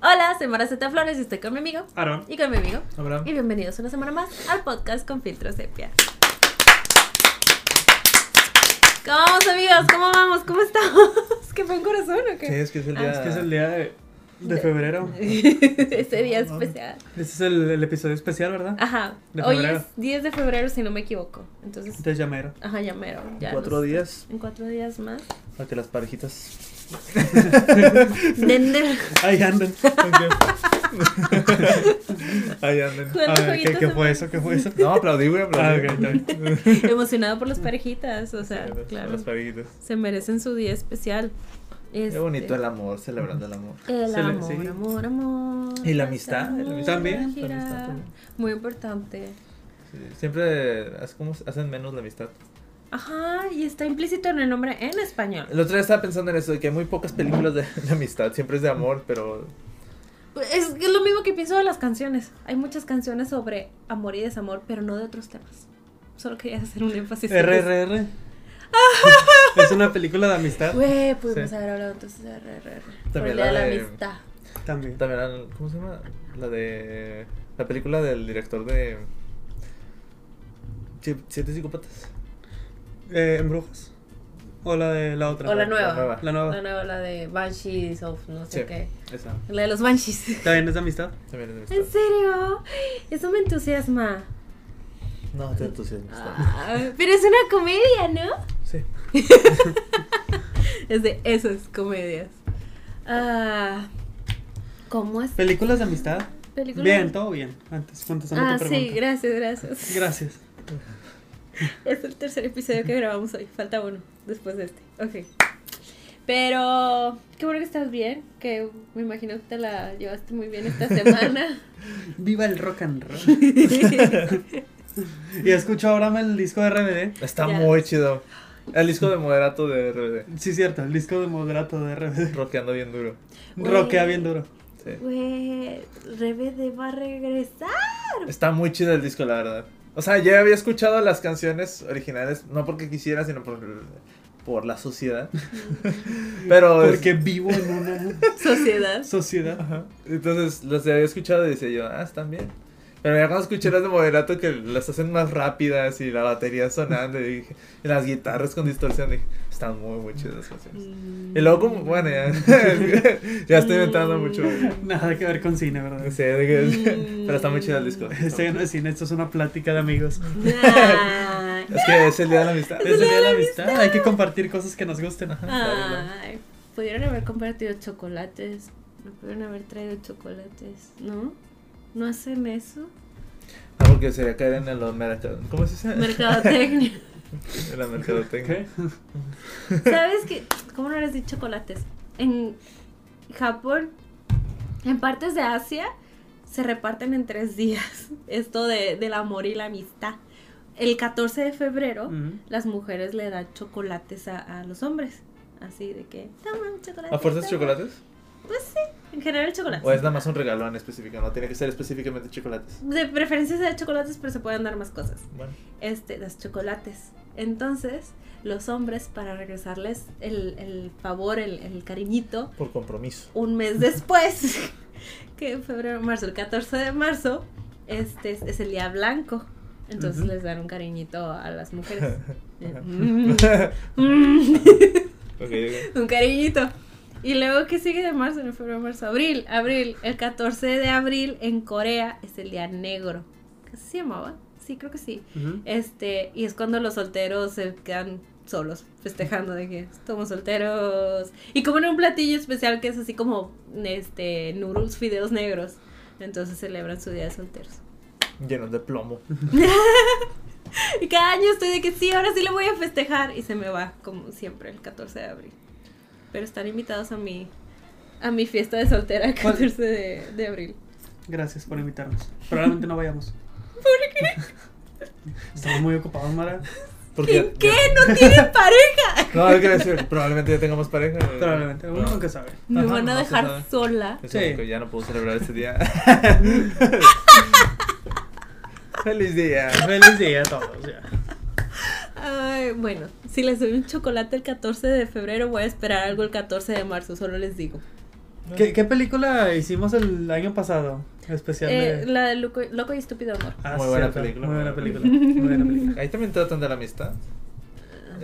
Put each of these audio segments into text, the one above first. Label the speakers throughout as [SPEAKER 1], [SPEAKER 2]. [SPEAKER 1] Hola, soy Maraceta Flores y estoy con mi amigo
[SPEAKER 2] Aaron.
[SPEAKER 1] y con mi amigo.
[SPEAKER 2] Abraham.
[SPEAKER 1] Y bienvenidos una semana más al podcast con Filtro Sepia. ¿Cómo vamos, amigos? ¿Cómo vamos? ¿Cómo estamos? ¿Qué fue un corazón o
[SPEAKER 3] Sí,
[SPEAKER 1] qué? Ah.
[SPEAKER 3] es que es el día.
[SPEAKER 2] Es que es el día de, de febrero.
[SPEAKER 1] Ese día
[SPEAKER 2] No,
[SPEAKER 1] especial.
[SPEAKER 2] Este es el, el episodio especial, ¿verdad?
[SPEAKER 1] Ajá.
[SPEAKER 2] De
[SPEAKER 1] Hoy
[SPEAKER 2] febrero.
[SPEAKER 1] es 10 de febrero, si no me equivoco. Entonces,
[SPEAKER 2] Entonces llamero.
[SPEAKER 1] ajá, ya mero. Ya
[SPEAKER 3] Cuatro
[SPEAKER 1] nos-
[SPEAKER 3] días
[SPEAKER 1] En cuatro días más.
[SPEAKER 3] para que las parejitas.
[SPEAKER 1] Nender.
[SPEAKER 2] Ahí andan.
[SPEAKER 3] Ahí andan.
[SPEAKER 1] Jugando
[SPEAKER 2] A ver, ¿qué,
[SPEAKER 1] jueguitos
[SPEAKER 2] qué
[SPEAKER 1] de
[SPEAKER 2] fue eso? ¿Qué fue eso?
[SPEAKER 3] No, aplaudí, güey, aplaudí.
[SPEAKER 2] Ah, ok, está bien.
[SPEAKER 1] Emocionado por las parejitas, o sea,
[SPEAKER 3] Sí, las-
[SPEAKER 1] claro.
[SPEAKER 3] Las parejitas.
[SPEAKER 1] Se merecen su día especial.
[SPEAKER 3] Qué
[SPEAKER 1] Este,
[SPEAKER 3] bonito el amor, celebrando el amor.
[SPEAKER 1] El
[SPEAKER 2] Se le-
[SPEAKER 1] amor,
[SPEAKER 2] sí.
[SPEAKER 1] amor, amor.
[SPEAKER 3] Y la amistad,
[SPEAKER 1] Amor,
[SPEAKER 3] la amistad
[SPEAKER 2] también,
[SPEAKER 1] girar.
[SPEAKER 3] la amistad también.
[SPEAKER 1] Muy importante.
[SPEAKER 3] Sí, siempre haz- como- hacen menos la amistad.
[SPEAKER 1] Ajá, y está implícito en el nombre en español.
[SPEAKER 3] El otro día estaba pensando en eso, de que hay muy pocas películas de, de amistad. Siempre es de amor, pero.
[SPEAKER 1] Es, es lo mismo que pienso de las canciones. Hay muchas canciones sobre amor y desamor, pero no de otros temas. Solo quería hacer un énfasis. en eso.
[SPEAKER 2] RRR. es una película de amistad.
[SPEAKER 1] Güey, pudimos
[SPEAKER 2] Sí.
[SPEAKER 1] haber hablado entonces de RRR. Por el
[SPEAKER 3] También
[SPEAKER 1] día de
[SPEAKER 3] la
[SPEAKER 1] la
[SPEAKER 3] de-
[SPEAKER 1] amistad.
[SPEAKER 2] También.
[SPEAKER 3] También, la- ¿cómo se llama? La de. La película del director de. Siete Siete psicópatas.
[SPEAKER 2] Eh, ¿En Brujas? ¿O la de la otra?
[SPEAKER 1] O la nueva.
[SPEAKER 3] nueva.
[SPEAKER 2] La nueva.
[SPEAKER 1] La nueva, la de Banshees of no sé
[SPEAKER 3] Sí.
[SPEAKER 1] qué.
[SPEAKER 3] Esa.
[SPEAKER 1] La de los Banshees.
[SPEAKER 2] ¿También es de amistad?
[SPEAKER 3] También es de amistad.
[SPEAKER 1] ¿En serio? Eso me entusiasma.
[SPEAKER 3] No, te entusiasmas.
[SPEAKER 1] Ah, pero es una comedia, ¿no?
[SPEAKER 3] Sí.
[SPEAKER 1] Es de esas comedias. Ah, ¿Cómo es?
[SPEAKER 2] ¿Películas de amistad?
[SPEAKER 1] Película.
[SPEAKER 2] Bien, todo bien. Antes, contestando
[SPEAKER 1] Ah,
[SPEAKER 2] tu
[SPEAKER 1] sí,
[SPEAKER 2] pregunta.
[SPEAKER 1] gracias, gracias.
[SPEAKER 2] Gracias.
[SPEAKER 1] Es el tercer episodio que grabamos hoy. Falta uno después de este. Ok. Pero qué bueno que estás bien, que me imagino que te la llevaste muy bien esta semana.
[SPEAKER 2] Viva el rock and roll. y escucho ahora el disco de RBD.
[SPEAKER 3] Está
[SPEAKER 1] Ya.
[SPEAKER 3] muy chido. El disco de moderato de RBD.
[SPEAKER 2] Sí, cierto, el disco de moderato de RBD.
[SPEAKER 3] Rockeando bien duro.
[SPEAKER 1] Güey.
[SPEAKER 2] Roquea bien duro.
[SPEAKER 3] Sí.
[SPEAKER 1] Güey, Rebe va a regresar.
[SPEAKER 3] Está muy chido el disco, la verdad. O sea, ya había escuchado las canciones originales, no porque quisiera, sino por, por la sociedad. Pero es-
[SPEAKER 2] Porque vivo en una
[SPEAKER 1] Sociedad.
[SPEAKER 2] sociedad.
[SPEAKER 3] Ajá. entonces las había escuchado y decía yo, ah, están bien. Pero ya cuando escuché las de moderato que las hacen más rápidas y la batería sonando y, dije- y las guitarras con distorsión, dije, están muy, muy chidas las canciones.
[SPEAKER 1] Mm.
[SPEAKER 3] Y luego, como- bueno, ya, ya estoy inventando mucho.
[SPEAKER 2] Nada que ver con cine,
[SPEAKER 3] No
[SPEAKER 2] ¿verdad?
[SPEAKER 3] sé, de qué es.
[SPEAKER 1] Mm.
[SPEAKER 3] Pero está muy chido el disco.
[SPEAKER 2] Este no es cine, esto es una plática de amigos.
[SPEAKER 1] Ay.
[SPEAKER 3] Es que es el día de la amistad.
[SPEAKER 2] Es el día de la amistad. Hay que compartir cosas que nos gusten.
[SPEAKER 1] Ay, pudieron haber compartido chocolates. Me pudieron haber traído chocolates, ¿no? ¿No hacen eso?
[SPEAKER 3] Ah, porque sería caer en el mercado. ¿Cómo se dice?
[SPEAKER 1] Mercadotecnia.
[SPEAKER 3] en la mercadotecnia.
[SPEAKER 2] ¿Qué?
[SPEAKER 1] ¿Sabes qué? ¿Cómo no les di chocolates? En Japón, en partes de Asia, se reparten en tres días esto de, del amor y la amistad. El 14 de febrero,
[SPEAKER 3] Mm.
[SPEAKER 2] Ujú.
[SPEAKER 1] las mujeres le dan chocolates a, a los hombres. Así de que, toma un chocolate.
[SPEAKER 3] ¿A fuerzas
[SPEAKER 1] toma".
[SPEAKER 3] chocolates?
[SPEAKER 1] En general, chocolates.
[SPEAKER 3] ¿O es nada más un regalón específico? No tiene que ser específicamente chocolates.
[SPEAKER 1] De preferencia sea de chocolates, pero se pueden dar más cosas.
[SPEAKER 3] Bueno,
[SPEAKER 1] Este, los chocolates. Entonces, los hombres, para regresarles el, el favor, el, el cariñito,
[SPEAKER 3] por compromiso.
[SPEAKER 1] un mes después, que en febrero, marzo, el 14 de marzo, este es, es el día blanco. Entonces
[SPEAKER 2] Ujú.
[SPEAKER 1] les dan un cariñito a las mujeres.
[SPEAKER 3] Ajá.
[SPEAKER 1] Mm, mm,
[SPEAKER 3] Ok, ok.
[SPEAKER 1] un cariñito. Y luego, ¿qué sigue de marzo? En febrero, marzo, abril, abril. El 14 de abril en Corea es el día negro. ¿Qué se llamaba? Sí, creo que sí.
[SPEAKER 2] Ujú.
[SPEAKER 1] Este, y es cuando los solteros se quedan solos, festejando de que estamos solteros. Y comen un platillo especial que es así como este noodles, fideos negros. Entonces celebran su día de solteros.
[SPEAKER 3] Llenos de plomo.
[SPEAKER 1] Y cada año estoy de que sí, ahora sí le voy a festejar. Y se me va, como siempre, el 14 de abril. Pero están invitados a mi, a mi fiesta de soltera el
[SPEAKER 2] ¿Cuál?
[SPEAKER 1] 14 de, de abril.
[SPEAKER 2] Gracias por invitarnos. Probablemente no vayamos. ¿Por qué? Estamos muy ocupados, Mara.
[SPEAKER 1] ¿En qué? ¿No tienen pareja?
[SPEAKER 3] No, es que decir, probablemente ya tengamos pareja.
[SPEAKER 2] Probablemente. Uno nunca sabe.
[SPEAKER 1] Me
[SPEAKER 3] Ajá,
[SPEAKER 1] van a
[SPEAKER 3] no se
[SPEAKER 1] dejar
[SPEAKER 3] sabe.
[SPEAKER 1] sola.
[SPEAKER 3] Es
[SPEAKER 2] Sí.
[SPEAKER 3] único, ya no puedo celebrar este día. Feliz día.
[SPEAKER 2] Feliz día a todos. Ya.
[SPEAKER 1] Ay, bueno, si les doy un chocolate el 14 de febrero, voy a esperar algo el 14 de marzo, solo les digo.
[SPEAKER 2] ¿Qué, qué película hicimos el año pasado? El Especial
[SPEAKER 1] Eh,
[SPEAKER 2] de...
[SPEAKER 1] la de Loco, Loco y Estúpido Amor.
[SPEAKER 2] Ah,
[SPEAKER 3] Muy buena
[SPEAKER 2] cierto,
[SPEAKER 3] película,
[SPEAKER 2] Muy buena
[SPEAKER 3] muy buena
[SPEAKER 2] película. Muy buena película.
[SPEAKER 3] Ahí también tratan de la amistad.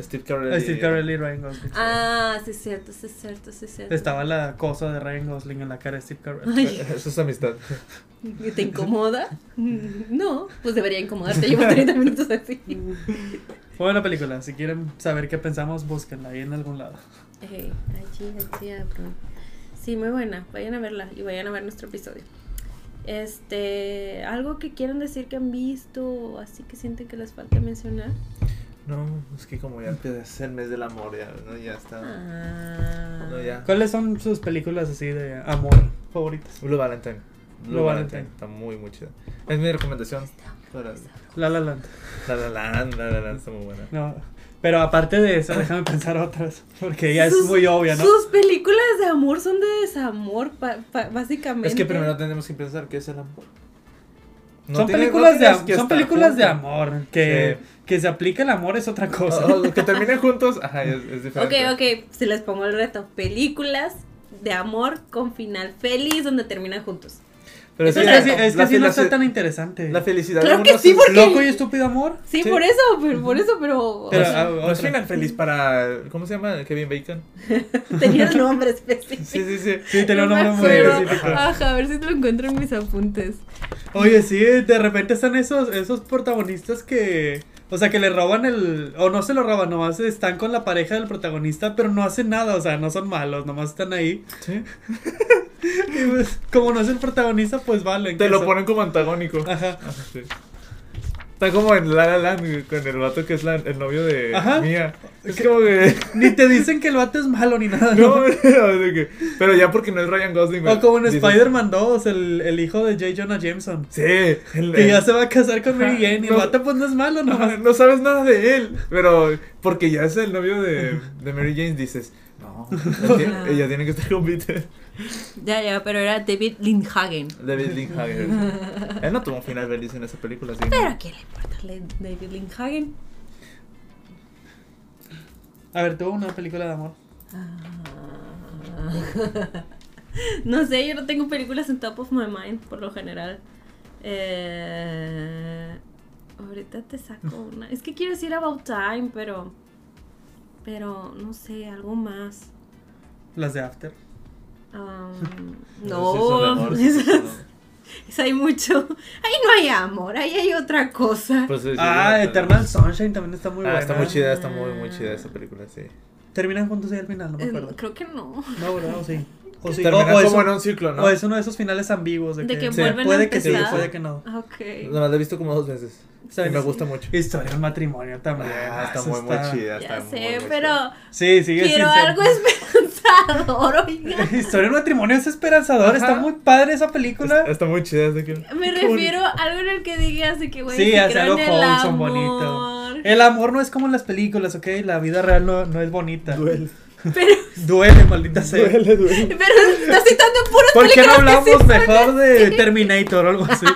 [SPEAKER 3] Steve Carell.
[SPEAKER 2] Ah,
[SPEAKER 3] y-
[SPEAKER 2] Steve Carell y Ryan Gosling.
[SPEAKER 1] Ah, sí es cierto, sí es cierto, sí es cierto.
[SPEAKER 2] Estaba la cosa de Ryan Gosling en la cara de Steve Carell.
[SPEAKER 1] Ay,
[SPEAKER 3] Eso es amistad.
[SPEAKER 1] ¿te incomoda? No, pues debería incomodarte, llevo 30 minutos así.
[SPEAKER 2] Muy buena película. Si quieren saber qué pensamos, búsquenla ahí en algún lado.
[SPEAKER 1] Ey, allí, allí, abro. Sí, muy buena. Vayan a verla y vayan a ver nuestro episodio. Este, algo que quieran decir que han visto, o así que sienten que les falta mencionar.
[SPEAKER 3] No, es que como ya es el mes del amor, ya, ¿no? ya está.
[SPEAKER 1] Ah.
[SPEAKER 3] No, ya.
[SPEAKER 2] ¿Cuáles son sus películas así de amor favoritas?
[SPEAKER 3] Blue Valentine. Blue,
[SPEAKER 2] Blue
[SPEAKER 3] Valentine.
[SPEAKER 2] Valentine.
[SPEAKER 3] Está muy, muy chida. Es mi recomendación. Para...
[SPEAKER 2] La La Land.
[SPEAKER 3] La La Land, La La Land está muy buena.
[SPEAKER 2] No. Pero aparte de eso, déjame pensar otras. Porque ya es muy obvia, ¿no?
[SPEAKER 1] Sus películas de amor son de desamor, pa- pa- básicamente.
[SPEAKER 3] Es que primero tenemos que pensar qué es el amor. No
[SPEAKER 2] son
[SPEAKER 3] tiene-
[SPEAKER 2] películas,
[SPEAKER 3] no
[SPEAKER 2] de,
[SPEAKER 3] tienes
[SPEAKER 2] am-
[SPEAKER 3] que
[SPEAKER 2] son
[SPEAKER 3] estar
[SPEAKER 2] películas de
[SPEAKER 3] juntos.
[SPEAKER 2] amor. Que, que se aplique el amor es otra cosa.
[SPEAKER 3] O- o que terminen juntos, ajá, es, es
[SPEAKER 1] Ok,
[SPEAKER 3] diferente.
[SPEAKER 1] ok, se les pongo el reto. Películas de amor con final feliz donde terminan juntos.
[SPEAKER 3] Pero
[SPEAKER 2] es
[SPEAKER 1] Eso
[SPEAKER 3] sí,
[SPEAKER 2] que,
[SPEAKER 1] es
[SPEAKER 2] sí-
[SPEAKER 1] reto.
[SPEAKER 2] es que
[SPEAKER 3] la
[SPEAKER 2] sí no
[SPEAKER 3] felici-
[SPEAKER 2] está tan interesante.
[SPEAKER 3] La felicidad.
[SPEAKER 1] Claro
[SPEAKER 3] de
[SPEAKER 1] que
[SPEAKER 3] uno
[SPEAKER 1] sí,
[SPEAKER 3] es-
[SPEAKER 1] porque-
[SPEAKER 2] Loco y estúpido amor.
[SPEAKER 1] Sí,
[SPEAKER 3] Sí.
[SPEAKER 1] por eso, pero, por eso, pero,
[SPEAKER 2] Pero,
[SPEAKER 1] o sea,
[SPEAKER 2] ah,
[SPEAKER 3] No es
[SPEAKER 2] otra.
[SPEAKER 3] final feliz para. ¿Cómo se llama? Kevin Bacon.
[SPEAKER 1] tenía el nombre específico.
[SPEAKER 3] Sí, sí, sí.
[SPEAKER 2] Sí, tenía un
[SPEAKER 1] No me
[SPEAKER 2] nombre muy
[SPEAKER 1] acuerdo.
[SPEAKER 2] específico.
[SPEAKER 1] Ajá, a ver si lo encuentro en mis apuntes.
[SPEAKER 2] Oye, sí, de repente están esos, esos protagonistas que. O sea, que le roban el. O no se lo roban, nomás están con la pareja del protagonista, pero no hacen nada, o sea, no son malos, nomás están ahí.
[SPEAKER 3] Sí.
[SPEAKER 2] Y pues, como no es el protagonista, pues valen.
[SPEAKER 3] Te
[SPEAKER 2] que
[SPEAKER 3] lo
[SPEAKER 2] son-
[SPEAKER 3] ponen como antagónico.
[SPEAKER 2] Ajá.
[SPEAKER 3] Sí. Está como en La La Land con el vato que es la- el novio de
[SPEAKER 2] Ajá.
[SPEAKER 3] Mía. Es como que.
[SPEAKER 2] Ni te dicen que el vato es malo ni nada,
[SPEAKER 3] No,
[SPEAKER 2] ¿no?
[SPEAKER 3] o sea que- pero ya porque no es Ryan Gosling. güey.
[SPEAKER 2] O como en
[SPEAKER 3] Dices-
[SPEAKER 2] Spider-Man 2, el, el hijo de J. Jonah Jameson.
[SPEAKER 3] Sí, el-
[SPEAKER 2] Que ya
[SPEAKER 3] el-
[SPEAKER 2] se va a casar con Mary
[SPEAKER 3] Ajá,
[SPEAKER 2] Jane. Y el
[SPEAKER 3] no.
[SPEAKER 2] vato, pues no es malo,
[SPEAKER 3] Ajá,
[SPEAKER 2] nomás.
[SPEAKER 3] no sabes nada de él, pero porque ya es el novio de, de Mary Jane, dices, no, ella tiene, ella tiene que estar con Peter.
[SPEAKER 1] Ya, ya, pero era David Lindhagen.
[SPEAKER 3] David Linkhager. Él no tuvo un final feliz en esa película, así. que-
[SPEAKER 1] Pero ¿a quién le importa le- David Lindhagen?
[SPEAKER 2] A ver, tuvo una película de amor.
[SPEAKER 1] Ah. No sé, yo no tengo películas en top of my mind por lo general. Eh, ahorita te saco una. Es que quiero decir About Time, pero. Pero no sé, algo más.
[SPEAKER 2] Las de After.
[SPEAKER 1] Am,
[SPEAKER 3] sí son de
[SPEAKER 1] no,
[SPEAKER 3] amor, sí son de amor.
[SPEAKER 1] Esa hay mucho. Ahí no hay amor, ahí hay otra cosa.
[SPEAKER 3] Pues sí, sí,
[SPEAKER 2] ah,
[SPEAKER 3] no,
[SPEAKER 2] Eternal Sunshine también está muy
[SPEAKER 3] ah,
[SPEAKER 2] buena.
[SPEAKER 3] está muy chida, está muy, muy chida esa película, sí.
[SPEAKER 2] Terminan juntos ahí al final, no me
[SPEAKER 1] Eh,
[SPEAKER 2] acuerdo.
[SPEAKER 1] creo que no.
[SPEAKER 2] No, ¿verdad? O sí. O, sí.
[SPEAKER 3] Terminan
[SPEAKER 2] O- o es
[SPEAKER 3] como
[SPEAKER 2] un-
[SPEAKER 3] en un ciclo, ¿no?
[SPEAKER 2] o es uno de esos finales ambiguos. De,
[SPEAKER 1] De que
[SPEAKER 2] sí.
[SPEAKER 1] vuelven a
[SPEAKER 2] Puede que sí,
[SPEAKER 1] empezar.
[SPEAKER 2] puede que no.
[SPEAKER 1] Ah, Ok.
[SPEAKER 3] Nada más la he visto como dos veces.
[SPEAKER 2] Sí,
[SPEAKER 3] y me
[SPEAKER 2] sí.
[SPEAKER 3] gusta mucho.
[SPEAKER 2] Historia del matrimonio también.
[SPEAKER 3] Ah, está
[SPEAKER 2] eso
[SPEAKER 3] muy, muy chida. está
[SPEAKER 1] Ya
[SPEAKER 3] muy,
[SPEAKER 1] sé,
[SPEAKER 3] muy
[SPEAKER 1] pero
[SPEAKER 2] Sí, sigue sin
[SPEAKER 1] quiero
[SPEAKER 2] ser-
[SPEAKER 1] algo esperanzador, oiga.
[SPEAKER 2] Historia del matrimonio es esperanzador.
[SPEAKER 3] Ajá.
[SPEAKER 2] Está muy padre esa película.
[SPEAKER 3] Está, está muy chida. es de que-
[SPEAKER 1] Me
[SPEAKER 2] Qué bonito.
[SPEAKER 1] refiero a algo en el que digas de que, güey,
[SPEAKER 2] Sí,
[SPEAKER 1] sí,
[SPEAKER 2] hace
[SPEAKER 1] creo
[SPEAKER 2] algo
[SPEAKER 1] en el
[SPEAKER 2] wholesome,
[SPEAKER 1] amor.
[SPEAKER 2] bonito. El amor no es como en las películas, ¿ok? La vida real no, no es bonita.
[SPEAKER 3] Duele.
[SPEAKER 1] Pero,
[SPEAKER 2] Duele, maldita sea.
[SPEAKER 3] Duele, duele.
[SPEAKER 1] Eh, pero estás citando puras
[SPEAKER 2] ¿Por qué no
[SPEAKER 1] películas que sí
[SPEAKER 2] hablamos
[SPEAKER 1] son
[SPEAKER 2] mejor de
[SPEAKER 1] así?
[SPEAKER 2] Terminator o algo así?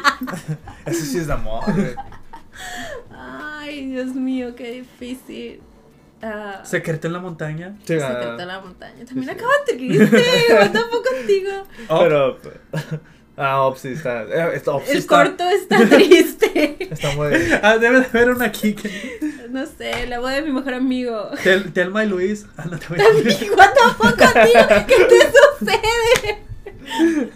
[SPEAKER 3] Eso sí es de amor. güey.
[SPEAKER 1] Ay, Dios mío, qué difícil. Ah,
[SPEAKER 2] Secreto en la montaña.
[SPEAKER 3] Sí, ah,
[SPEAKER 1] Secreto de la montaña. También
[SPEAKER 3] sí.
[SPEAKER 1] acaba triste, güey, tampoco contigo.
[SPEAKER 2] Up.
[SPEAKER 3] Pero. Ah, Op sí está. eh, está- Op sí
[SPEAKER 1] El
[SPEAKER 3] está-
[SPEAKER 1] corto está triste.
[SPEAKER 3] Está muy.
[SPEAKER 2] Ah, debe de haber una aquí que...
[SPEAKER 1] No sé, la voz de mi mejor amigo.
[SPEAKER 2] Tel- Telma y Luis. Ah, no, te voy a decir.
[SPEAKER 1] También, ¿cuánto poco, tío? ¿Qué te sucede?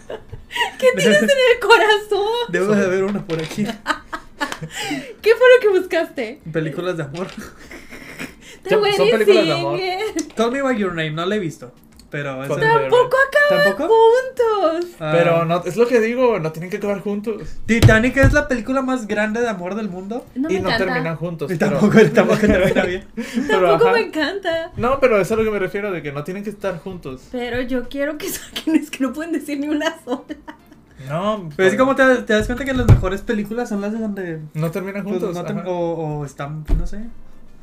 [SPEAKER 1] ¿Qué tienes en el corazón?
[SPEAKER 2] Debe de haber una por aquí.
[SPEAKER 1] ¿Qué fue lo que buscaste?
[SPEAKER 2] Películas de amor.
[SPEAKER 1] The
[SPEAKER 3] Son-
[SPEAKER 1] Wedding
[SPEAKER 3] son películas de amor.
[SPEAKER 1] Singer.
[SPEAKER 2] Call Me By Your Name. No la he visto. Pero esa-
[SPEAKER 3] Contra-
[SPEAKER 1] Tampoco acaban
[SPEAKER 2] ¿Tampoco?
[SPEAKER 1] juntos.
[SPEAKER 2] Ah,
[SPEAKER 3] Pero no, es lo que digo, no tienen que acabar juntos.
[SPEAKER 2] Titanic es la película más grande de amor del mundo.
[SPEAKER 1] No
[SPEAKER 3] y
[SPEAKER 1] me
[SPEAKER 3] no
[SPEAKER 1] encanta.
[SPEAKER 3] terminan juntos.
[SPEAKER 2] Y
[SPEAKER 3] pero-
[SPEAKER 2] tampoco, tampoco termina bien.
[SPEAKER 3] pero,
[SPEAKER 1] Tampoco
[SPEAKER 3] ajá.
[SPEAKER 1] me encanta.
[SPEAKER 3] No, pero eso es a lo que me refiero, de que no tienen que estar juntos.
[SPEAKER 1] Pero yo quiero que saquen es que no pueden decir ni una sola.
[SPEAKER 3] No,
[SPEAKER 2] Pero es como te, te das cuenta que las mejores películas son las de donde.
[SPEAKER 3] No terminan
[SPEAKER 2] pues,
[SPEAKER 3] juntos.
[SPEAKER 2] no te-
[SPEAKER 3] ajá.
[SPEAKER 2] o, o están, no sé.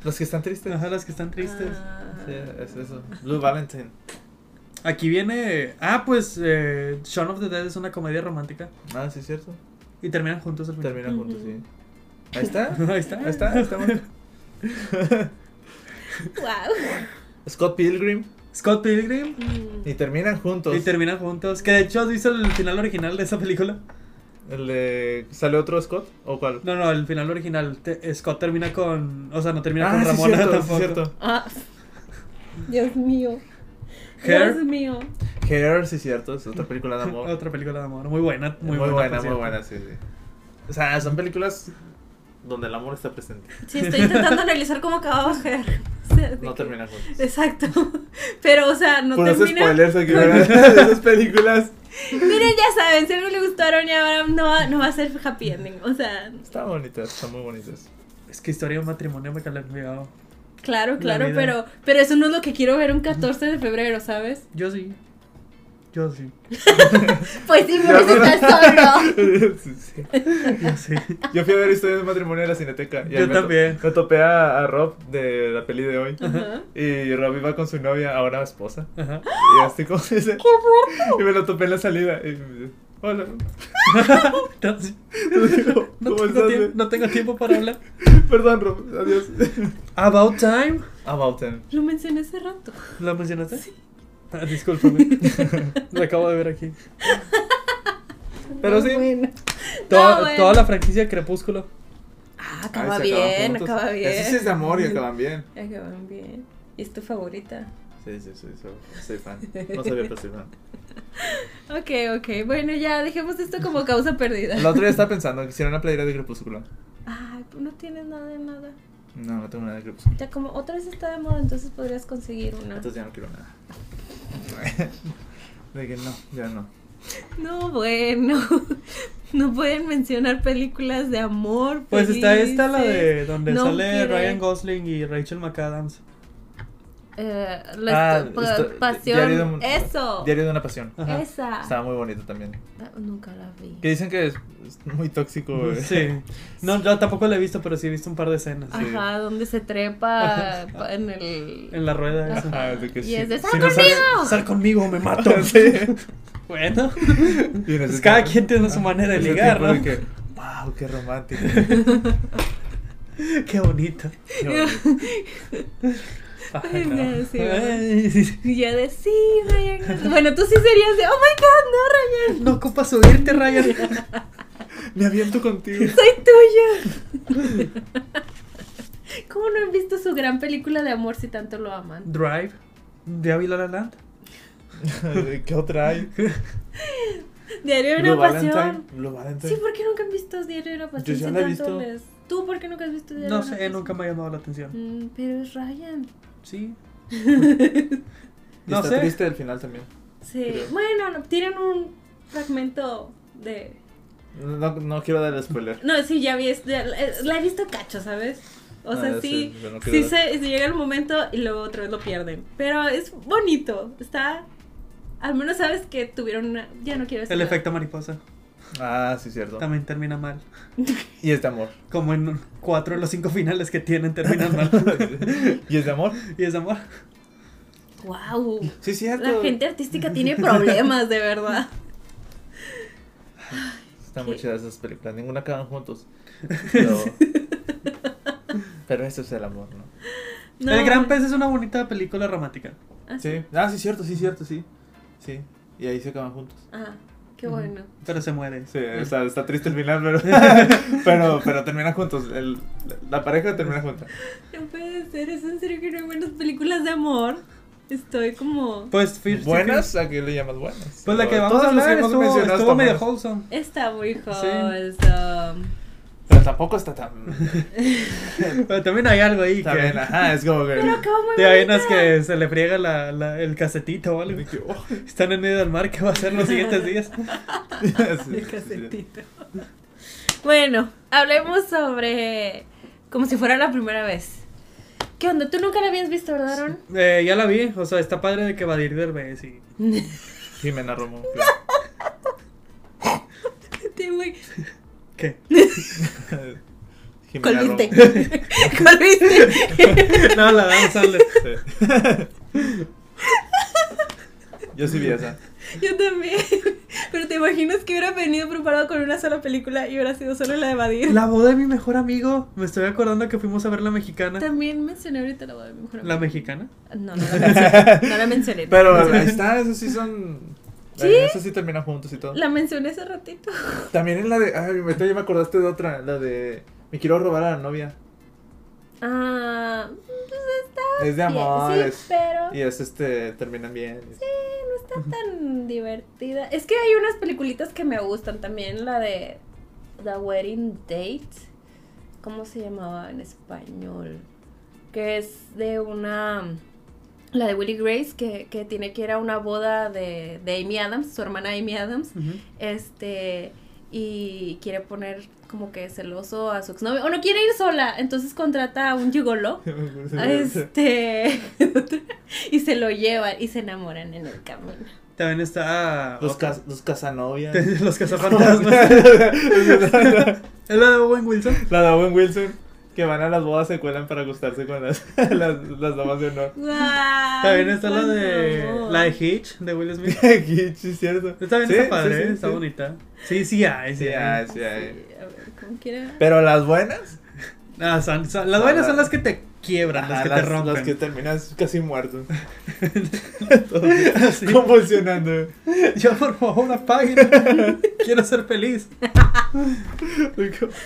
[SPEAKER 3] Los que están tristes.
[SPEAKER 2] Ajá, las que están tristes.
[SPEAKER 1] Ah.
[SPEAKER 3] Sí, es eso. Blue Valentine.
[SPEAKER 2] Aquí viene. Ah, pues. eh, Shaun of the Dead es una comedia romántica.
[SPEAKER 3] Ah, sí, es cierto.
[SPEAKER 2] Y terminan juntos al final.
[SPEAKER 3] Terminan juntos,
[SPEAKER 1] Ujú.
[SPEAKER 3] sí. Ahí está.
[SPEAKER 2] Ahí está.
[SPEAKER 3] Ahí está, ahí está. bueno.
[SPEAKER 1] Wow.
[SPEAKER 3] Scott Pilgrim.
[SPEAKER 2] Scott Pilgrim.
[SPEAKER 1] Mm.
[SPEAKER 3] Y terminan juntos.
[SPEAKER 2] Y terminan juntos. Que de hecho, ¿has visto el final original de esa película?
[SPEAKER 3] El de- ¿Sale otro Scott? ¿O cuál?
[SPEAKER 2] No, no, el final original. te- Scott termina con. O sea, no termina con
[SPEAKER 3] Ah, sí,
[SPEAKER 2] Ramona
[SPEAKER 3] cierto, sí,
[SPEAKER 2] tampoco.
[SPEAKER 3] cierto.
[SPEAKER 1] Ah. Dios mío.
[SPEAKER 2] Hair.
[SPEAKER 1] Dios mío.
[SPEAKER 3] Hair, sí, cierto. Es otra película de amor.
[SPEAKER 2] Otra película de amor. Muy buena,
[SPEAKER 3] muy,
[SPEAKER 2] muy,
[SPEAKER 3] buena,
[SPEAKER 2] por
[SPEAKER 3] muy
[SPEAKER 2] cierto.
[SPEAKER 3] buena, sí, sí. O sea, son películas donde el amor está presente.
[SPEAKER 1] Sí, estoy intentando analizar cómo acababa Hair. O sea, de
[SPEAKER 3] No
[SPEAKER 1] que-
[SPEAKER 3] terminan juntos.
[SPEAKER 1] Exacto. Pero, o sea, no
[SPEAKER 3] Puros
[SPEAKER 1] termina.
[SPEAKER 3] spoilers aquí, ¿verdad? De esas películas.
[SPEAKER 1] Miren, ya saben, si algo le gustaron y ahora no, va- no va a ser happy ending. O sea,
[SPEAKER 3] Están bonitas, están muy bonitas.
[SPEAKER 2] Es que historia de un matrimonio me calé cuidado.
[SPEAKER 1] claro,
[SPEAKER 2] La
[SPEAKER 1] claro,
[SPEAKER 2] vida.
[SPEAKER 1] pero, pero eso no es lo que quiero ver un 14 de febrero, ¿sabes?
[SPEAKER 2] Yo sí. Yo sí.
[SPEAKER 1] Pues sí, por eso estás solo.
[SPEAKER 3] Sí, sí.
[SPEAKER 2] Yo sí.
[SPEAKER 3] Yo fui a ver historias de matrimonio en la cineteca.
[SPEAKER 2] Yo
[SPEAKER 3] ahí me to-
[SPEAKER 2] también.
[SPEAKER 3] Me topé a, a Rob de la peli de hoy.
[SPEAKER 1] Ajá.
[SPEAKER 3] Y Rob iba con su novia, ahora esposa.
[SPEAKER 2] Ajá.
[SPEAKER 3] Y así como dice.
[SPEAKER 1] ¡Qué
[SPEAKER 3] Y me lo topé en la salida. Y me dice, hola.
[SPEAKER 2] Entonces, no,
[SPEAKER 3] ¿Cómo
[SPEAKER 2] tengo
[SPEAKER 3] estás?
[SPEAKER 2] tiempo, no tengo tiempo para hablar.
[SPEAKER 3] Perdón, Rob. Adiós.
[SPEAKER 2] About Time.
[SPEAKER 3] About them.
[SPEAKER 1] Lo mencioné hace rato.
[SPEAKER 2] ¿La mencionaste? Ah, discúlpame. La acabo de ver aquí.
[SPEAKER 3] Pero sí.
[SPEAKER 1] Bueno.
[SPEAKER 2] Toda,
[SPEAKER 1] bueno.
[SPEAKER 2] toda la franquicia de Crepúsculo.
[SPEAKER 1] Ah, acaba
[SPEAKER 3] Ay, se acaban
[SPEAKER 1] bien,
[SPEAKER 3] juntos.
[SPEAKER 1] acaba bien.
[SPEAKER 3] Eso sí es de amor y acaban bien.
[SPEAKER 1] Acaban bien. Y es tu favorita.
[SPEAKER 3] Sí, sí, sí. Soy, soy fan. No sabía, pero soy fan.
[SPEAKER 1] Ok, ok. Bueno, ya dejemos esto como causa perdida.
[SPEAKER 3] La otra día estaba pensando que hiciera una playera de crepúsculo.
[SPEAKER 1] Ay, pues no tienes nada de nada.
[SPEAKER 3] No, no tengo nada de crepúsculo.
[SPEAKER 1] Ya como otra vez está de moda, entonces podrías conseguir una.
[SPEAKER 3] Entonces ya no quiero nada. De que no, ya no.
[SPEAKER 1] No, bueno. No pueden mencionar películas de amor.
[SPEAKER 2] Pues está esta, la
[SPEAKER 1] felices.
[SPEAKER 2] de donde
[SPEAKER 1] No
[SPEAKER 2] sale
[SPEAKER 1] quiere-
[SPEAKER 2] Ryan Gosling y Rachel McAdams.
[SPEAKER 1] Eh, la
[SPEAKER 3] Ah,
[SPEAKER 1] esto- pa-
[SPEAKER 3] esto-
[SPEAKER 1] pasión.
[SPEAKER 3] Diario de un-
[SPEAKER 1] Eso.
[SPEAKER 3] Diario de una pasión.
[SPEAKER 2] Ajá.
[SPEAKER 1] Esa.
[SPEAKER 3] Estaba muy bonito también.
[SPEAKER 1] Ah, Nunca la vi.
[SPEAKER 3] Que dicen que es, es muy tóxico. güey.
[SPEAKER 2] Sí. No, yo tampoco la he visto, pero sí he visto un par de escenas.
[SPEAKER 3] Ah.
[SPEAKER 1] Ajá, donde se trepa pa- en el.
[SPEAKER 2] En la rueda esa.
[SPEAKER 3] Ajá, de que
[SPEAKER 1] Y
[SPEAKER 3] sí.
[SPEAKER 1] es de,
[SPEAKER 3] Sí,
[SPEAKER 1] "Sal
[SPEAKER 3] no
[SPEAKER 1] conmigo".
[SPEAKER 3] sabe-
[SPEAKER 2] Sal conmigo, me mato.
[SPEAKER 3] Sí.
[SPEAKER 2] Bueno,
[SPEAKER 3] Y en
[SPEAKER 2] pues
[SPEAKER 3] ese
[SPEAKER 2] cada
[SPEAKER 3] tiempo-
[SPEAKER 2] quien tiene su manera de
[SPEAKER 3] ese
[SPEAKER 2] ligar,
[SPEAKER 3] tiempo de
[SPEAKER 2] ¿no?
[SPEAKER 3] que, wow, qué romántico.
[SPEAKER 2] qué bonito.
[SPEAKER 3] Qué bonito.
[SPEAKER 2] Ay, no.
[SPEAKER 1] Ay, sí,
[SPEAKER 2] Ay, sí.
[SPEAKER 1] Y ya de sí, Ryan. Gosling". Bueno, tú sí serías de, oh my god, no, Ryan.
[SPEAKER 2] No ocupas subirte, Ryan.
[SPEAKER 3] Me aviento contigo.
[SPEAKER 1] Soy tuyo. ¿Cómo no han visto su gran película de amor si tanto lo aman?
[SPEAKER 2] Drive. De Avila La Land.
[SPEAKER 3] ¿Qué otra hay?
[SPEAKER 1] Diario de
[SPEAKER 3] Blue
[SPEAKER 1] una
[SPEAKER 3] Valentine.
[SPEAKER 1] pasión.
[SPEAKER 3] Blue Valentine.
[SPEAKER 1] Sí, ¿por qué nunca han visto Diario de una pasión?
[SPEAKER 3] Yo ya
[SPEAKER 1] si
[SPEAKER 3] la he
[SPEAKER 1] tanto
[SPEAKER 3] visto.
[SPEAKER 1] les- ¿Tú por qué nunca has visto Diario
[SPEAKER 2] No
[SPEAKER 1] de una
[SPEAKER 2] sé, nunca
[SPEAKER 1] pasión?
[SPEAKER 2] me ha llamado la atención.
[SPEAKER 1] Mm, pero es Ryan.
[SPEAKER 2] Sí.
[SPEAKER 3] Y
[SPEAKER 2] No
[SPEAKER 3] está
[SPEAKER 2] sé.
[SPEAKER 3] triste el final también.
[SPEAKER 1] Sí.
[SPEAKER 3] Creo.
[SPEAKER 1] Bueno, no, tienen un fragmento de.
[SPEAKER 3] No, no quiero dar spoiler.
[SPEAKER 1] No, sí, ya vi. es- ya- eh, la he visto cacho, ¿sabes? O sea,
[SPEAKER 3] Ah,
[SPEAKER 1] sí.
[SPEAKER 3] yo no quiero
[SPEAKER 1] Sí,
[SPEAKER 3] dar-
[SPEAKER 1] se, se llega el momento y luego otra vez lo pierden. Pero es bonito. Está. Al menos sabes que tuvieron una. Ya no quiero decir.
[SPEAKER 2] El
[SPEAKER 1] nada.
[SPEAKER 2] efecto mariposa.
[SPEAKER 3] Ah, sí, cierto.
[SPEAKER 2] También termina mal.
[SPEAKER 3] Y es de amor.
[SPEAKER 2] Como en cuatro de los cinco finales que tienen terminan mal.
[SPEAKER 3] y es de amor.
[SPEAKER 2] y es amor.
[SPEAKER 1] ¡Wow!
[SPEAKER 3] Sí, cierto.
[SPEAKER 1] La gente artística tiene problemas, de verdad.
[SPEAKER 3] Están muy
[SPEAKER 1] ¿Qué?
[SPEAKER 3] chidas esas películas. Ninguna acaban juntos. Pero, pero eso es el amor, ¿no?
[SPEAKER 1] No.
[SPEAKER 2] El Gran Pez es una bonita película romántica.
[SPEAKER 1] Ah,
[SPEAKER 3] Sí. Ah, sí, cierto, sí, cierto, sí. Sí. Y ahí se acaban juntos.
[SPEAKER 1] Ah, qué bueno.
[SPEAKER 2] Pero se muere.
[SPEAKER 3] Sí, o sea, está triste el final, pero, pero, pero terminan juntos. El- la pareja termina junta.
[SPEAKER 1] No puede ser, es en serio que no hay buenas películas de amor. Estoy como.
[SPEAKER 2] Pues Fifty
[SPEAKER 3] ¿Buenas? ¿A qué le llamas buenas?
[SPEAKER 2] Fifty- Pues la que vamos
[SPEAKER 3] Todas
[SPEAKER 2] a
[SPEAKER 3] las que
[SPEAKER 2] hablar
[SPEAKER 3] hemos
[SPEAKER 2] estuvo,
[SPEAKER 3] mencionado
[SPEAKER 2] estuvo
[SPEAKER 3] están
[SPEAKER 2] medio
[SPEAKER 3] buenas.
[SPEAKER 2] wholesome.
[SPEAKER 1] Está muy joven.
[SPEAKER 3] Pero tampoco está tan...
[SPEAKER 2] Pero también hay algo ahí
[SPEAKER 3] Está
[SPEAKER 2] que...
[SPEAKER 3] bien, ajá, es como que...
[SPEAKER 1] Pero acabó muy
[SPEAKER 2] De ahí unas
[SPEAKER 1] bonita.
[SPEAKER 2] que se le friega la, la- el casetito o algo.
[SPEAKER 3] de que, oh.
[SPEAKER 2] Están en medio del mar, ¿qué va a ser los siguientes días?
[SPEAKER 3] Sí, sí,
[SPEAKER 1] El
[SPEAKER 3] sí.
[SPEAKER 1] casetito. Bueno, hablemos sobre. Como si fuera la primera vez. ¿Qué onda? ¿Tú nunca la habías visto, verdad, Aaron?
[SPEAKER 2] Eh, ya la vi, o sea, está padre de que Vadir Derbez y...
[SPEAKER 3] Jimena Romo.
[SPEAKER 1] Sí, güey.
[SPEAKER 2] ¿Qué?
[SPEAKER 3] Jimena Romo.
[SPEAKER 1] Colviste. Colviste.
[SPEAKER 2] No, la Dan Sandler.
[SPEAKER 3] Sí. Yo sí vi esa.
[SPEAKER 1] Yo también. Pero te imaginas que hubiera venido preparado con una sola película y hubiera sido solo la de Vadir.
[SPEAKER 2] La boda de mi mejor amigo. Me estoy acordando que fuimos a ver la mexicana.
[SPEAKER 1] También mencioné ahorita la boda de mi mejor
[SPEAKER 2] ¿La
[SPEAKER 1] amigo.
[SPEAKER 2] mexicana?
[SPEAKER 1] No, no la mencioné. No la mencioné. no
[SPEAKER 3] Pero
[SPEAKER 1] la mencioné.
[SPEAKER 3] ahí está, esos sí son. eh,
[SPEAKER 1] Sí.
[SPEAKER 3] Esos sí terminan juntos y todo.
[SPEAKER 1] La mencioné hace ratito.
[SPEAKER 3] También en la de. Ay, ahorita ya me acordaste de otra. La de. Me quiero robar a la novia.
[SPEAKER 1] Ah, pues está.
[SPEAKER 3] Es
[SPEAKER 1] bien,
[SPEAKER 3] de amor.
[SPEAKER 1] Sí,
[SPEAKER 3] es-
[SPEAKER 1] pero.
[SPEAKER 3] Y es este. Terminan bien.
[SPEAKER 1] Sí, no está tan divertida. Es que hay unas peliculitas que me gustan también. La de The Wedding Date. ¿Cómo se llamaba en español? Que es de una. La de Willie Grace, que, que tiene que ir a una boda de, de Amy Adams, su hermana Amy Adams.
[SPEAKER 2] Ujú.
[SPEAKER 1] Este. Y quiere poner como que celoso a su exnovio. O no quiere ir sola. Entonces contrata a un gigolo. Este. y se lo llevan y se enamoran en el camino.
[SPEAKER 2] También está.
[SPEAKER 3] Los,
[SPEAKER 2] otra-
[SPEAKER 3] cas- los casanovias.
[SPEAKER 2] Los cazafantasmas. ¿Es la de Owen Wilson?
[SPEAKER 3] la de Owen Wilson. Que van a las bodas, se cuelan para acostarse con las, las, las damas de honor.
[SPEAKER 2] También está la de. La de Hitch, de Will Smith.
[SPEAKER 3] Aquí, sí, es cierto.
[SPEAKER 2] Está bien,
[SPEAKER 3] Sí,
[SPEAKER 2] está padre, ¿eh?
[SPEAKER 3] sí, sí,
[SPEAKER 2] está
[SPEAKER 3] sí.
[SPEAKER 2] bonita. Sí, sí hay, sí,
[SPEAKER 3] Sí,
[SPEAKER 2] hay.
[SPEAKER 3] ah, sí, ah.
[SPEAKER 1] a ver, como quiera.
[SPEAKER 3] Pero las buenas.
[SPEAKER 2] Ah, son- son- las buenas son las que te quiebran,
[SPEAKER 3] ajá,
[SPEAKER 2] las que te rompen.
[SPEAKER 3] las que terminas casi muerto.
[SPEAKER 2] Sí.
[SPEAKER 3] Convulsionando.
[SPEAKER 2] Yo, por favor, apaguen. Quiero ser feliz.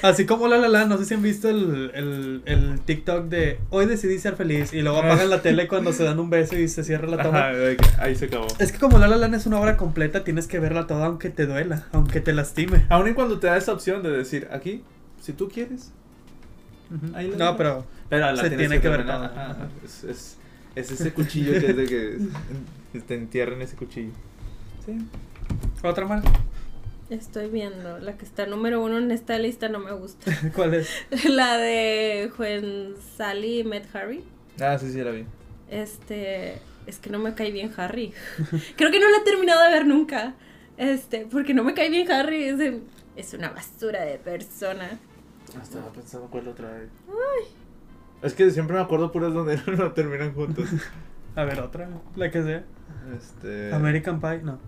[SPEAKER 2] Así como La La Land, no sé si han visto el, el, el TikTok de hoy decidí ser feliz y luego apagan la tele cuando se dan un beso y se cierra la toma.
[SPEAKER 3] Ajá, de que ahí se acabó.
[SPEAKER 2] Es que como La La Land es una obra completa, tienes que verla toda aunque te duela, aunque te lastime.
[SPEAKER 3] Aún y cuando te da esa opción de decir, aquí, si tú quieres.
[SPEAKER 2] Ujú.
[SPEAKER 3] Ahí la
[SPEAKER 2] No,
[SPEAKER 3] dejo.
[SPEAKER 2] pero
[SPEAKER 3] Pero
[SPEAKER 2] Se tiene que ver
[SPEAKER 3] terminar.
[SPEAKER 2] todo.
[SPEAKER 3] Ajá, ajá. Es, es- es ese cuchillo que es de que es- te entierran ese cuchillo. Sí.
[SPEAKER 2] otra más.
[SPEAKER 1] Estoy viendo. La que está número uno en esta lista no me gusta.
[SPEAKER 2] ¿Cuál es?
[SPEAKER 1] la de Juan Sally y Met Harry.
[SPEAKER 3] Ah, sí, sí, la vi.
[SPEAKER 1] Este. Es que no me cae bien Harry. Creo que no la he terminado de ver nunca. Este, porque no me cae bien Harry. Es, de- es una basura de persona.
[SPEAKER 3] Hasta pensando cuál otra vez. Es que siempre me acuerdo puras donde no terminan juntos.
[SPEAKER 2] A ver, otra, la que sea.
[SPEAKER 3] Este.
[SPEAKER 2] American Pie, no.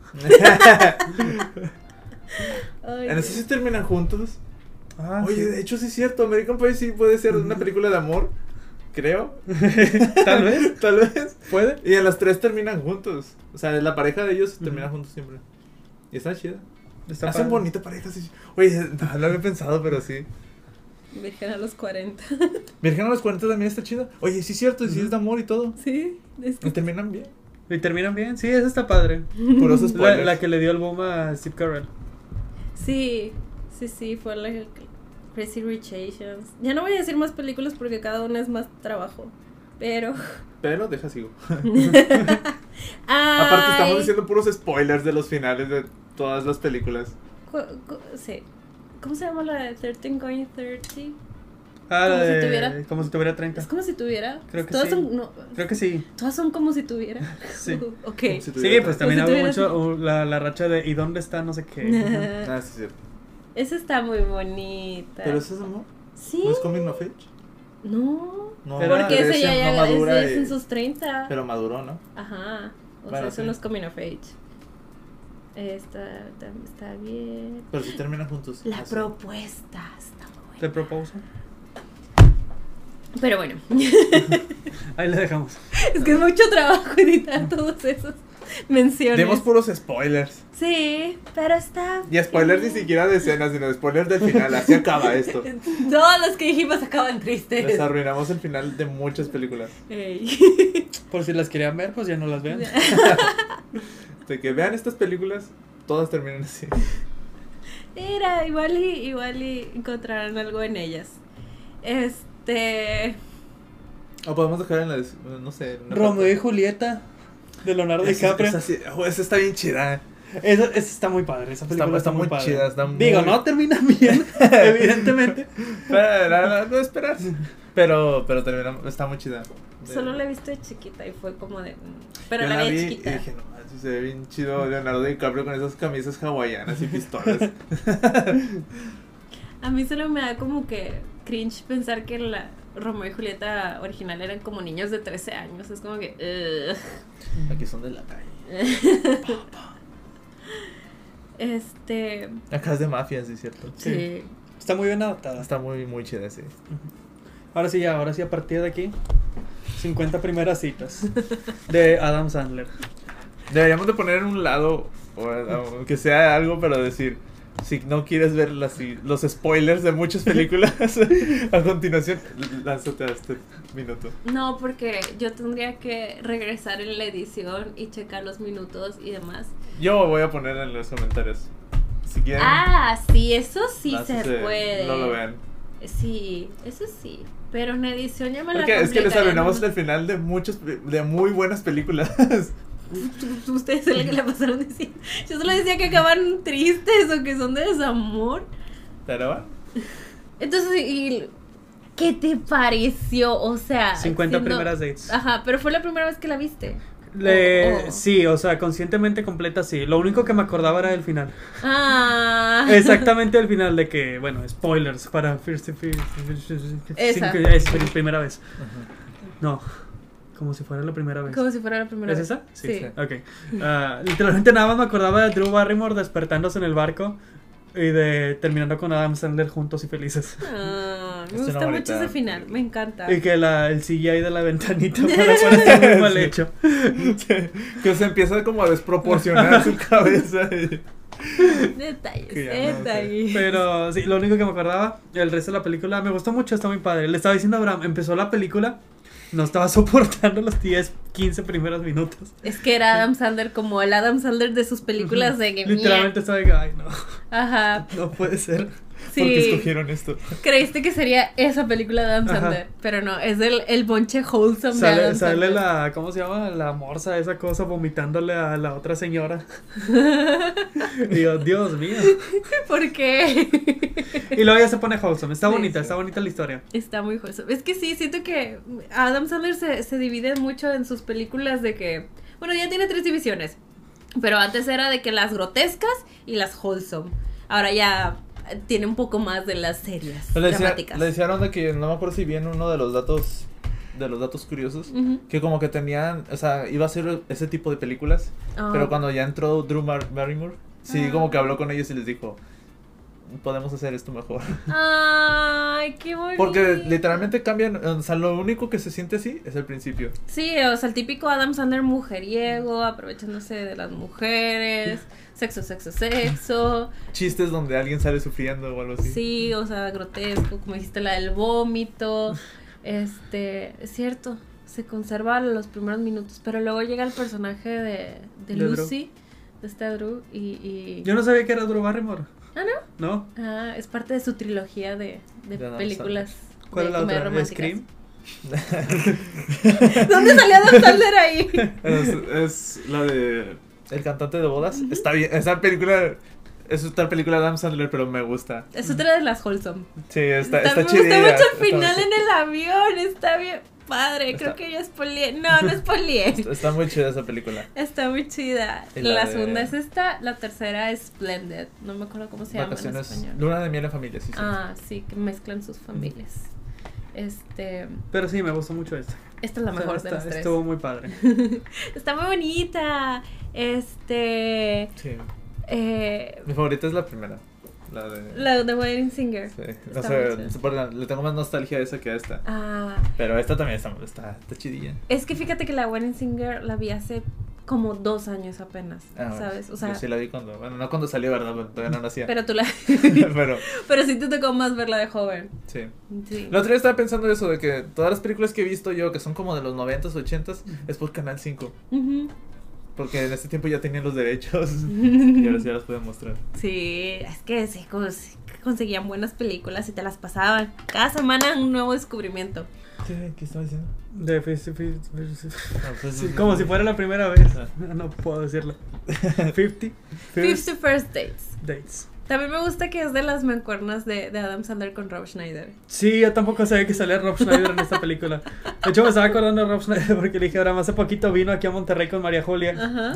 [SPEAKER 1] Ay,
[SPEAKER 3] en eso sí terminan juntos.
[SPEAKER 2] Ah,
[SPEAKER 3] Oye,
[SPEAKER 2] sí.
[SPEAKER 3] de hecho sí es cierto, American Pie sí puede ser una película de amor, creo.
[SPEAKER 2] Tal vez,
[SPEAKER 3] Tal vez.
[SPEAKER 2] puede.
[SPEAKER 3] Y en las tres terminan juntos. O sea, la pareja de ellos termina juntos siempre. Y está chida.
[SPEAKER 2] Está
[SPEAKER 3] Hacen
[SPEAKER 2] padre.
[SPEAKER 3] bonita pareja. sí. Oye, no lo había pensado, pero sí.
[SPEAKER 1] Virgen a los 40.
[SPEAKER 3] Virgen a los 40 también está chida. Oye, sí es cierto, y sí es de amor y todo.
[SPEAKER 1] Sí, es
[SPEAKER 3] Y
[SPEAKER 1] que-
[SPEAKER 3] terminan bien.
[SPEAKER 2] Y terminan bien, sí, esa está padre.
[SPEAKER 3] Puros
[SPEAKER 2] La,
[SPEAKER 3] spoilers.
[SPEAKER 2] la que le dio el boom a Steve Carell.
[SPEAKER 1] sí, sí, sí, fue la Crazy Rich Asians. Ya no voy a decir más películas porque cada una es más trabajo. Pero.
[SPEAKER 3] Pero deja sigo. Aparte,
[SPEAKER 1] Aparte
[SPEAKER 3] estamos diciendo puros spoilers de los finales de todas las películas.
[SPEAKER 1] Sí. ¿Cómo se llama la de 13 Going 30?
[SPEAKER 2] Ah,
[SPEAKER 1] Como
[SPEAKER 2] la
[SPEAKER 1] si
[SPEAKER 2] de-
[SPEAKER 1] tuviera-
[SPEAKER 2] Como si tuviera
[SPEAKER 1] Es
[SPEAKER 2] 30.
[SPEAKER 1] como si tuviera.
[SPEAKER 2] Creo que
[SPEAKER 1] todas
[SPEAKER 2] sí.
[SPEAKER 1] Son, no,
[SPEAKER 2] Creo que sí.
[SPEAKER 1] todas son como si tuviera.
[SPEAKER 2] Sí.
[SPEAKER 1] ok.
[SPEAKER 3] Como si
[SPEAKER 2] Sí,
[SPEAKER 3] tuviera
[SPEAKER 2] pues
[SPEAKER 3] otra.
[SPEAKER 2] también
[SPEAKER 1] Como si
[SPEAKER 2] habla
[SPEAKER 1] tuviera-
[SPEAKER 2] mucho uh, la, la racha de ¿y dónde está? No sé qué.
[SPEAKER 1] Eh,
[SPEAKER 3] Ah, sí, es cierto.
[SPEAKER 1] Esa está muy bonita.
[SPEAKER 3] Pero eso es amor.
[SPEAKER 1] Sí.
[SPEAKER 3] ¿No es Coming of Age?
[SPEAKER 1] No.
[SPEAKER 3] No,
[SPEAKER 2] Pero-
[SPEAKER 1] Porque
[SPEAKER 3] pero
[SPEAKER 1] ese ya, ya
[SPEAKER 3] no madura
[SPEAKER 1] ese es
[SPEAKER 3] y-
[SPEAKER 1] en sus 30.
[SPEAKER 3] Pero maduró, ¿no?
[SPEAKER 1] Ajá. O sea,
[SPEAKER 3] Bueno,
[SPEAKER 1] eso
[SPEAKER 3] sí.
[SPEAKER 1] no es coming of age. Está, tam- está bien.
[SPEAKER 3] Pero Ah, sí terminan juntos.
[SPEAKER 1] La
[SPEAKER 3] así.
[SPEAKER 1] propuesta está muy
[SPEAKER 2] Te
[SPEAKER 1] buena.
[SPEAKER 2] propuso.
[SPEAKER 1] Pero bueno,
[SPEAKER 2] Ahí la dejamos.
[SPEAKER 1] es que es mucho trabajo editar todos esos menciones.
[SPEAKER 3] Dimos puros spoilers.
[SPEAKER 1] Sí, pero está.
[SPEAKER 3] Y spoilers ni
[SPEAKER 1] bien.
[SPEAKER 3] siquiera de escenas, sino spoilers del final. Así acaba esto.
[SPEAKER 1] Todos los que dijimos acaban tristes.
[SPEAKER 3] Les arruinamos el final de muchas películas.
[SPEAKER 1] Ey.
[SPEAKER 2] Por si las querían ver, pues ya no las vean.
[SPEAKER 3] De que vean estas películas, todas terminan así.
[SPEAKER 1] Mira, igual y, igual y encontrarán algo en ellas. Este.
[SPEAKER 3] O podemos dejar en la. des- No sé. en una
[SPEAKER 2] Romeo
[SPEAKER 3] parte.
[SPEAKER 2] y Julieta de Leonardo
[SPEAKER 3] Esa-
[SPEAKER 2] DiCaprio.
[SPEAKER 3] Esa, sí- oh, esa está bien chida.
[SPEAKER 2] Esa, esa está muy padre, esa película está,
[SPEAKER 3] está
[SPEAKER 2] muy
[SPEAKER 3] muy
[SPEAKER 2] padre.
[SPEAKER 3] chida, está muy-
[SPEAKER 2] Digo, no termina bien, evidentemente.
[SPEAKER 3] Pero, la- la- no esperas. Pero, pero termina, está muy chida.
[SPEAKER 1] Solo la he
[SPEAKER 3] vi.
[SPEAKER 1] visto de chiquita y fue como de. mm, Pero la, vi de chiquita.
[SPEAKER 3] Y dije, no, manches, se ve bien chido Leonardo DiCaprio con esas camisas hawaianas y pistolas.
[SPEAKER 1] A mí solo me da como que cringe pensar que la Romeo y Julieta original eran como niños de 13 años. Es como que. ugh.
[SPEAKER 3] Aquí son de la calle.
[SPEAKER 1] Este.
[SPEAKER 3] Acá es de mafia, sí, cierto.
[SPEAKER 2] Sí.
[SPEAKER 1] Sí.
[SPEAKER 2] Está muy bien adaptada.
[SPEAKER 3] Está muy, muy chida, sí.
[SPEAKER 2] Ahora sí, ya, ahora sí, a partir de aquí. 50 primeras citas de Adam Sandler.
[SPEAKER 3] Deberíamos de poner en un lado, o, aunque sea algo, pero decir, si no quieres ver las, los spoilers de muchas películas, a continuación, lánzate a este minuto.
[SPEAKER 1] No, porque yo tendría que regresar en la edición y checar los minutos y demás.
[SPEAKER 3] Yo voy a poner en los comentarios. Si quieren,
[SPEAKER 1] Ah, sí, eso sí se
[SPEAKER 3] lánzate,
[SPEAKER 1] puede.
[SPEAKER 3] No lo vean.
[SPEAKER 1] Sí, eso sí. Pero en edición ya me la
[SPEAKER 3] Porque es que les
[SPEAKER 1] complicarían
[SPEAKER 3] arruinamos
[SPEAKER 1] un-
[SPEAKER 3] el final de muchas, de muy buenas películas.
[SPEAKER 1] Ustedes son los que la pasaron diciendo. Yo solo decía que acaban tristes o que son de desamor.
[SPEAKER 3] Pero bueno,
[SPEAKER 1] Entonces, ¿y ¿qué te pareció? O sea.
[SPEAKER 2] 50
[SPEAKER 1] siendo-
[SPEAKER 2] primeras dates.
[SPEAKER 1] Ajá, pero fue la primera vez que la viste.
[SPEAKER 2] Le-
[SPEAKER 1] Oh.
[SPEAKER 2] Sí, o sea, conscientemente completa, sí. Lo único que me acordaba era del final.
[SPEAKER 1] Ah.
[SPEAKER 2] Exactamente el final de que, bueno, spoilers para First First-
[SPEAKER 1] Esa.
[SPEAKER 2] cinco- es pri- primera vez. No, como si fuera la primera vez.
[SPEAKER 1] Como si fuera la primera
[SPEAKER 2] ¿Es
[SPEAKER 1] vez.
[SPEAKER 2] esa?
[SPEAKER 1] Sí.
[SPEAKER 3] sí.
[SPEAKER 2] Ok. Ah, literalmente nada más me acordaba de Drew Barrymore despertándose en el barco y de terminando con Adam Sandler juntos y felices.
[SPEAKER 1] Ah, me
[SPEAKER 3] Es una
[SPEAKER 1] gusta mucho
[SPEAKER 3] bonita
[SPEAKER 1] ese final, me encanta.
[SPEAKER 2] Y que la, el CGI de la ventanita para parecer muy mal hecho.
[SPEAKER 3] que se empieza como a desproporcionar su cabeza. y-
[SPEAKER 1] Detalles,
[SPEAKER 3] Que ya no sé.
[SPEAKER 1] detalles.
[SPEAKER 2] Pero sí, lo único que me acordaba, el resto de la película, me gustó mucho, está muy padre. Le estaba diciendo a Abraham, empezó la película, no estaba soportando los 10, 15 primeros minutos.
[SPEAKER 1] Es que era Adam Sandler como el Adam Sandler de sus películas de que
[SPEAKER 2] Literalmente estaba de que, ay, no,
[SPEAKER 1] Ajá.
[SPEAKER 2] no puede ser.
[SPEAKER 3] Porque
[SPEAKER 1] Sí.
[SPEAKER 3] escogieron esto.
[SPEAKER 1] Creíste que sería esa película de Adam
[SPEAKER 2] Ajá.
[SPEAKER 1] Sandler, pero no, es el, el bonche wholesome de
[SPEAKER 2] Sale,
[SPEAKER 1] Adam
[SPEAKER 2] sale
[SPEAKER 1] Sandler.
[SPEAKER 2] la, ¿cómo se llama? La morsa, esa cosa, vomitándole a la otra señora. Digo, Dios mío.
[SPEAKER 1] ¿Por qué?
[SPEAKER 2] Y luego ya se pone wholesome. Está
[SPEAKER 1] Sí,
[SPEAKER 2] bonita,
[SPEAKER 3] sí.
[SPEAKER 2] está bonita la historia.
[SPEAKER 1] Está muy wholesome. Es que sí, siento que Adam Sandler se, se divide mucho en sus películas de que. Bueno, ya tiene tres divisiones. Pero antes era de que las grotescas y las wholesome. Ahora ya eh, tiene un poco más de las serias
[SPEAKER 3] Le decía,
[SPEAKER 1] dramáticas.
[SPEAKER 3] le decía a Ronda que no me acuerdo si bien uno de los datos de los datos curiosos
[SPEAKER 1] Ujú.
[SPEAKER 3] que como que tenían, o sea, iba a ser ese tipo de películas,
[SPEAKER 1] Ah.
[SPEAKER 3] pero cuando ya entró Drew Mar- Barrymore, sí
[SPEAKER 1] Ah.
[SPEAKER 3] como que habló con ellos y les dijo, podemos hacer esto mejor.
[SPEAKER 1] Ay, qué bonito.
[SPEAKER 3] Porque literalmente cambian, o sea, lo único que se siente así es el principio.
[SPEAKER 1] Sí, o sea, el típico Adam Sandler mujeriego, aprovechándose de las mujeres, sexo, sexo, sexo.
[SPEAKER 3] Chistes donde alguien sale sufriendo o algo así.
[SPEAKER 1] Sí, o sea, grotesco, como dijiste, la del vómito. Este, es cierto, se conserva los primeros minutos, pero luego llega el personaje de, de
[SPEAKER 2] De Drew.
[SPEAKER 1] Lucy, de esta Drew, y. y-
[SPEAKER 2] Yo no sabía que era Drew Barrymore.
[SPEAKER 1] Ah,
[SPEAKER 2] no. ¿No?
[SPEAKER 1] Ah, es parte de su trilogía de, de
[SPEAKER 3] De Adam
[SPEAKER 1] películas.
[SPEAKER 2] ¿Cuál
[SPEAKER 1] de
[SPEAKER 2] es la
[SPEAKER 1] comedia
[SPEAKER 2] otra?
[SPEAKER 1] romántica.
[SPEAKER 2] ¿Scream?
[SPEAKER 1] ¿Dónde salió Adam Sandler ahí?
[SPEAKER 3] Es, es la de El cantante de bodas. Está bien, esa película es otra película de Adam Sandler, pero me gusta.
[SPEAKER 1] Es otra de las Wholesome.
[SPEAKER 3] Sí, está,
[SPEAKER 1] Está-
[SPEAKER 3] está,
[SPEAKER 1] me
[SPEAKER 3] chidilla,
[SPEAKER 1] gustó mucho
[SPEAKER 3] está-
[SPEAKER 1] el final en el avión, está bien padre, creo
[SPEAKER 3] Está-
[SPEAKER 1] que ya spoileé. No, no spoileé.
[SPEAKER 3] Está, está muy chida esa película.
[SPEAKER 1] Está muy chida.
[SPEAKER 3] Y
[SPEAKER 1] La,
[SPEAKER 3] la de-
[SPEAKER 1] segunda es esta, la tercera es Splendid. No me acuerdo cómo se llama en
[SPEAKER 3] Vacaciones,
[SPEAKER 1] español.
[SPEAKER 3] luna de miel en familia, sí, sí.
[SPEAKER 1] Ah, sí, que mezclan sus familias. Este,
[SPEAKER 2] Pero sí, me gustó mucho esta.
[SPEAKER 1] esta es la
[SPEAKER 2] O sea,
[SPEAKER 1] mejor
[SPEAKER 2] esta-
[SPEAKER 1] de las tres.
[SPEAKER 2] Estuvo muy padre.
[SPEAKER 1] Está muy bonita. Este,
[SPEAKER 3] Sí.
[SPEAKER 1] eh,
[SPEAKER 3] Mi favorita es la primera. La de.
[SPEAKER 1] la de Wedding Singer.
[SPEAKER 3] Sí, no
[SPEAKER 1] Está
[SPEAKER 3] sé,
[SPEAKER 1] muy
[SPEAKER 3] no sé
[SPEAKER 1] chida.
[SPEAKER 3] por la- le tengo más nostalgia a esa que a esta.
[SPEAKER 1] Ah,
[SPEAKER 3] Pero esta también está, está, está chidilla.
[SPEAKER 1] es que fíjate que la Wedding Singer la vi hace como dos años apenas,
[SPEAKER 3] Ah, bueno,
[SPEAKER 1] ¿sabes? O sea,
[SPEAKER 3] yo sí la vi cuando. Bueno, no cuando salió, ¿verdad? Porque Todavía no nacía.
[SPEAKER 1] pero tú la,
[SPEAKER 3] pero
[SPEAKER 1] pero sí te tocó más verla de joven.
[SPEAKER 3] sí.
[SPEAKER 1] Sí.
[SPEAKER 3] El otro día estaba pensando eso, de que todas las películas que he visto yo, que son como de los 90s, 80s, es por Canal 5.
[SPEAKER 1] Ujú.
[SPEAKER 3] Porque en ese tiempo ya tenían los derechos. y ahora sí ya los pueden mostrar.
[SPEAKER 1] Sí, es que sí, cons- conseguían buenas películas y te las pasaban. Cada semana un nuevo descubrimiento.
[SPEAKER 3] ¿Qué, qué estaba diciendo?
[SPEAKER 2] De Fifty- Fifty-
[SPEAKER 3] Ah, pues,
[SPEAKER 2] Sí,
[SPEAKER 3] no- Ah.
[SPEAKER 2] como si fuera la primera vez. No puedo decirlo. 50 First
[SPEAKER 1] Fifty First Dates.
[SPEAKER 2] Dates.
[SPEAKER 1] También me gusta que es de las mancuernas de, de Adam Sandler con Rob Schneider.
[SPEAKER 2] Sí, yo tampoco sabía que salía Rob Schneider en esta película. De hecho, me estaba acordando de Rob Schneider porque le dije, ahora más hace poquito vino aquí a Monterrey con María Julia.
[SPEAKER 1] Ajá.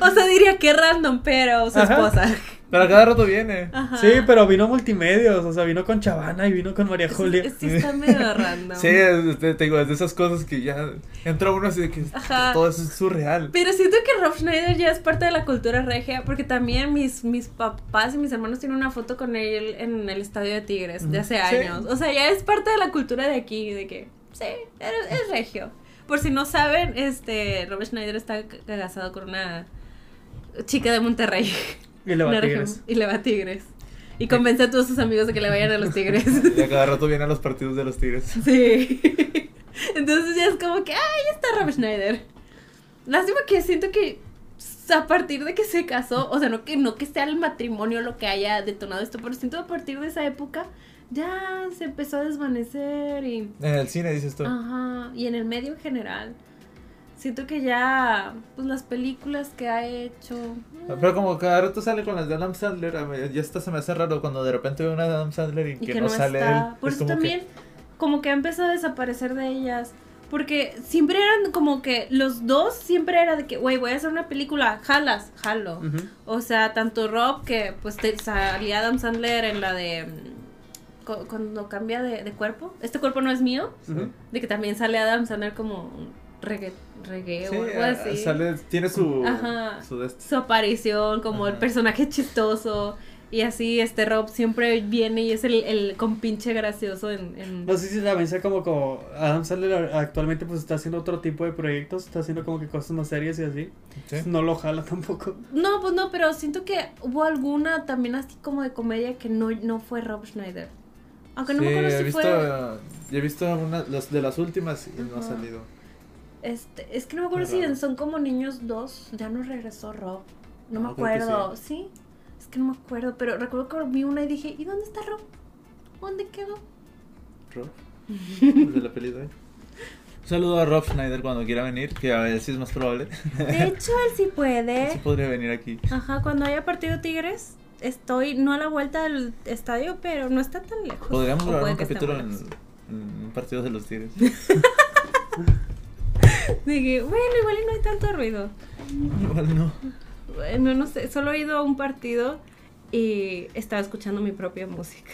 [SPEAKER 1] O sea, diría que random, pero su
[SPEAKER 2] Ajá.
[SPEAKER 1] esposa.
[SPEAKER 3] Pero cada rato viene.
[SPEAKER 1] Ajá.
[SPEAKER 2] Sí, pero vino multimedios, o sea, vino con Chavana y vino con María Julia.
[SPEAKER 1] Sí, está medio random.
[SPEAKER 3] Sí, es- te, te digo, es de esas cosas que ya entra uno así de que
[SPEAKER 1] Ajá.
[SPEAKER 3] todo eso es surreal.
[SPEAKER 1] Pero siento que Rob Schneider ya es parte de la cultura regia, porque también mis, mis papás y mis hermanos tienen una foto con él en el estadio de Tigres de hace
[SPEAKER 3] Sí.
[SPEAKER 1] años. O sea, ya es parte de la cultura de aquí, de que sí, es, es regio. Por si no saben, este Rob Schneider está c- casado con una chica de Monterrey.
[SPEAKER 2] Y le
[SPEAKER 1] Una
[SPEAKER 2] va
[SPEAKER 1] regio-
[SPEAKER 2] Tigres.
[SPEAKER 1] Y le va a Tigres. Y convence a todos sus amigos de que le vayan a los Tigres.
[SPEAKER 3] Y a cada rato vienen a los partidos de los Tigres.
[SPEAKER 1] Sí. Entonces ya es como que, ¡ay, está Rob Schneider! Lástima que siento que s- a partir de que se casó, o sea, no que, no que sea el matrimonio lo que haya detonado esto, pero siento a partir de esa época ya se empezó a desvanecer y...
[SPEAKER 3] En el cine dices tú.
[SPEAKER 1] Ah. Ajá, y en el medio en general. Siento que ya, pues las películas que ha hecho... eh,
[SPEAKER 3] Pero como cada rato sale con las de Adam Sandler, a mí ya hasta se me hace raro cuando de repente veo una de Adam Sandler y,
[SPEAKER 1] y
[SPEAKER 3] que, no, sale él.
[SPEAKER 1] Por
[SPEAKER 3] Es
[SPEAKER 1] eso
[SPEAKER 3] como que-
[SPEAKER 1] también, como que ha empezado a desaparecer de ellas. Porque siempre eran como que los dos siempre era de que, güey, voy a hacer una película, jalas, jalo.
[SPEAKER 2] Ujú.
[SPEAKER 1] O sea, tanto Rob que pues te- salía Adam Sandler en la de mm, cu- cuando cambia de, de cuerpo, este cuerpo no es mío,
[SPEAKER 2] Ujú.
[SPEAKER 1] de que también sale Adam Sandler como un reggae, reggae
[SPEAKER 3] Sí,
[SPEAKER 1] o algo
[SPEAKER 3] a-
[SPEAKER 1] así.
[SPEAKER 3] sale, tiene su,
[SPEAKER 1] Ajá.
[SPEAKER 3] su de este-
[SPEAKER 1] Su aparición, como el
[SPEAKER 3] Ajá.
[SPEAKER 1] personaje chistoso. Y así, este Rob siempre viene y es el, el compinche gracioso en... en-
[SPEAKER 2] No sé si también sea como, como Adam Sandler actualmente pues está haciendo otro tipo de proyectos, está haciendo como que cosas más serias y así.
[SPEAKER 3] Sí.
[SPEAKER 2] No lo jala tampoco.
[SPEAKER 1] No, pues no, pero siento que hubo alguna también así como de comedia que no, no fue Rob Schneider. Aunque no
[SPEAKER 3] Sí,
[SPEAKER 1] me acuerdo
[SPEAKER 3] he
[SPEAKER 1] si
[SPEAKER 3] visto,
[SPEAKER 1] fue...
[SPEAKER 3] Yo he visto una las- de las últimas y no ha
[SPEAKER 1] Ajá.
[SPEAKER 3] salido.
[SPEAKER 1] Este, es que no me acuerdo si
[SPEAKER 3] Raro.
[SPEAKER 1] en Son como niños 2 ya no regresó Rob. No me
[SPEAKER 3] No, Ah, creo que
[SPEAKER 1] acuerdo. ¿Sí? Es que no me acuerdo, pero recuerdo que vi una y dije, ¿y dónde está Rob? ¿Dónde quedó?
[SPEAKER 3] Rob. el de la peli de hoy. Un saludo a Rob Schneider cuando quiera venir, que a ver si es más probable.
[SPEAKER 1] De hecho, él sí puede.
[SPEAKER 3] Sí podría venir aquí.
[SPEAKER 1] Ajá, cuando haya partido Tigres, estoy no a la vuelta del estadio, pero no está tan lejos.
[SPEAKER 3] Podríamos
[SPEAKER 1] O
[SPEAKER 3] grabar
[SPEAKER 1] puede
[SPEAKER 3] un
[SPEAKER 1] que esté
[SPEAKER 3] capítulo
[SPEAKER 1] muy
[SPEAKER 3] en,
[SPEAKER 1] lejos.
[SPEAKER 3] en partidos de los Tigres.
[SPEAKER 1] Dije, bueno, igual y no hay tanto ruido.
[SPEAKER 3] Igual no.
[SPEAKER 1] Bueno, no sé, solo he ido a un partido y estaba escuchando mi propia música.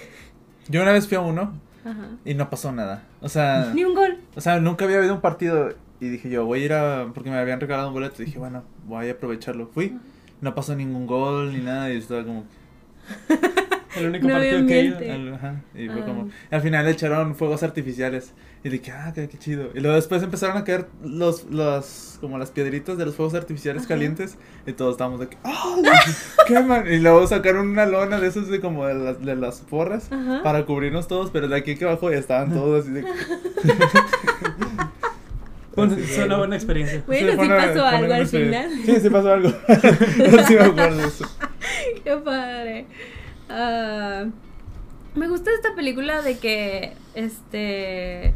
[SPEAKER 3] Yo una vez fui a uno
[SPEAKER 1] Ajá.
[SPEAKER 3] y no pasó nada. O sea,
[SPEAKER 1] Ni un gol.
[SPEAKER 3] o sea, nunca había habido un partido y dije yo, voy a ir a porque me habían regalado un boleto, dije, bueno, voy a aprovecharlo. Fui. No pasó ningún gol ni nada y estaba como
[SPEAKER 2] El único
[SPEAKER 1] No había
[SPEAKER 2] partido que
[SPEAKER 1] ambiente.
[SPEAKER 2] hay.
[SPEAKER 3] Al- ajá, y fue
[SPEAKER 1] Ah.
[SPEAKER 3] como- al final le echaron fuegos artificiales. Y dije, ah, qué, qué chido. Y luego después empezaron a caer los, los, como las piedritas de los fuegos artificiales
[SPEAKER 1] Ajá.
[SPEAKER 3] calientes. Y todos estábamos de que, ¡ah! queman. Y luego sacaron una lona de esas de como de las, de las porras
[SPEAKER 1] Ajá.
[SPEAKER 3] para cubrirnos todos. Pero de aquí que abajo ya estaban todos así de.
[SPEAKER 2] Bueno, fue una buena experiencia.
[SPEAKER 1] Bueno, sí,
[SPEAKER 3] fue una- fue
[SPEAKER 1] pasó
[SPEAKER 3] una
[SPEAKER 1] algo
[SPEAKER 3] gran
[SPEAKER 1] al
[SPEAKER 3] experiencia.
[SPEAKER 1] final.
[SPEAKER 3] Sí, sí pasó algo. sí me acuerdo de eso.
[SPEAKER 1] Qué padre. Ah, me gusta esta película de que, este,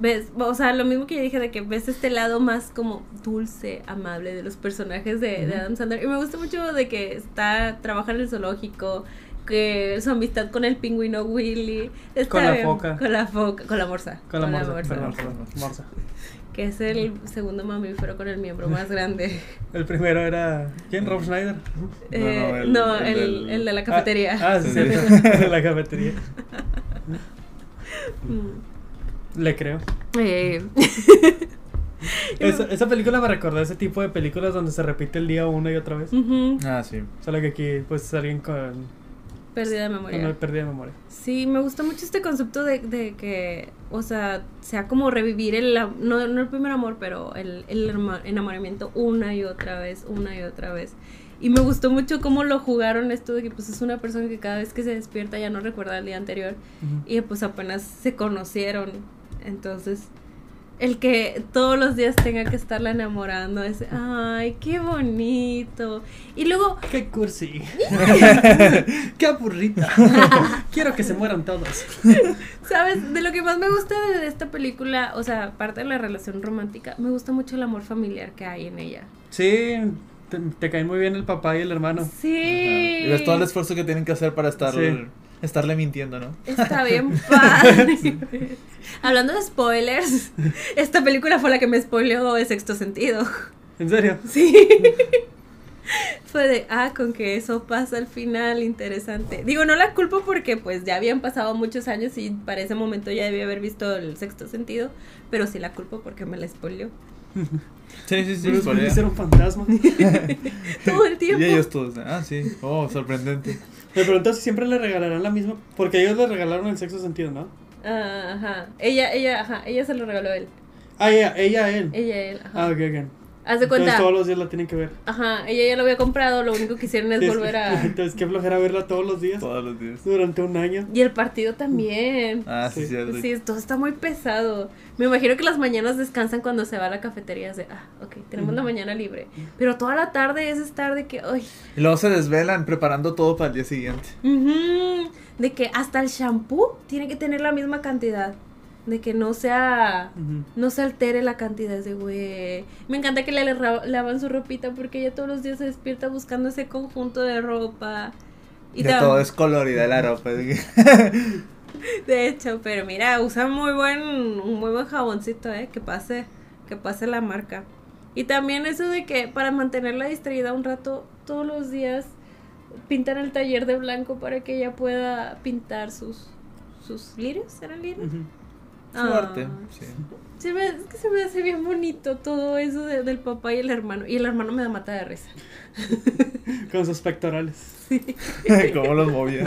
[SPEAKER 1] ves, o sea, lo mismo que yo dije de que ves este lado más como dulce, amable de los personajes de, de
[SPEAKER 2] Ujú.
[SPEAKER 1] Adam Sandler. Y me gusta mucho de que está, trabaja en el zoológico, que su amistad con el pingüino Willy. está
[SPEAKER 2] Con la
[SPEAKER 1] bien,
[SPEAKER 2] foca.
[SPEAKER 1] Con la foca, con la morsa.
[SPEAKER 2] Con la morsa. Con la
[SPEAKER 3] morsa.
[SPEAKER 2] morsa, morsa.
[SPEAKER 1] Que es el segundo mamífero con el miembro más grande.
[SPEAKER 2] El primero era. ¿Quién? Rob Schneider.
[SPEAKER 1] Eh,
[SPEAKER 3] No,
[SPEAKER 1] No,
[SPEAKER 3] no,
[SPEAKER 1] el,
[SPEAKER 3] el- el
[SPEAKER 1] el,
[SPEAKER 3] del-
[SPEAKER 1] de la cafetería.
[SPEAKER 2] Ah, ah, sí,
[SPEAKER 3] Sí.
[SPEAKER 2] cierto. De la cafetería.
[SPEAKER 1] Mm.
[SPEAKER 2] Le creo.
[SPEAKER 1] Eh,
[SPEAKER 2] Esa, esa película me recordó ese tipo de películas donde se repite el día una y otra vez.
[SPEAKER 1] ujú,
[SPEAKER 3] Ah, sí.
[SPEAKER 2] Solo que aquí, pues, alguien con,
[SPEAKER 1] Pérdida de
[SPEAKER 2] con una
[SPEAKER 1] memoria.
[SPEAKER 2] pérdida de memoria.
[SPEAKER 1] Sí, me gusta mucho este concepto de, de que, o sea, sea como revivir el, am- no, no el primer amor, pero el, el herma- enamoramiento una y otra vez, una y otra vez. Y me gustó mucho cómo lo jugaron esto de que pues es una persona que cada vez que se despierta ya no recuerda el día anterior.
[SPEAKER 2] Ujú.
[SPEAKER 1] Y pues apenas se conocieron. Entonces, el que todos los días tenga que estarla enamorando es, ay, qué bonito. Y luego,
[SPEAKER 2] Qué cursi. Qué aburrida. Quiero que se mueran todos.
[SPEAKER 1] ¿sabes? De lo que más me gusta de esta película, o sea, aparte de la relación romántica, me gusta mucho el amor familiar que hay en ella.
[SPEAKER 2] Sí, te, te caen muy bien el papá y el hermano.
[SPEAKER 1] Sí.
[SPEAKER 3] Y ves todo el esfuerzo que tienen que hacer para estar,
[SPEAKER 2] Sí.
[SPEAKER 3] estarle mintiendo, ¿no?
[SPEAKER 1] Está bien padre. Hablando de spoilers, esta película fue la que me spoileó de sexto sentido.
[SPEAKER 2] ¿En serio?
[SPEAKER 1] Sí. Fue de, ah, con que eso pasa al final, interesante. Digo, no la culpo porque pues ya habían pasado muchos años y para ese momento ya debía haber visto el sexto sentido, pero sí la culpo porque me la spoileó
[SPEAKER 3] Sí, sí, sí.
[SPEAKER 2] Bruce Willis era un fantasma.
[SPEAKER 1] todo el
[SPEAKER 3] Pues, Y
[SPEAKER 1] tiempo.
[SPEAKER 3] ellos todos, ah, sí. Oh, sorprendente.
[SPEAKER 2] Me pregunto si siempre le regalarán la misma. Porque ellos le regalaron el sexto sentido, ¿no?
[SPEAKER 1] Ah, ajá. Ella, ella, ajá, ella se lo regaló a él.
[SPEAKER 2] Ah, ella, ella a él.
[SPEAKER 1] Ella, él, ajá.
[SPEAKER 2] Ah, ok, ok.
[SPEAKER 1] Haz de
[SPEAKER 2] Entonces
[SPEAKER 1] cuenta.
[SPEAKER 2] todos los días la tienen que ver.
[SPEAKER 1] Ajá, ella ya lo había comprado, lo único que hicieron es
[SPEAKER 2] Sí,
[SPEAKER 1] volver a.
[SPEAKER 2] Entonces qué flojera verla todos los días.
[SPEAKER 3] Todos los días.
[SPEAKER 2] Durante un año.
[SPEAKER 1] Y el partido también.
[SPEAKER 3] Ah, sí,
[SPEAKER 2] Sí.
[SPEAKER 3] cierto.
[SPEAKER 1] Sí, todo está muy pesado. Me imagino que las mañanas descansan cuando se va a la cafetería. Es de, ah, ok, tenemos la mañana libre. Pero toda la tarde es estar de que, ay,
[SPEAKER 3] Y luego se desvelan preparando todo para el día siguiente.
[SPEAKER 1] ujú, de que hasta el shampoo tiene que tener la misma cantidad. De que no sea,
[SPEAKER 2] Ujú.
[SPEAKER 1] no se altere la cantidad. Es de, güey. Me encanta que le ra- lavan su ropita porque ella todos los días se despierta buscando ese conjunto de ropa.
[SPEAKER 3] Y
[SPEAKER 1] tam-
[SPEAKER 3] todo es colorida la ropa. así que-
[SPEAKER 1] De hecho, pero mira, usa muy buen, un muy buen jaboncito, eh, que pase, que pase la marca. Y también eso de que para mantenerla distraída un rato, todos los días pintan el taller de blanco para que ella pueda pintar sus sus lirios, ¿eran lirios?
[SPEAKER 2] Ujú.
[SPEAKER 3] Su
[SPEAKER 1] Ah,
[SPEAKER 3] arte, sí.
[SPEAKER 1] Se me, es que se me hace bien bonito todo eso de- del papá y el hermano. Y el hermano me da mata de risa.
[SPEAKER 2] Con sus pectorales.
[SPEAKER 3] Cómo los movían.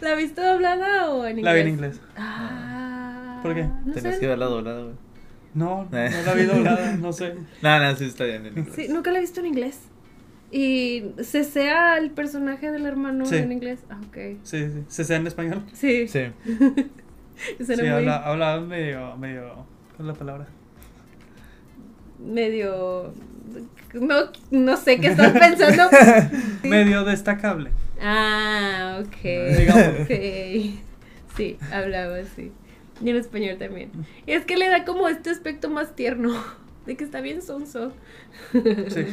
[SPEAKER 1] ¿La viste doblada o en inglés?
[SPEAKER 2] La vi en inglés.
[SPEAKER 1] Ah.
[SPEAKER 2] ¿Por qué?
[SPEAKER 1] no
[SPEAKER 3] Tenías
[SPEAKER 1] sé.
[SPEAKER 3] que verla doblada, güey.
[SPEAKER 2] No, no
[SPEAKER 3] Eh.
[SPEAKER 2] la vi doblada, no sé.
[SPEAKER 3] Nada, sí está bien en
[SPEAKER 1] Sí,
[SPEAKER 3] inglés.
[SPEAKER 1] nunca la he visto en inglés. Y se sea el personaje del hermano
[SPEAKER 2] Sí.
[SPEAKER 1] en inglés. Ah, ok.
[SPEAKER 2] Sí, sí. ¿Se sea en español?
[SPEAKER 1] Sí,
[SPEAKER 3] Sí.
[SPEAKER 1] suena
[SPEAKER 2] sí,
[SPEAKER 1] muy
[SPEAKER 2] habla, habla medio, medio. ¿Cuál es la palabra?
[SPEAKER 1] medio. No, no sé qué estás pensando. Sí.
[SPEAKER 2] Medio destacable.
[SPEAKER 1] Ah, ok.
[SPEAKER 2] Digamos.
[SPEAKER 1] Sí. Sí, hablaba así. Y en español también. Y es que le da como este aspecto más tierno. De que está bien sonso.
[SPEAKER 2] Sí.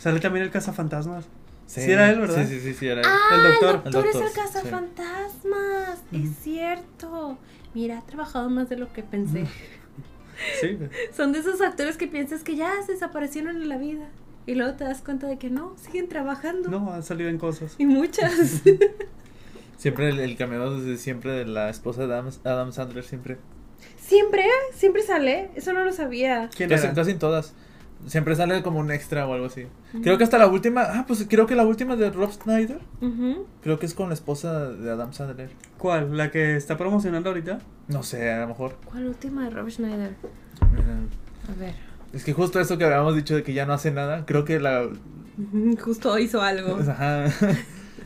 [SPEAKER 2] Sale también el cazafantasmas. Sí era él, ¿verdad?
[SPEAKER 3] Sí, sí, sí, sí era él.
[SPEAKER 1] Ah,
[SPEAKER 2] El doctor.
[SPEAKER 1] el doctor,
[SPEAKER 3] El
[SPEAKER 1] es el
[SPEAKER 3] doctor, sí.
[SPEAKER 1] cazafantasmas.
[SPEAKER 2] Ujú.
[SPEAKER 1] Es cierto. Mira, ha trabajado más de lo que pensé.
[SPEAKER 2] Sí.
[SPEAKER 1] Son de esos actores que piensas que ya se desaparecieron en la vida. Y luego te das cuenta de que no, siguen trabajando.
[SPEAKER 2] No, han salido en cosas.
[SPEAKER 1] Y muchas.
[SPEAKER 3] Siempre el, el cameo desde siempre de la esposa de Adam, Adam Sandler, siempre.
[SPEAKER 1] siempre, siempre sale. Eso no lo sabía.
[SPEAKER 2] ¿Quién
[SPEAKER 3] Casi,
[SPEAKER 2] era?
[SPEAKER 3] casi en todas. Siempre sale como un extra o algo así. Creo que hasta la última. Ah, pues creo que la última de Rob Snyder.
[SPEAKER 1] Ujú.
[SPEAKER 3] Creo que es con la esposa de Adam Sandler.
[SPEAKER 2] ¿Cuál? ¿La que está promocionando ahorita?
[SPEAKER 3] No sé, a lo mejor.
[SPEAKER 1] ¿Cuál última de Rob Schneider?
[SPEAKER 3] Eh,
[SPEAKER 1] A ver.
[SPEAKER 3] Es que justo eso que habíamos dicho de que ya no hace nada. Creo que la.
[SPEAKER 1] Ujú, Justo hizo algo.
[SPEAKER 3] Ajá.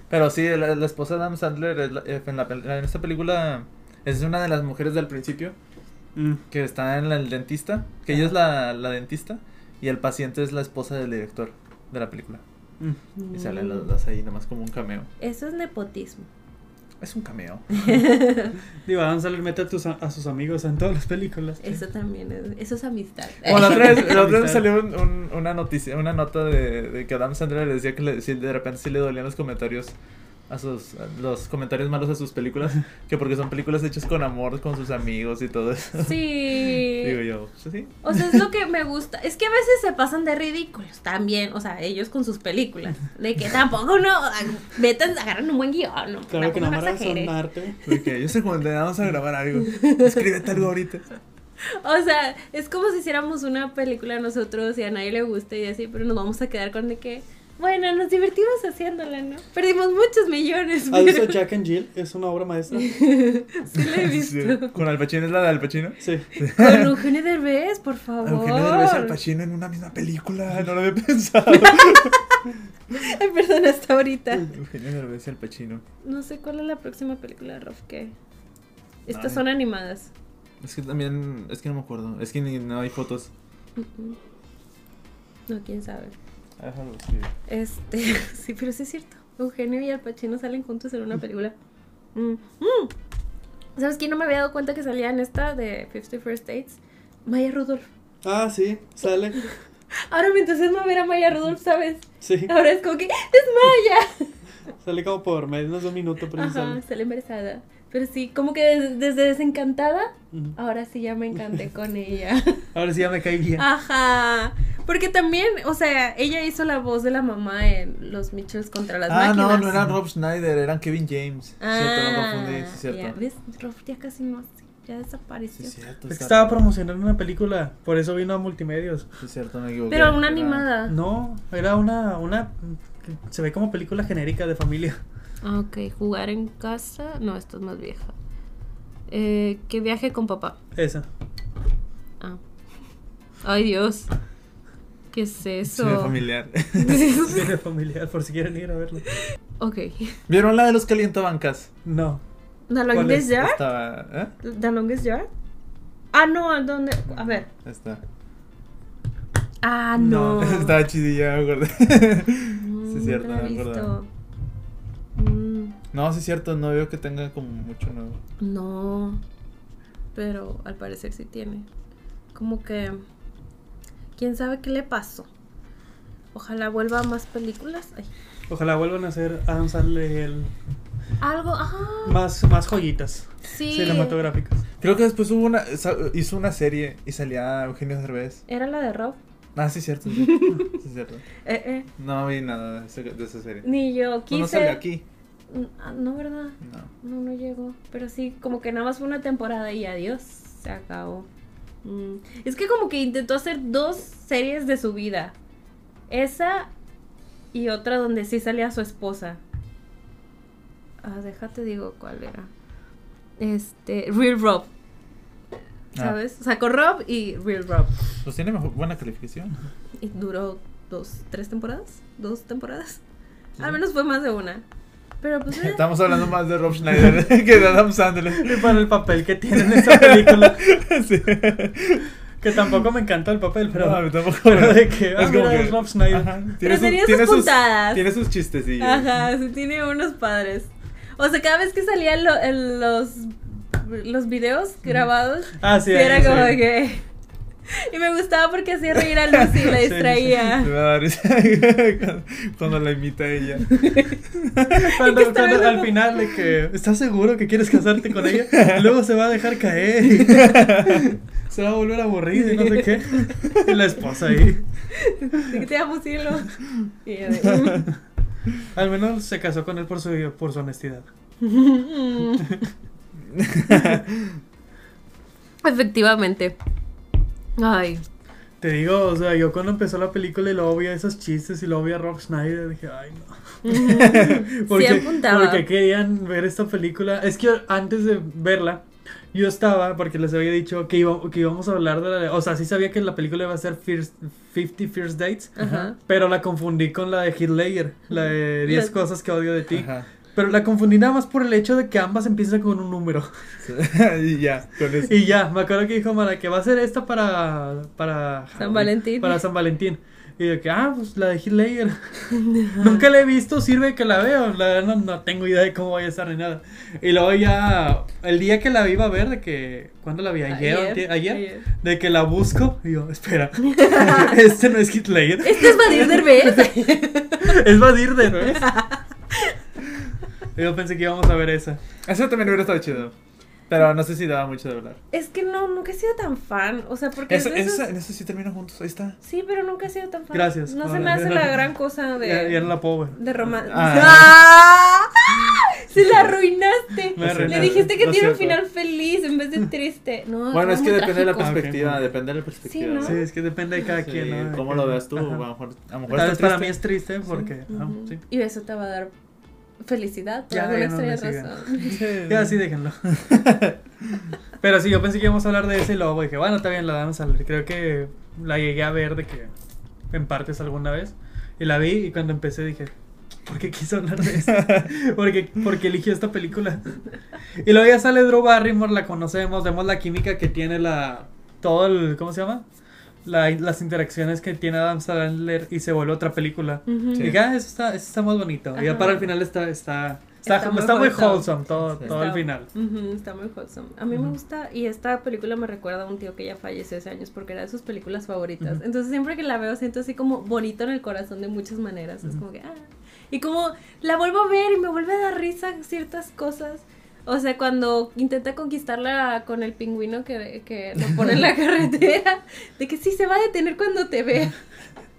[SPEAKER 3] Pero sí, la, la esposa de Adam Sandler es la- eh, en, la pel- en esta película es una de las mujeres del principio.
[SPEAKER 2] Mm.
[SPEAKER 3] que está en la- el dentista, que ella es la, la dentista y el paciente es la esposa del director de la película.
[SPEAKER 2] Mm.
[SPEAKER 3] Y salen las dos ahí nomás como un cameo.
[SPEAKER 1] Eso es nepotismo.
[SPEAKER 3] Es un cameo.
[SPEAKER 2] Digo, Adam Sandler mete a, tus- a sus amigos en todas las películas.
[SPEAKER 1] Eso también es. Eso es amistad.
[SPEAKER 3] Como la otra vez, la otra vez salió un- un- una noticia, una nota de, de que Adam Sandler le decía que le- sí, de repente sí le dolían los comentarios a sus a los comentarios malos a sus películas, que porque son películas hechas con amor con sus amigos y todo eso.
[SPEAKER 1] Sí.
[SPEAKER 3] Digo yo, "Pues sí.
[SPEAKER 1] O sea, es lo que me gusta. Es que a veces se pasan de ridículos también. O sea, ellos con sus películas. De que tampoco no. Metan, agarran un buen guión. No,
[SPEAKER 2] Claro
[SPEAKER 1] Tampoco
[SPEAKER 2] que no me
[SPEAKER 1] exageres.
[SPEAKER 2] son arte.
[SPEAKER 3] De que yo sé condenamos a grabar algo. Escríbete algo ahorita.
[SPEAKER 1] O sea, es como si hiciéramos una película nosotros y a nadie le gusta y así, pero nos vamos a quedar con de que. Bueno, nos divertimos haciéndola, ¿no? Perdimos muchos millones.
[SPEAKER 2] ¿Has visto
[SPEAKER 1] pero
[SPEAKER 2] Jack and Jill? Es una obra maestra.
[SPEAKER 1] sí la he
[SPEAKER 3] Sí.
[SPEAKER 1] visto.
[SPEAKER 3] Con Al Pacino es la de Al Pacino.
[SPEAKER 2] Sí.
[SPEAKER 1] Con Eugenio Derbez, por
[SPEAKER 3] A
[SPEAKER 1] favor.
[SPEAKER 3] Eugenio Derbez y Al Pacino en una misma película, no lo había pensado.
[SPEAKER 1] Ay, perdón, hasta ahorita.
[SPEAKER 3] Eugenio Derbez y Al Pacino.
[SPEAKER 1] No sé cuál es la próxima película de Rof que. Estas
[SPEAKER 3] Ay.
[SPEAKER 1] son animadas.
[SPEAKER 3] Es que también, es que no me acuerdo, es que ni- no hay fotos.
[SPEAKER 1] Mm-mm. Mm, No, quién sabe.
[SPEAKER 3] Ah,
[SPEAKER 1] Este, sí, pero sí es cierto. Eugenio y Al Pacino salen juntos en una película. Mm. Mm. ¿Sabes quién no me había dado cuenta que salía en esta de 51 First Dates? Maya Rudolph.
[SPEAKER 2] Ah, sí, sale.
[SPEAKER 1] Ahora me entusiasma ver a Maya Rudolph, ¿sabes?
[SPEAKER 2] Sí,
[SPEAKER 1] Ahora es como que ¡es Maya!
[SPEAKER 2] sale como por menos de un minuto, pero sí
[SPEAKER 1] Ajá,
[SPEAKER 2] sale.
[SPEAKER 1] sale embarazada. Pero sí, como que des- desde desencantada,
[SPEAKER 2] Ujú.
[SPEAKER 1] ahora sí ya me encanté con ella. Ah.
[SPEAKER 2] Ahora sí ya me caí bien.
[SPEAKER 1] Ajá. Porque también, o sea, ella hizo la voz de la mamá en Los Mitchells contra las
[SPEAKER 3] ah,
[SPEAKER 1] máquinas. Ah,
[SPEAKER 3] no, no eran Rob Schneider, eran Kevin James. cierto, no confundí, sí, cierto.
[SPEAKER 1] ya, ¿Ves? Rob ya casi no, ya desapareció.
[SPEAKER 3] Sí, cierto.
[SPEAKER 2] Es que
[SPEAKER 3] está-
[SPEAKER 2] estaba promocionando una película, por eso vino a multimedios.
[SPEAKER 3] Sí, cierto, me equivoqué.
[SPEAKER 1] Pero una
[SPEAKER 3] Era-
[SPEAKER 1] animada.
[SPEAKER 2] No, era una, una se ve como película genérica de familia.
[SPEAKER 1] Ah, Ok, jugar en casa. No, esto es más vieja. Eh, que viaje con papá.
[SPEAKER 2] Esa.
[SPEAKER 1] Ah. Ay, Dios. ¿Qué es eso?
[SPEAKER 3] Cine familiar.
[SPEAKER 2] Tiene familiar, por si quieren ir a verlo.
[SPEAKER 1] ok.
[SPEAKER 3] ¿Vieron la de los calientabancas?
[SPEAKER 2] No.
[SPEAKER 1] ¿The
[SPEAKER 2] ¿Cuál es?
[SPEAKER 1] Longest Yard?
[SPEAKER 3] Estaba. ¿Eh?
[SPEAKER 1] ¿The Longest Yard? Ah, no, ¿a ¿dónde? A ver.
[SPEAKER 3] Está.
[SPEAKER 1] Ah, no. Mm,
[SPEAKER 3] Estaba chidilla, me acordé. sí,
[SPEAKER 1] es
[SPEAKER 3] es cierto, me acuerdo.
[SPEAKER 1] Mm.
[SPEAKER 3] No, sí, es cierto, no veo que tenga como mucho nuevo.
[SPEAKER 1] No. Pero al parecer sí tiene. Como que. Quién sabe qué le pasó. Ojalá vuelva a más películas. Ay.
[SPEAKER 2] Ojalá vuelvan a hacer Adam Sandler el-
[SPEAKER 1] Algo. Ajá.
[SPEAKER 2] más, más joyitas
[SPEAKER 1] sí.
[SPEAKER 2] cinematográficas.
[SPEAKER 3] Creo que después hubo una. sa- Hizo una serie y salía Eugenio Derbez.
[SPEAKER 1] Era la de Rob.
[SPEAKER 3] Ah, sí, es cierto. Sí, sí es cierto.
[SPEAKER 1] Eh, eh.
[SPEAKER 3] No vi nada de, ese- de esa serie.
[SPEAKER 1] Ni yo
[SPEAKER 3] No,
[SPEAKER 1] quise.
[SPEAKER 3] no salga aquí.
[SPEAKER 1] Mm, ah, No, ¿verdad?
[SPEAKER 3] No.
[SPEAKER 1] No, no llegó. Pero sí, como que nada más fue una temporada y adiós. Se acabó. Mm, Es que como que intentó hacer dos series de su vida. Esa y otra donde sí salía su esposa. Ah, déjate digo cuál era. Este, Real Rob.
[SPEAKER 3] Ah.
[SPEAKER 1] ¿Sabes? Sacó Rob y Real Rob.
[SPEAKER 3] Pues tiene mejor- buena calificación.
[SPEAKER 1] Y duró dos, tres temporadas. Dos temporadas. Al menos fue más de una. Pero pues... eh.
[SPEAKER 3] Estamos hablando más de Rob Schneider que de Adam
[SPEAKER 2] Y
[SPEAKER 3] Sandler.
[SPEAKER 2] para el papel que tiene en esa película,
[SPEAKER 3] Sí.
[SPEAKER 2] que tampoco me encantó el papel, pero
[SPEAKER 3] No, a mí tampoco.
[SPEAKER 2] pero de que, ah, mira, es Rob
[SPEAKER 3] Rob
[SPEAKER 2] Schneider.
[SPEAKER 1] Pero tenía sus puntadas.
[SPEAKER 3] Tiene sus chistecillos.
[SPEAKER 1] Ajá, sí tiene unos padres. O sea, cada vez que salían lo- el- los los videos grabados,
[SPEAKER 2] Ah, sí,
[SPEAKER 1] sí, era
[SPEAKER 2] sí.
[SPEAKER 1] como que y me gustaba porque hacía reír a Lucy y la
[SPEAKER 2] Sí, sí.
[SPEAKER 1] distraía.
[SPEAKER 3] Me da risa cuando- cuando la imita ella.
[SPEAKER 1] Y
[SPEAKER 2] Cuando,
[SPEAKER 1] que está
[SPEAKER 2] cuando
[SPEAKER 1] viendo-
[SPEAKER 2] al final de que, ¿estás seguro que quieres casarte con ella? Y Luego se va a dejar caer. y se va a volver aburrida y no sé qué. Y la esposa ahí.
[SPEAKER 1] De que te amo cielo. Y yo de,
[SPEAKER 2] Al menos se casó con él por su, por su honestidad.
[SPEAKER 1] mm. Efectivamente. Ay,
[SPEAKER 2] Te digo, o sea, yo cuando empezó la película y luego vi esos chistes y luego vi a Rob Schneider, dije, ay no.
[SPEAKER 1] Sí apuntaba.
[SPEAKER 2] porque querían ver esta película. Es que antes de verla, yo estaba, porque les había dicho que, iba- que íbamos a hablar de la... de- O sea, sí sabía que la película iba a ser First- 50 First Dates,
[SPEAKER 1] Ajá.
[SPEAKER 2] pero la confundí con la de Hitler, la de 10
[SPEAKER 1] La-
[SPEAKER 2] cosas que odio de ti.
[SPEAKER 3] Ajá.
[SPEAKER 2] Pero la confundí nada más por el hecho de que ambas empiezan con un número.
[SPEAKER 3] Sí, y ya, con eso.
[SPEAKER 2] Y ya, me acuerdo que dijo Mara que va a ser esta para. para
[SPEAKER 1] San Valentín.
[SPEAKER 2] Para San Valentín. Y yo que, ah, pues la de Hitler. Nunca la he visto, sirve que la veo. La verdad no, no tengo idea de cómo vaya a estar ni nada. Y luego ya, el día que la vi, iba a ver, de que. ¿Cuándo la vi? ¿Ayer? ¿Ayer?
[SPEAKER 1] ayer.
[SPEAKER 2] De que la busco. Y yo, espera, este no es Hitler.
[SPEAKER 1] Este es Vadir Derbez.
[SPEAKER 2] es Vadir de ¿no es? Yo pensé que íbamos a ver esa.
[SPEAKER 3] Eso también hubiera estado chido. Pero no sé si daba mucho de hablar.
[SPEAKER 1] es que no, nunca he sido tan fan. O sea, porque
[SPEAKER 3] Eso,
[SPEAKER 1] es de esos-
[SPEAKER 3] eso, en eso sí terminan juntos, ahí está.
[SPEAKER 1] Sí, pero nunca he sido tan fan.
[SPEAKER 2] Gracias.
[SPEAKER 1] No se
[SPEAKER 2] Ahora,
[SPEAKER 1] me hace
[SPEAKER 2] ya-
[SPEAKER 1] la gran cosa de,
[SPEAKER 2] Ya, ya no la puedo ver.
[SPEAKER 1] de romance.
[SPEAKER 3] Ah.
[SPEAKER 1] ¡Se la arruinaste!
[SPEAKER 2] Me arruinaste.
[SPEAKER 1] Le dijiste que
[SPEAKER 3] No es
[SPEAKER 1] tiene un
[SPEAKER 3] cierto.
[SPEAKER 1] final feliz en vez de triste. No,
[SPEAKER 3] Bueno,
[SPEAKER 1] no,
[SPEAKER 3] es que
[SPEAKER 1] muy
[SPEAKER 3] depende de la
[SPEAKER 2] Ah, ok.
[SPEAKER 1] trágico.
[SPEAKER 3] perspectiva, depende de la perspectiva.
[SPEAKER 1] ¿no?
[SPEAKER 2] Sí, es que depende de cada
[SPEAKER 3] Sí,
[SPEAKER 2] quien, ¿no? De
[SPEAKER 3] ¿Cómo
[SPEAKER 2] que-
[SPEAKER 3] lo veas tú? A
[SPEAKER 2] Ajá.
[SPEAKER 3] lo mejor, a lo mejor
[SPEAKER 2] Tal
[SPEAKER 3] está
[SPEAKER 2] vez para mí
[SPEAKER 3] triste.
[SPEAKER 2] es triste porque. ah,
[SPEAKER 1] Ujú.
[SPEAKER 2] sí.
[SPEAKER 1] Y eso te va a dar felicidad por
[SPEAKER 2] Ya,
[SPEAKER 1] alguna
[SPEAKER 2] ya no me
[SPEAKER 1] extraña
[SPEAKER 2] sigan.
[SPEAKER 1] razón.
[SPEAKER 3] Sí.
[SPEAKER 2] Ya, sí, déjenlo. Pero sí, yo pensé que íbamos a hablar de ese y luego dije, bueno, está bien, la vamos a hablar. Creo que la llegué a ver de que en partes alguna vez. Y la vi y cuando empecé dije, ¿por qué quiso hablar de esto? ¿Por qué, por qué eligió esta película? Y luego ya sale Drew Barrymore, la conocemos, vemos la química que tiene la... Todo el... ¿Cómo se llama? La- las interacciones que tiene Adam Sandler y se vuelve otra película.
[SPEAKER 1] Ujú.
[SPEAKER 3] Sí.
[SPEAKER 2] Y ya, eso está, eso está más bonito. Y ya
[SPEAKER 1] Ajá.
[SPEAKER 2] para el final está... Está, está,
[SPEAKER 1] Está
[SPEAKER 2] está,
[SPEAKER 1] muy
[SPEAKER 2] muy
[SPEAKER 1] wholesome.
[SPEAKER 2] wholesome todo,
[SPEAKER 3] Sí.
[SPEAKER 2] todo el
[SPEAKER 1] Está-
[SPEAKER 2] final.
[SPEAKER 1] ujú, está muy wholesome. A mí me
[SPEAKER 2] Ujú.
[SPEAKER 1] gusta, y esta película me recuerda a un tío que ya falleció hace años porque era de sus películas favoritas.
[SPEAKER 2] Ujú.
[SPEAKER 1] Entonces siempre que la veo siento así como bonito en el corazón de muchas maneras. Es
[SPEAKER 2] Ujú.
[SPEAKER 1] como que, ah. Y como la vuelvo a ver y me vuelve a dar risa ciertas cosas. O sea, cuando intenta conquistarla con el pingüino que, que lo pone en la carretera, de que sí se va a detener cuando te vea.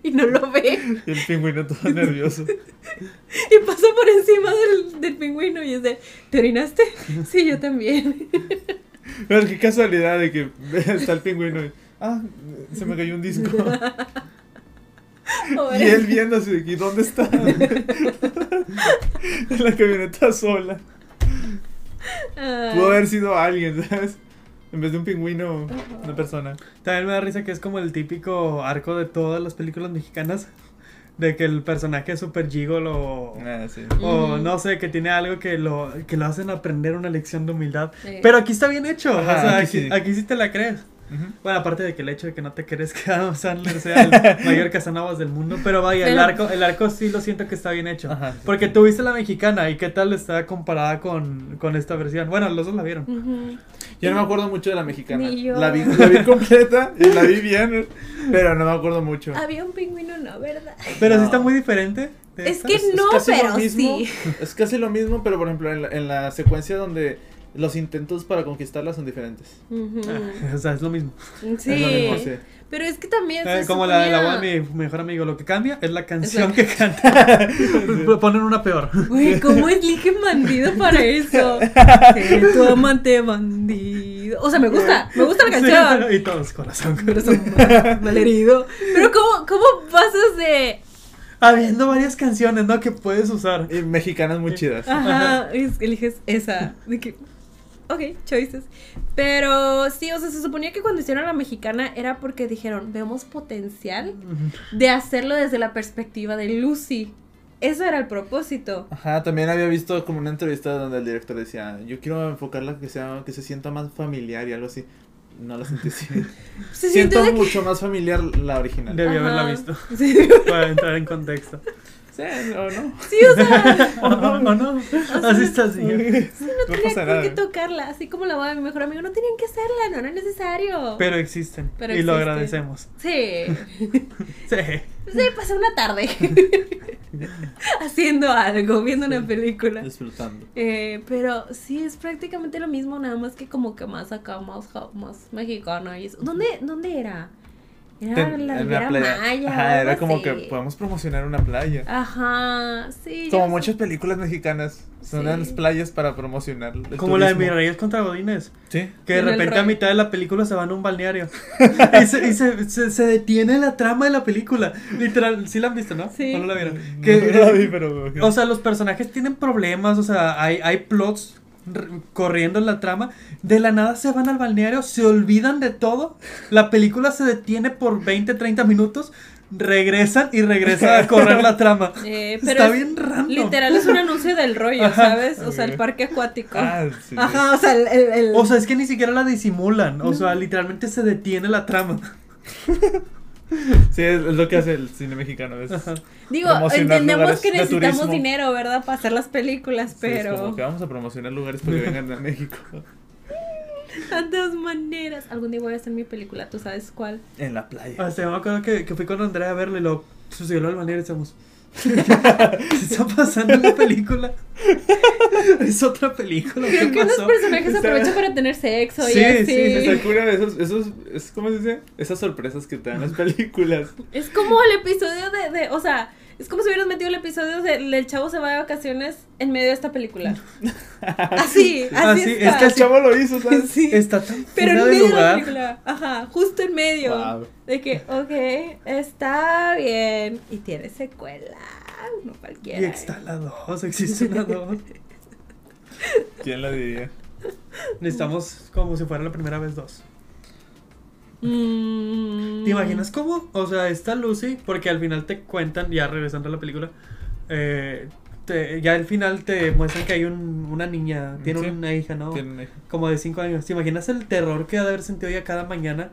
[SPEAKER 1] y no lo ve.
[SPEAKER 3] Y el pingüino todo nervioso.
[SPEAKER 1] Y pasa por encima del, del pingüino y es de, ¿te orinaste? Sí, yo también.
[SPEAKER 3] Pero qué casualidad de que está el pingüino y, ah, se me cayó un disco. Y él viéndose de aquí, ¿dónde está? en la camioneta sola.
[SPEAKER 1] Ay.
[SPEAKER 3] Pudo haber sido alguien, ¿sabes? En vez de un pingüino,
[SPEAKER 1] Ajá.
[SPEAKER 3] una persona.
[SPEAKER 2] También me da risa que es como el típico arco de todas las películas mexicanas. De que el personaje es super gigolo.
[SPEAKER 3] Ah, sí.
[SPEAKER 2] O
[SPEAKER 1] Mm.
[SPEAKER 2] no sé, que tiene algo que lo, que lo hacen aprender una lección de humildad.
[SPEAKER 1] Sí.
[SPEAKER 2] Pero aquí está bien hecho.
[SPEAKER 3] Ajá,
[SPEAKER 2] o sea,
[SPEAKER 3] aquí
[SPEAKER 2] aquí,
[SPEAKER 3] sí.
[SPEAKER 2] aquí sí te la crees.
[SPEAKER 3] Ujú.
[SPEAKER 2] Bueno, aparte de que el hecho de que no te crees que Adam Sandler sea el mayor Casanovas del mundo, pero vaya, el
[SPEAKER 1] Pero-
[SPEAKER 2] arco, el arco sí lo siento que está bien hecho.
[SPEAKER 3] Ajá.
[SPEAKER 2] Porque tú viste la mexicana y qué tal está comparada con, con esta versión. Bueno, los dos la vieron.
[SPEAKER 1] Ujú.
[SPEAKER 3] Yo no me acuerdo mucho de la mexicana.
[SPEAKER 1] Ni yo.
[SPEAKER 3] La vi, la vi completa y la vi bien, pero no me acuerdo mucho.
[SPEAKER 1] Había un pingüino, no, ¿verdad?
[SPEAKER 2] Pero sí
[SPEAKER 3] No.
[SPEAKER 2] está muy diferente. de
[SPEAKER 1] Es
[SPEAKER 2] esta.
[SPEAKER 1] que no, pero
[SPEAKER 3] mismo,
[SPEAKER 1] sí.
[SPEAKER 3] Es casi lo mismo, pero por ejemplo, en la, en la secuencia donde los intentos para conquistarla son diferentes.
[SPEAKER 1] Ujú.
[SPEAKER 2] O sea, es lo mismo.
[SPEAKER 1] Sí.
[SPEAKER 3] Es lo mismo, sí.
[SPEAKER 1] Pero es que también.
[SPEAKER 2] Eh,
[SPEAKER 1] se
[SPEAKER 2] como la de la boda
[SPEAKER 1] suponía-
[SPEAKER 2] de mi mejor amigo, lo que cambia es la canción
[SPEAKER 1] la-
[SPEAKER 2] que canta. Ponen una peor.
[SPEAKER 1] Güey, ¿cómo eligen bandido para eso? Eh, tu amante bandido. O sea, me gusta, me gusta la
[SPEAKER 2] Sí,
[SPEAKER 1] canción.
[SPEAKER 2] y todos corazón.
[SPEAKER 1] Pero son mal- malherido. Pero ¿cómo, cómo pasas de.
[SPEAKER 2] Habiendo varias canciones, ¿no? Que puedes usar.
[SPEAKER 3] Y mexicanas muy chidas.
[SPEAKER 1] Ah. Ajá, es- eliges esa. De que. Ok, choices. Pero sí, o sea, se suponía que cuando hicieron la mexicana era porque dijeron, vemos potencial de hacerlo desde la perspectiva de Lucy. Eso era el propósito.
[SPEAKER 3] Ajá, también había visto como una entrevista donde el director decía, yo quiero enfocarla que sea que se sienta más familiar y algo así. No la sentí así.
[SPEAKER 1] Se
[SPEAKER 3] Siento
[SPEAKER 1] siente de que-
[SPEAKER 3] mucho más familiar la original.
[SPEAKER 2] Debí haberla
[SPEAKER 1] Ajá.
[SPEAKER 2] visto.
[SPEAKER 1] Sí.
[SPEAKER 2] Para entrar en contexto.
[SPEAKER 3] Sí, o no.
[SPEAKER 1] Sí, o sea,
[SPEAKER 2] ¿O no? ¿O no?
[SPEAKER 1] Ah,
[SPEAKER 2] Así está, señor.
[SPEAKER 1] no
[SPEAKER 3] pasa
[SPEAKER 1] tenían por
[SPEAKER 3] nada.
[SPEAKER 1] qué tocarla, así como la boda de mi mejor amigo, no tenían que hacerla, no era necesario.
[SPEAKER 2] Pero existen.
[SPEAKER 1] Pero
[SPEAKER 2] y lo
[SPEAKER 1] existen.
[SPEAKER 2] agradecemos.
[SPEAKER 1] Sí,
[SPEAKER 2] Sí.
[SPEAKER 1] sí, pasé una tarde haciendo algo, viendo una película.
[SPEAKER 3] Disfrutando.
[SPEAKER 1] Eh, pero sí, es prácticamente lo mismo, nada más que como que más acá, más, ja- más mexicano y eso. ¿Dónde, dónde era? Era
[SPEAKER 3] Ten-
[SPEAKER 1] Ah, la
[SPEAKER 3] en
[SPEAKER 1] Riviera
[SPEAKER 3] playa.
[SPEAKER 1] Maya.
[SPEAKER 3] Ajá,
[SPEAKER 1] algo
[SPEAKER 3] era como
[SPEAKER 1] así.
[SPEAKER 3] que podemos promocionar una playa.
[SPEAKER 1] Ajá, sí.
[SPEAKER 3] Como
[SPEAKER 1] yo-
[SPEAKER 3] muchas películas mexicanas, son
[SPEAKER 1] Sí.
[SPEAKER 3] las playas para promocionar. el
[SPEAKER 2] Como la de
[SPEAKER 3] turismo.
[SPEAKER 2] Mirreyes contra Godines.
[SPEAKER 3] Sí.
[SPEAKER 2] Que de
[SPEAKER 1] En el
[SPEAKER 2] repente a
[SPEAKER 1] rollo.
[SPEAKER 2] mitad de la película se van a un balneario. y se, y se, se- se detiene la trama de la película. Literal, sí la han visto, ¿no?
[SPEAKER 1] Sí.
[SPEAKER 2] ¿O no la vieron?
[SPEAKER 3] Que
[SPEAKER 2] Que,
[SPEAKER 3] la vi, pero.
[SPEAKER 2] O sea, los personajes tienen problemas, o sea, hay, hay plots r- corriendo en la trama. De la nada se van al balneario, se olvidan de todo. La película se detiene por 20, 30 minutos. Regresan y regresa a correr la trama.
[SPEAKER 1] Eh, pero
[SPEAKER 2] Está
[SPEAKER 1] es-
[SPEAKER 2] bien random.
[SPEAKER 1] Literal es un anuncio del rollo,
[SPEAKER 2] Ajá.
[SPEAKER 1] ¿sabes? O sea, el
[SPEAKER 3] Ok.
[SPEAKER 1] parque acuático.
[SPEAKER 3] ah, sí.
[SPEAKER 1] Ajá, o sea, el, el- el-
[SPEAKER 2] O sea, es que ni siquiera la disimulan. O sea, literalmente se detiene la trama.
[SPEAKER 3] Sí, es es lo que hace el cine mexicano. Es,
[SPEAKER 2] Ajá.
[SPEAKER 1] digo,
[SPEAKER 3] promocionar
[SPEAKER 1] entendemos
[SPEAKER 3] lugares
[SPEAKER 1] que
[SPEAKER 3] de
[SPEAKER 1] necesitamos
[SPEAKER 3] turismo.
[SPEAKER 1] dinero, ¿verdad? Para hacer las películas,
[SPEAKER 3] sí, es
[SPEAKER 1] pero
[SPEAKER 3] como que vamos a promocionar lugares para que vengan a México. ah.
[SPEAKER 1] tantas maneras. Algún día voy a hacer mi película, ¿tú sabes cuál?
[SPEAKER 3] En la playa.
[SPEAKER 1] Ah,
[SPEAKER 2] Hasta me acuerdo que, que fui con Andrea a verlo y lo sucedió al balneario y decíamos. ¿Qué está pasando en la película? es otra película. ¿Qué
[SPEAKER 1] Creo que los
[SPEAKER 2] pasó?
[SPEAKER 1] personajes
[SPEAKER 3] Está-
[SPEAKER 1] aprovechan para tener sexo y
[SPEAKER 2] Sí,
[SPEAKER 1] así.
[SPEAKER 2] sí, está
[SPEAKER 3] Está cura de esos, esos, es- ¿cómo se dice? Esas sorpresas que te dan las películas.
[SPEAKER 1] Es como el episodio de, de- o sea, es como si hubieras metido el episodio de- del chavo se va de vacaciones en medio de esta película. Así, así,
[SPEAKER 2] Ah, sí, es
[SPEAKER 1] está.
[SPEAKER 2] que
[SPEAKER 3] El chavo lo hizo, ¿sabes?
[SPEAKER 1] Sí.
[SPEAKER 2] Está tan
[SPEAKER 1] Pero
[SPEAKER 2] fuera
[SPEAKER 1] en
[SPEAKER 2] de
[SPEAKER 1] medio de la
[SPEAKER 2] lugar.
[SPEAKER 1] película. Ajá, justo en medio.
[SPEAKER 3] Wow.
[SPEAKER 1] De que, ok, está bien. Y tiene secuela. No cualquiera.
[SPEAKER 2] Y está la 2, existe una 2.
[SPEAKER 3] ¿Quién la diría?
[SPEAKER 2] Necesitamos como si fuera la primera vez 2.
[SPEAKER 1] Mm.
[SPEAKER 2] ¿Te imaginas cómo? O sea, esta Lucy, porque al final te cuentan, ya regresando a la película, eh, te- ya al final te muestran que hay un- una niña, tiene
[SPEAKER 3] Sí.
[SPEAKER 2] una hija, ¿no?
[SPEAKER 3] ¿Quién-
[SPEAKER 2] Como de 5 años. ¿Te imaginas el terror que ha de haber sentido ella cada mañana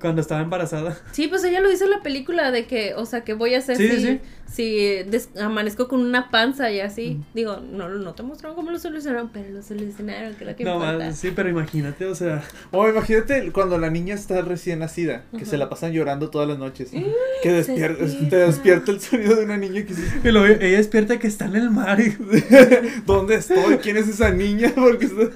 [SPEAKER 2] cuando estaba embarazada?
[SPEAKER 1] Sí, pues ella lo hizo en la película de que, o sea, que voy a hacer
[SPEAKER 2] Sí,
[SPEAKER 1] si
[SPEAKER 2] sí, sí.
[SPEAKER 1] si des- amanezco con una panza y así,
[SPEAKER 2] Mm.
[SPEAKER 1] digo, no, no te mostraron cómo lo solucionaron, pero lo solucionaron, que es lo que
[SPEAKER 2] No,
[SPEAKER 1] importa.
[SPEAKER 2] más, sí, pero imagínate, o sea,
[SPEAKER 3] O Oh, imagínate cuando la niña está recién nacida, que se la pasan llorando todas las noches. Que despierta,
[SPEAKER 1] ¿Eh?
[SPEAKER 3] te
[SPEAKER 1] despierta.
[SPEAKER 3] despierta el sonido de una niña que dices,
[SPEAKER 2] y luego ella despierta que está en el mar y
[SPEAKER 3] ¿dónde estoy? ¿Quién es esa niña? Porque está-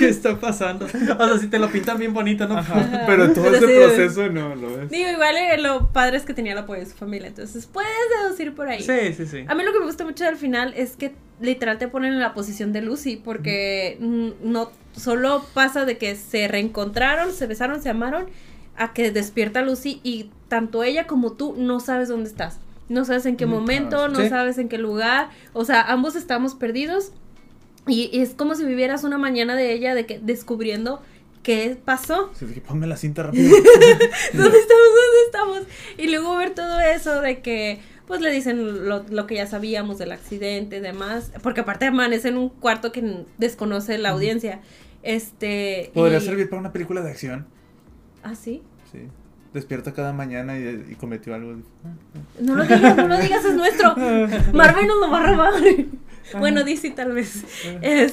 [SPEAKER 2] qué está pasando. O sea, si te lo pintan bien bonito, ¿no?
[SPEAKER 1] Ajá.
[SPEAKER 3] Pero todo
[SPEAKER 1] Pero
[SPEAKER 3] ese
[SPEAKER 1] sí.
[SPEAKER 3] proceso no lo ves.
[SPEAKER 1] Digo, igual eh, lo padre es que tenía el apoyo de su familia, entonces puedes deducir por ahí.
[SPEAKER 2] Sí, sí, sí.
[SPEAKER 1] A mí lo que me gusta mucho del final es que literal te ponen en la posición de Lucy porque mm, no solo pasa de que se reencontraron, se besaron, se amaron a que despierta Lucy y tanto ella como tú no sabes dónde estás. No sabes en qué
[SPEAKER 3] Mm,
[SPEAKER 1] momento,
[SPEAKER 3] ah,
[SPEAKER 1] no
[SPEAKER 2] sí.
[SPEAKER 1] sabes en qué lugar, o sea, ambos estamos perdidos y, y es como si vivieras una mañana de ella de que descubriendo qué pasó.
[SPEAKER 3] Sí, dije, ponme la cinta rápido.
[SPEAKER 1] ¿Dónde estamos? ¿Dónde estamos? Y luego ver todo eso de que, pues le dicen lo, lo que ya sabíamos del accidente y demás, porque aparte amanece en un cuarto que n- desconoce la audiencia. Este. y-
[SPEAKER 3] Podría servir para una película de acción.
[SPEAKER 1] ¿Ah, sí?
[SPEAKER 3] Sí. Despierta cada mañana y, y cometió algo.
[SPEAKER 1] No lo digas, no lo digas, es nuestro. Marvel nos lo va a robar. Bueno, DC tal vez.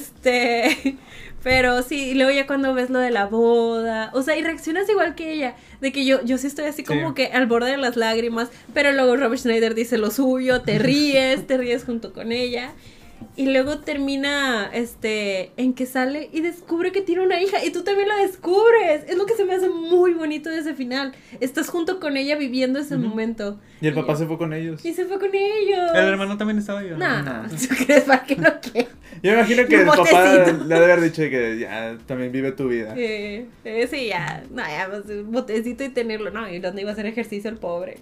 [SPEAKER 1] Este. Pero sí, y luego ya cuando ves lo de la boda, o sea, y reaccionas igual que ella, de que yo, yo sí estoy así como
[SPEAKER 2] Sí.
[SPEAKER 1] que al borde de las lágrimas, pero luego Robert Schneider dice lo suyo, te ríes, te ríes junto con ella. Y luego termina, este, en que sale y descubre que tiene una hija y tú también la descubres. Es lo que se me hace muy bonito de ese final. Estás junto con ella viviendo ese
[SPEAKER 2] Ujú.
[SPEAKER 1] momento.
[SPEAKER 3] Y el papá se fue con ellos.
[SPEAKER 1] Y se fue con ellos.
[SPEAKER 2] El hermano también estaba yo.
[SPEAKER 1] Nah,
[SPEAKER 3] Nah.
[SPEAKER 1] ¿tú crees para qué lo que?
[SPEAKER 3] Yo imagino que
[SPEAKER 1] Un
[SPEAKER 3] el papá
[SPEAKER 1] botecito.
[SPEAKER 3] le ha de haber dicho que ya también vive tu vida.
[SPEAKER 1] Eh, eh, sí, ya. No, ya, pues, un botecito y tenerlo. No, y dónde iba a hacer ejercicio el pobre.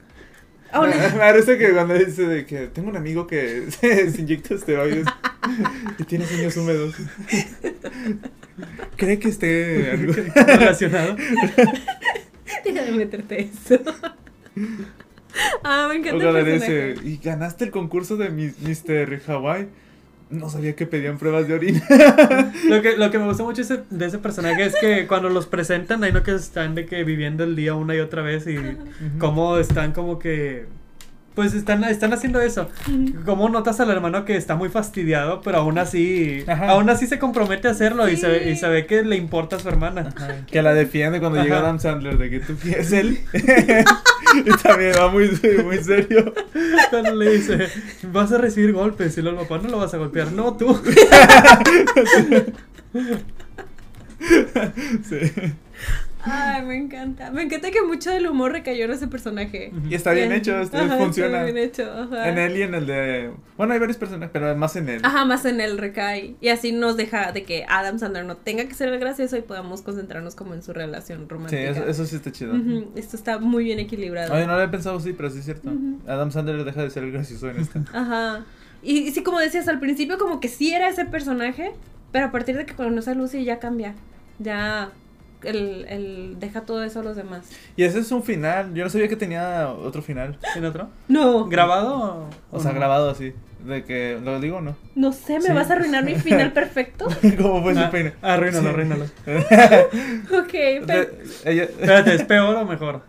[SPEAKER 1] Ah,
[SPEAKER 3] Me
[SPEAKER 1] una-
[SPEAKER 3] me parece que cuando dice de que tengo un amigo que se, se inyecta esteroides y tiene sueños húmedos. ¿Cree que esté algo?
[SPEAKER 2] Relacionado.
[SPEAKER 1] Deja de meterte eso. ah, me encanta el
[SPEAKER 3] Ojalá le
[SPEAKER 1] personaje.
[SPEAKER 3] dice, y ganaste el concurso de Miss- Mr. Hawaii. No sabía que pedían pruebas de orina.
[SPEAKER 2] Lo que, lo que me gusta mucho ese- de ese personaje es que cuando los presentan, ahí no que están de que viviendo el día una y otra vez y cómo están como que... Pues están, están haciendo eso. ¿Cómo notas al hermano que está muy fastidiado, pero aún así...
[SPEAKER 3] Ajá.
[SPEAKER 2] Aún así se compromete a hacerlo y, se, ve- y
[SPEAKER 1] Sí.
[SPEAKER 2] se ve que le importa a su hermana.
[SPEAKER 3] Que la defiende cuando llega
[SPEAKER 2] Ajá.
[SPEAKER 3] Adam Sandler, de que tú quieres él. y también va muy, muy serio.
[SPEAKER 2] Cuando le dice, vas a recibir golpes. Y luego el papá, no lo vas a golpear. No, tú.
[SPEAKER 3] Sí.
[SPEAKER 1] Ay, me encanta. Me encanta que mucho del humor recayó en ese personaje.
[SPEAKER 3] Y está bien hecho, está-
[SPEAKER 1] Ajá,
[SPEAKER 3] funciona.
[SPEAKER 1] Está bien hecho, ajá.
[SPEAKER 3] En él y en el de. Bueno, hay varios personajes, pero más en él.
[SPEAKER 1] Ajá, más en él recae. Y así nos deja de que Adam Sandler no tenga que ser el gracioso y podamos concentrarnos como en su relación
[SPEAKER 3] sí,
[SPEAKER 1] romántica.
[SPEAKER 3] eso, eso sí está chido.
[SPEAKER 1] Ujú, Esto está muy bien equilibrado.
[SPEAKER 3] Oye, no lo había pensado, sí, pero sí es cierto.
[SPEAKER 1] Ujú.
[SPEAKER 3] Adam Sandler deja de ser el gracioso en esta.
[SPEAKER 1] Ajá. Y, y sí, como decías al principio, como que sí era ese personaje, pero a partir de que conoce a Lucy ya cambia. Ya el, el deja todo eso a los demás.
[SPEAKER 3] Y ese es un final. Yo no sabía que tenía otro final.
[SPEAKER 2] ¿En otro?
[SPEAKER 1] No,
[SPEAKER 2] ¿Grabado?
[SPEAKER 3] O sea,
[SPEAKER 2] no?
[SPEAKER 3] grabado así. De que. ¿Lo digo o no?
[SPEAKER 1] no sé, ¿me
[SPEAKER 2] Sí.
[SPEAKER 1] vas a arruinar mi final perfecto?
[SPEAKER 3] ¿Cómo fue
[SPEAKER 2] Ah,
[SPEAKER 3] su pena?
[SPEAKER 2] Arruínalo,
[SPEAKER 3] Sí.
[SPEAKER 2] arruínalo.
[SPEAKER 1] Ok, pero...
[SPEAKER 3] De- ella-
[SPEAKER 2] Espérate, ¿es peor o mejor?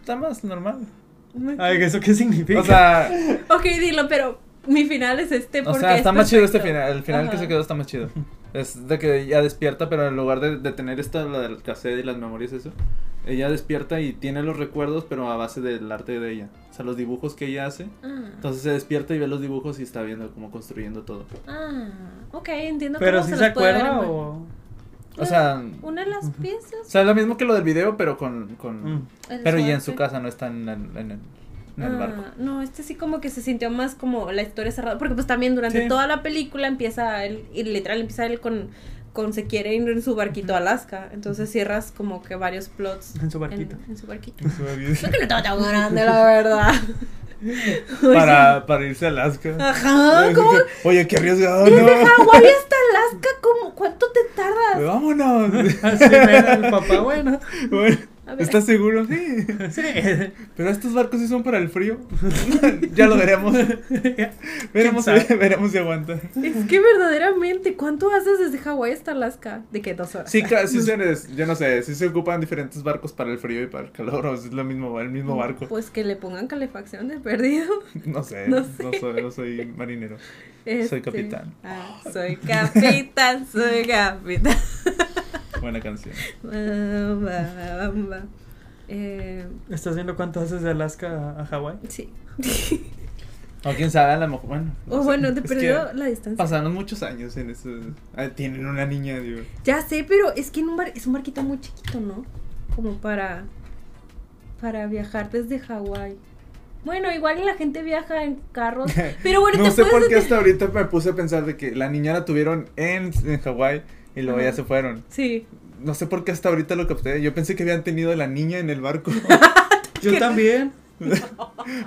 [SPEAKER 3] está más normal.
[SPEAKER 2] Ay, ¿eso qué significa?
[SPEAKER 3] O sea,
[SPEAKER 1] Ok, dilo, pero mi final es este
[SPEAKER 3] o
[SPEAKER 1] porque
[SPEAKER 3] sea
[SPEAKER 1] es
[SPEAKER 3] está más chido este
[SPEAKER 1] perfecto.
[SPEAKER 3] final. El final que
[SPEAKER 1] Ajá.
[SPEAKER 3] se quedó está más chido. Es de que ella despierta, pero en lugar de, de tener esta, la del cassette y las memorias, eso, ella despierta y tiene los recuerdos, pero a base del arte de ella. O sea, los dibujos que ella hace.
[SPEAKER 1] Ah,
[SPEAKER 3] Entonces se despierta y ve los dibujos y está viendo cómo construyendo todo.
[SPEAKER 1] ah, ok, entiendo
[SPEAKER 2] ¿Pero
[SPEAKER 1] cómo
[SPEAKER 2] si
[SPEAKER 1] se,
[SPEAKER 2] se,
[SPEAKER 1] los puede ver
[SPEAKER 2] acuerda
[SPEAKER 1] en-
[SPEAKER 2] o...?
[SPEAKER 3] O sea,
[SPEAKER 1] Una de las
[SPEAKER 3] o
[SPEAKER 1] piezas.
[SPEAKER 3] sea, es lo mismo que lo del video, pero con... con
[SPEAKER 2] Mm.
[SPEAKER 1] el
[SPEAKER 3] Pero y en
[SPEAKER 1] suerte.
[SPEAKER 3] su casa, no está en, el- en el, en el
[SPEAKER 1] Ah,
[SPEAKER 3] barco.
[SPEAKER 1] No, este sí como que se sintió más como la historia cerrada, porque pues también durante
[SPEAKER 3] Sí.
[SPEAKER 1] toda la película empieza él, y literal empieza él con, con se quiere ir en su barquito a Alaska, entonces cierras como que varios plots
[SPEAKER 2] En su barquito.
[SPEAKER 1] en, en su barquito. Creo que no estaba tan grande, la verdad. O sea,
[SPEAKER 3] Para, para irse a Alaska.
[SPEAKER 1] Ajá, Ah, ¿cómo?
[SPEAKER 3] Oye, qué arriesgado,
[SPEAKER 1] Desde
[SPEAKER 3] "Oh, ¿no?
[SPEAKER 1] Hawái hasta Alaska, ¿cómo? ¿cuánto te tardas?
[SPEAKER 2] Ah,
[SPEAKER 3] Vámonos.
[SPEAKER 2] Así me era el papá, bueno.
[SPEAKER 3] Bueno,
[SPEAKER 1] A ver.
[SPEAKER 3] ¿Estás seguro? Sí.
[SPEAKER 2] Sí.
[SPEAKER 3] Pero estos barcos sí son para el frío. ya lo veremos. Veremos,
[SPEAKER 2] ¿Quién sabe?
[SPEAKER 3] veremos si aguanta.
[SPEAKER 1] Es que verdaderamente, ¿cuánto haces desde Hawái hasta Alaska? ¿De qué? ¿Dos horas?
[SPEAKER 3] Sí, ca- sí se, nes- yo no sé, sí se ocupan diferentes barcos para el frío y para el calor, o es lo mismo, el mismo barco.
[SPEAKER 1] Pues que le pongan calefacción de perdido.
[SPEAKER 3] No sé,
[SPEAKER 1] No
[SPEAKER 3] no,
[SPEAKER 1] sé.
[SPEAKER 3] soy, no soy marinero.
[SPEAKER 1] Este,
[SPEAKER 3] capitán.
[SPEAKER 1] ah, soy capitán, soy capitán.
[SPEAKER 3] Buena canción.
[SPEAKER 1] Bamba, bamba. Eh,
[SPEAKER 2] ¿Estás viendo cuánto haces de Alaska a- a Hawái?
[SPEAKER 1] sí.
[SPEAKER 3] O quién sabe, a lo mejor, bueno. no
[SPEAKER 1] O
[SPEAKER 3] sé.
[SPEAKER 1] bueno, te
[SPEAKER 3] Es
[SPEAKER 1] perdió
[SPEAKER 3] que
[SPEAKER 1] la distancia.
[SPEAKER 3] Pasaron muchos años en eso. Ah, Tienen una niña, digo.
[SPEAKER 1] Ya sé, pero es que en un bar, es un barquito muy chiquito, ¿no? Como para para viajar desde Hawái. Bueno, igual y la gente viaja en carros, pero bueno,
[SPEAKER 3] no
[SPEAKER 1] te
[SPEAKER 3] sé
[SPEAKER 1] puedes
[SPEAKER 3] por qué
[SPEAKER 1] detener-
[SPEAKER 3] hasta ahorita me puse a pensar de que la niña la tuvieron en, en Hawái y luego
[SPEAKER 1] Ajá.
[SPEAKER 3] ya se fueron.
[SPEAKER 1] Sí.
[SPEAKER 3] No sé por qué hasta ahorita lo capté. Yo pensé que habían tenido la niña en el barco.
[SPEAKER 2] Yo también.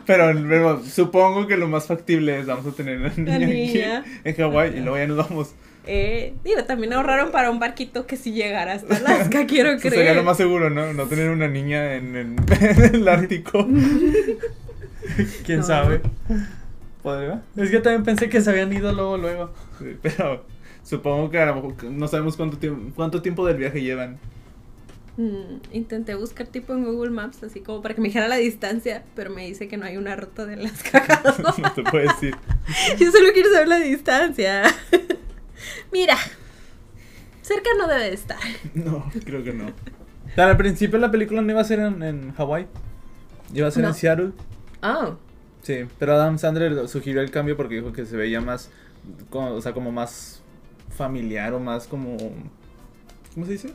[SPEAKER 3] Pero, pero supongo que lo más factible es vamos a tener la niña, aquí
[SPEAKER 1] niña.
[SPEAKER 3] en Hawái y luego ya nos vamos.
[SPEAKER 1] Eh, digo, también ahorraron para un barquito que si llegara hasta Alaska, quiero
[SPEAKER 3] Eso sería
[SPEAKER 1] creer.
[SPEAKER 3] lo más seguro, ¿no? No tener una niña en, en- en el Ártico.
[SPEAKER 2] ¿Quién
[SPEAKER 1] No.
[SPEAKER 2] sabe?
[SPEAKER 3] ¿Podría?
[SPEAKER 2] Es que también pensé que se habían ido luego, luego.
[SPEAKER 3] Sí, pero supongo que a lo mejor no sabemos cuánto tiempo, cuánto tiempo del viaje llevan.
[SPEAKER 1] Mm, intenté buscar tipo en Google Maps, así como para que me dijera la distancia, pero me dice que no hay una ruta de Alaska. a Hawái.
[SPEAKER 3] No te puedo decir.
[SPEAKER 1] Yo solo quiero saber la distancia. Mira, cerca no debe de estar.
[SPEAKER 3] No, creo que no. O sea, al principio la película no iba a ser en, en Hawái. Iba a ser
[SPEAKER 1] No.
[SPEAKER 3] en Seattle.
[SPEAKER 1] Oh,
[SPEAKER 3] Sí, pero Adam Sandler sugirió el cambio porque dijo que se veía más, como- o sea, como más familiar o más como... ¿Cómo se dice?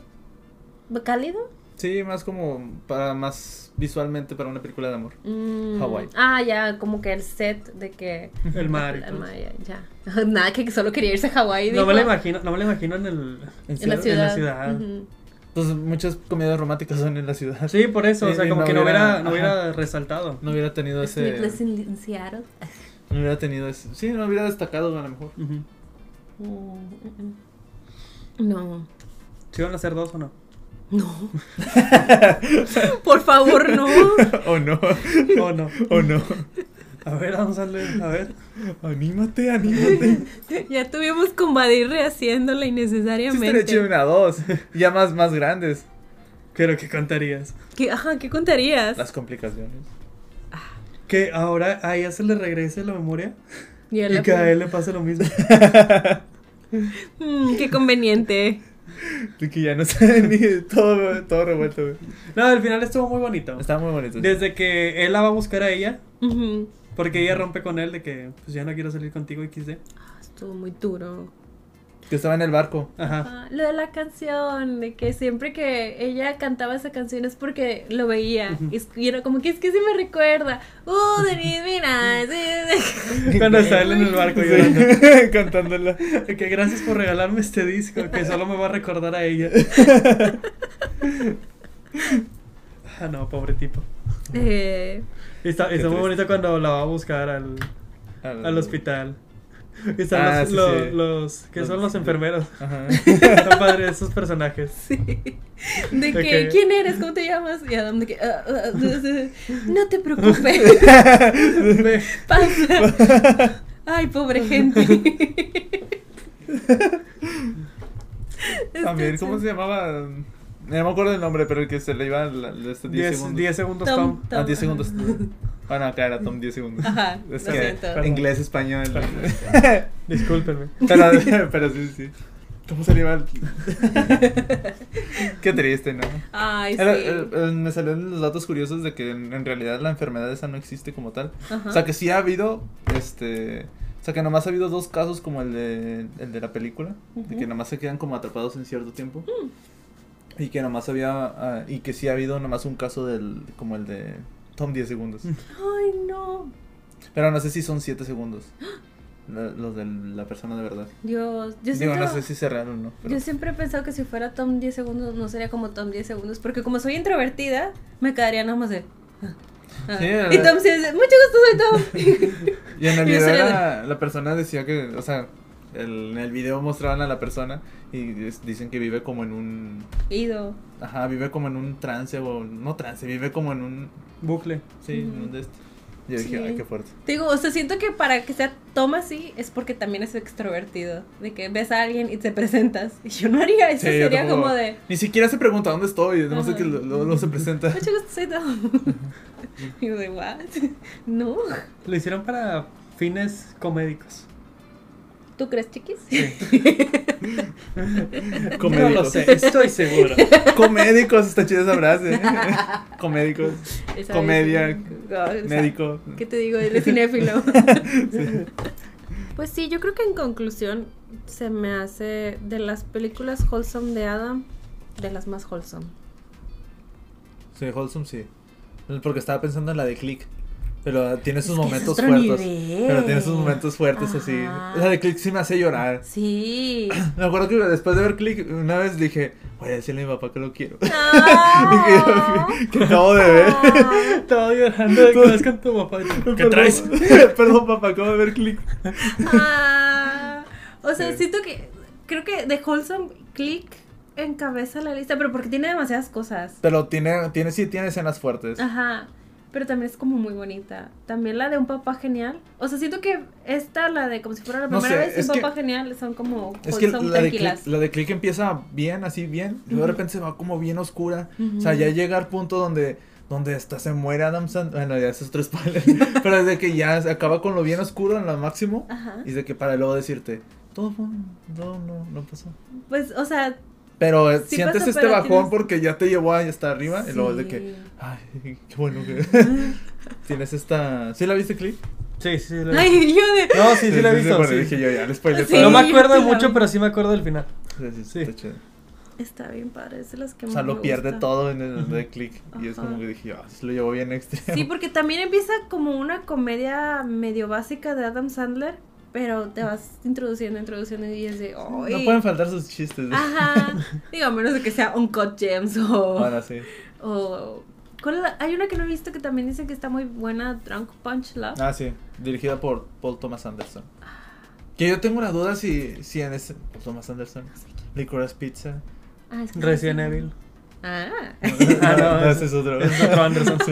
[SPEAKER 1] ¿cálido?
[SPEAKER 3] Sí, más como para más visualmente para una película de amor.
[SPEAKER 1] Mm,
[SPEAKER 3] Hawái.
[SPEAKER 1] Ah, ya, como que el set de que.
[SPEAKER 2] El mar. y
[SPEAKER 1] la
[SPEAKER 2] todo.
[SPEAKER 1] Maya, ya. Nada, que solo quería irse a Hawái.
[SPEAKER 2] No
[SPEAKER 1] dijo,
[SPEAKER 2] me lo imagino, no me lo imagino en el.
[SPEAKER 1] En la
[SPEAKER 3] Seattle?
[SPEAKER 1] ciudad.
[SPEAKER 2] ciudad.
[SPEAKER 1] Ujú.
[SPEAKER 3] Entonces muchas comedias románticas son en la ciudad.
[SPEAKER 2] Ah, Sí, por eso, o
[SPEAKER 3] Sí,
[SPEAKER 2] sea,
[SPEAKER 3] sí,
[SPEAKER 2] como
[SPEAKER 3] no
[SPEAKER 2] que no hubiera,
[SPEAKER 3] hubiera-
[SPEAKER 2] no hubiera resaltado.
[SPEAKER 3] No hubiera tenido ese...
[SPEAKER 1] Sleepless in in Seattle.
[SPEAKER 3] No hubiera tenido ese... Sí, no hubiera destacado a lo mejor.
[SPEAKER 2] Ujú.
[SPEAKER 1] Mm, mm, mm. No.
[SPEAKER 2] ¿Sí van a ser dos o no?
[SPEAKER 1] No. Por favor, no.
[SPEAKER 3] o no,
[SPEAKER 2] O no.
[SPEAKER 3] o no.
[SPEAKER 2] A ver, vamos a leer, a ver.
[SPEAKER 3] Anímate, anímate.
[SPEAKER 1] Ya tuvimos con Badir rehaciéndola
[SPEAKER 3] Sí estaría
[SPEAKER 1] innecesariamente.
[SPEAKER 3] chido una dos. Ya más, más grandes.
[SPEAKER 2] Creo que contarías.
[SPEAKER 1] ¿Qué, ajá, ¿qué contarías?
[SPEAKER 3] Las complicaciones.
[SPEAKER 2] Que ahora a ella se le regrese la memoria
[SPEAKER 1] Y a la-
[SPEAKER 2] y que a él le pase lo mismo.
[SPEAKER 1] Mm, qué conveniente.
[SPEAKER 3] De que ya no sabe ni todo, todo revuelto, güey.
[SPEAKER 2] No, al final estuvo muy bonito.
[SPEAKER 3] Está muy bonito.
[SPEAKER 2] Desde que él la va a buscar a ella,
[SPEAKER 1] Ujú.
[SPEAKER 2] porque ella rompe con él de que pues ya no quiero salir contigo y quise.
[SPEAKER 1] Estuvo muy duro.
[SPEAKER 3] Que estaba en el barco.
[SPEAKER 2] Ajá.
[SPEAKER 1] Ah, lo de la canción, de que siempre que ella cantaba esa canción es porque lo veía.
[SPEAKER 2] Ujú.
[SPEAKER 1] Y es- Y era como que es que sí me recuerda. Uh, Denise, mira. sí, sí.
[SPEAKER 2] Cuando está él en el barco
[SPEAKER 3] Sí,
[SPEAKER 2] llorando.
[SPEAKER 3] cantándola.
[SPEAKER 2] De Que gracias por regalarme este disco, que solo me va a recordar a ella. Ah, no, pobre tipo.
[SPEAKER 1] Eh,
[SPEAKER 2] Y Está,
[SPEAKER 3] Qué
[SPEAKER 2] está muy
[SPEAKER 3] triste.
[SPEAKER 2] bonito cuando la va a buscar al, al hospital. Y Están
[SPEAKER 3] Ah,
[SPEAKER 2] los,
[SPEAKER 3] sí,
[SPEAKER 2] lo-
[SPEAKER 3] sí.
[SPEAKER 2] los- que son los enfermeros.
[SPEAKER 3] Ajá.
[SPEAKER 2] Están padres esos personajes.
[SPEAKER 1] sí. De
[SPEAKER 2] De
[SPEAKER 1] que,
[SPEAKER 2] que-
[SPEAKER 1] ¿quién eres? ¿Cómo te llamas? Y Adam, de que, "Ah, ah, ah, no te preocupes.
[SPEAKER 2] Ve,
[SPEAKER 1] Pasa. Ay, pobre gente.
[SPEAKER 3] También, ¿cómo se llamaba? No me acuerdo el nombre, pero el que se le iba a 10
[SPEAKER 2] 10
[SPEAKER 3] este segundos.
[SPEAKER 2] 10 segundos, Tom.
[SPEAKER 1] Tom.
[SPEAKER 3] Ah, 10 segundos. Bueno, acá era Tom 10 segundos.
[SPEAKER 1] Ajá, lo
[SPEAKER 3] Es que
[SPEAKER 1] siento.
[SPEAKER 3] inglés, español.
[SPEAKER 2] Discúlpenme.
[SPEAKER 3] pero, pero sí, sí. ¿Cómo se le iba? el- Qué triste, ¿no?
[SPEAKER 1] Ay, sí.
[SPEAKER 3] Era- eh, eh, me salieron los datos curiosos de que en, en realidad la enfermedad esa no existe como tal.
[SPEAKER 1] Ajá.
[SPEAKER 3] O sea, que sí ha habido, este... O sea, que nomás ha habido dos casos como el de, el de la película, de que
[SPEAKER 1] Ujú. Mm.
[SPEAKER 3] nomás se quedan como atrapados en cierto tiempo. Y que nomás había... ah, y que sí ha habido nomás un caso del... como el de Tom 10 segundos.
[SPEAKER 1] Ay, no.
[SPEAKER 3] Pero no sé si son 7 segundos. la- Los de la persona de verdad.
[SPEAKER 1] Dios, yo
[SPEAKER 3] Digo,
[SPEAKER 1] siento...
[SPEAKER 3] no sé si es real o no. pero-
[SPEAKER 1] Yo siempre he pensado que si fuera Tom 10 segundos no sería como Tom 10 segundos, porque como soy introvertida, me quedaría nada más de... ah, ah.
[SPEAKER 3] Sí, eh.
[SPEAKER 1] y
[SPEAKER 3] ¿verdad?
[SPEAKER 1] Tom sí dice, mucho gusto, soy Tom.
[SPEAKER 3] Y en el
[SPEAKER 1] Yo
[SPEAKER 3] video
[SPEAKER 1] soy la-
[SPEAKER 3] la, la persona decía que, o sea, el- en el video mostraban a la persona y es- dicen que vive como en un...
[SPEAKER 1] Ido.
[SPEAKER 3] Ajá, vive como en un trance o... No trance, vive como en un...
[SPEAKER 2] Bucle.
[SPEAKER 3] Sí, en
[SPEAKER 1] Ujú.
[SPEAKER 3] un de este. Yo dije,
[SPEAKER 1] Sí.
[SPEAKER 3] ay, qué fuerte.
[SPEAKER 1] Te digo, o sea, siento que para que sea toma así es porque también es extrovertido. De que ves a alguien y te presentas. Y yo no haría eso,
[SPEAKER 3] Sí, yo
[SPEAKER 1] sería
[SPEAKER 3] tampoco-
[SPEAKER 1] como de.
[SPEAKER 3] Ni siquiera se pregunta dónde estoy, no sé
[SPEAKER 1] Ajá.
[SPEAKER 3] que lo- lo- lo se presenta.
[SPEAKER 1] Mucho gusto, soy Dom. Y yo de, ¿what? No.
[SPEAKER 2] Lo hicieron para fines comédicos.
[SPEAKER 1] ¿Tú crees, chiquis?
[SPEAKER 2] No lo
[SPEAKER 3] Comédicos.
[SPEAKER 2] sé, estoy seguro.
[SPEAKER 3] Comédicos, está chida esa frase. Comédicos.
[SPEAKER 1] Esa
[SPEAKER 3] Comedia,
[SPEAKER 1] vez- Ah, o sea,
[SPEAKER 3] Médico.
[SPEAKER 1] ¿Qué te digo? Él es cinéfilo. Pues sí, yo creo que en conclusión se me hace de las películas wholesome de Adam, de las más wholesome.
[SPEAKER 3] Sí, Wholesome sí. Porque estaba pensando en la de Click. Pero tiene sus
[SPEAKER 1] Es que es
[SPEAKER 3] momentos
[SPEAKER 1] otro
[SPEAKER 3] fuertes.
[SPEAKER 1] nivel.
[SPEAKER 3] Pero tiene sus momentos fuertes así.
[SPEAKER 1] Ajá.
[SPEAKER 3] La de Click sí me hace llorar.
[SPEAKER 1] Sí.
[SPEAKER 3] Me acuerdo que después de ver Click, una vez dije, voy a decirle a mi papá que lo quiero.
[SPEAKER 1] Ah.
[SPEAKER 3] que acabo de ver.
[SPEAKER 1] Ah.
[SPEAKER 2] Estaba llorando de que vas con tu papá. ¿Qué
[SPEAKER 3] Perdón.
[SPEAKER 2] traes?
[SPEAKER 3] Perdón, papá, acabo de ver Click.
[SPEAKER 1] Ah. O sea,
[SPEAKER 3] Sí.
[SPEAKER 1] siento que creo que de wholesome click encabeza la lista, pero porque tiene demasiadas cosas.
[SPEAKER 3] Pero tiene, tiene, sí, tiene escenas fuertes.
[SPEAKER 1] Ajá. Pero también es como muy bonita. También la de un papá genial. O sea, siento que esta, la de como si fuera la
[SPEAKER 3] No
[SPEAKER 1] primera
[SPEAKER 3] sé,
[SPEAKER 1] vez,
[SPEAKER 3] es
[SPEAKER 1] un
[SPEAKER 3] que-
[SPEAKER 1] papá genial, son como
[SPEAKER 3] Es que
[SPEAKER 1] Pues son
[SPEAKER 3] la de,
[SPEAKER 1] tranquilas.
[SPEAKER 3] click, la de Click empieza bien, así bien, y luego de
[SPEAKER 1] Ujú.
[SPEAKER 3] repente se va como bien oscura. O sea,
[SPEAKER 1] Ujú.
[SPEAKER 3] ya llega al punto donde, donde hasta se muere Adam Sandler. Bueno, ya ese es otro spoiler. pero desde que ya se acaba con lo bien oscuro en lo máximo.
[SPEAKER 1] Ajá.
[SPEAKER 3] Y de que para luego decirte, todo fue un- no, no, no pasó.
[SPEAKER 1] Pues, o sea.
[SPEAKER 3] Pero eh,
[SPEAKER 1] Sí
[SPEAKER 3] sientes
[SPEAKER 1] pasó,
[SPEAKER 3] este
[SPEAKER 1] pero
[SPEAKER 3] bajón
[SPEAKER 1] tienes-
[SPEAKER 3] porque ya te llevó ahí hasta arriba. Y luego es de que,
[SPEAKER 1] sí.
[SPEAKER 3] ay, qué bueno que. Tienes esta. ¿Sí la viste, Click?
[SPEAKER 2] Sí, sí, sí. la vi.
[SPEAKER 1] Ay, yo de.
[SPEAKER 2] No, Ah, sí, sí, la he visto.
[SPEAKER 3] bueno,
[SPEAKER 2] sí.
[SPEAKER 3] Dije yo, ya, les spoilé
[SPEAKER 1] Ah, Sí.
[SPEAKER 2] No
[SPEAKER 3] todo.
[SPEAKER 2] me
[SPEAKER 1] yo
[SPEAKER 2] acuerdo
[SPEAKER 1] sí
[SPEAKER 2] de
[SPEAKER 1] la
[SPEAKER 2] mucho,
[SPEAKER 1] vi.
[SPEAKER 2] pero sí me acuerdo del final.
[SPEAKER 3] Sí, sí,
[SPEAKER 2] Sí.
[SPEAKER 3] está chido.
[SPEAKER 1] Está bien padre, es de las que
[SPEAKER 3] O
[SPEAKER 1] más.
[SPEAKER 3] sea, lo
[SPEAKER 1] me
[SPEAKER 3] pierde
[SPEAKER 1] gusta.
[SPEAKER 3] todo en el de click. Y es como
[SPEAKER 1] Ajá.
[SPEAKER 3] que dije, ah, se lo llevó bien extremo.
[SPEAKER 1] Sí, porque también empieza como una comedia medio básica de Adam Sandler, pero te vas introduciendo, introduciendo y es de. "Ay".
[SPEAKER 3] No pueden faltar sus chistes. ¿no?
[SPEAKER 1] Ajá. Digo, a menos de que sea Uncut Gems o.
[SPEAKER 3] Bueno, sí.
[SPEAKER 1] O. ¿cuál es la- Hay una que no he visto que también dicen que está muy buena, Drunk Punch Love.
[SPEAKER 3] Ah, sí. Dirigida por Paul Thomas Anderson. Que yo tengo una duda si, si en ese. Paul Thomas Anderson. Licorice Pizza.
[SPEAKER 1] Ah, es que-
[SPEAKER 2] Resident Evil.
[SPEAKER 1] Ah.
[SPEAKER 2] Ah, no,
[SPEAKER 3] ese es otro.
[SPEAKER 2] es otro Anderson,
[SPEAKER 3] sí.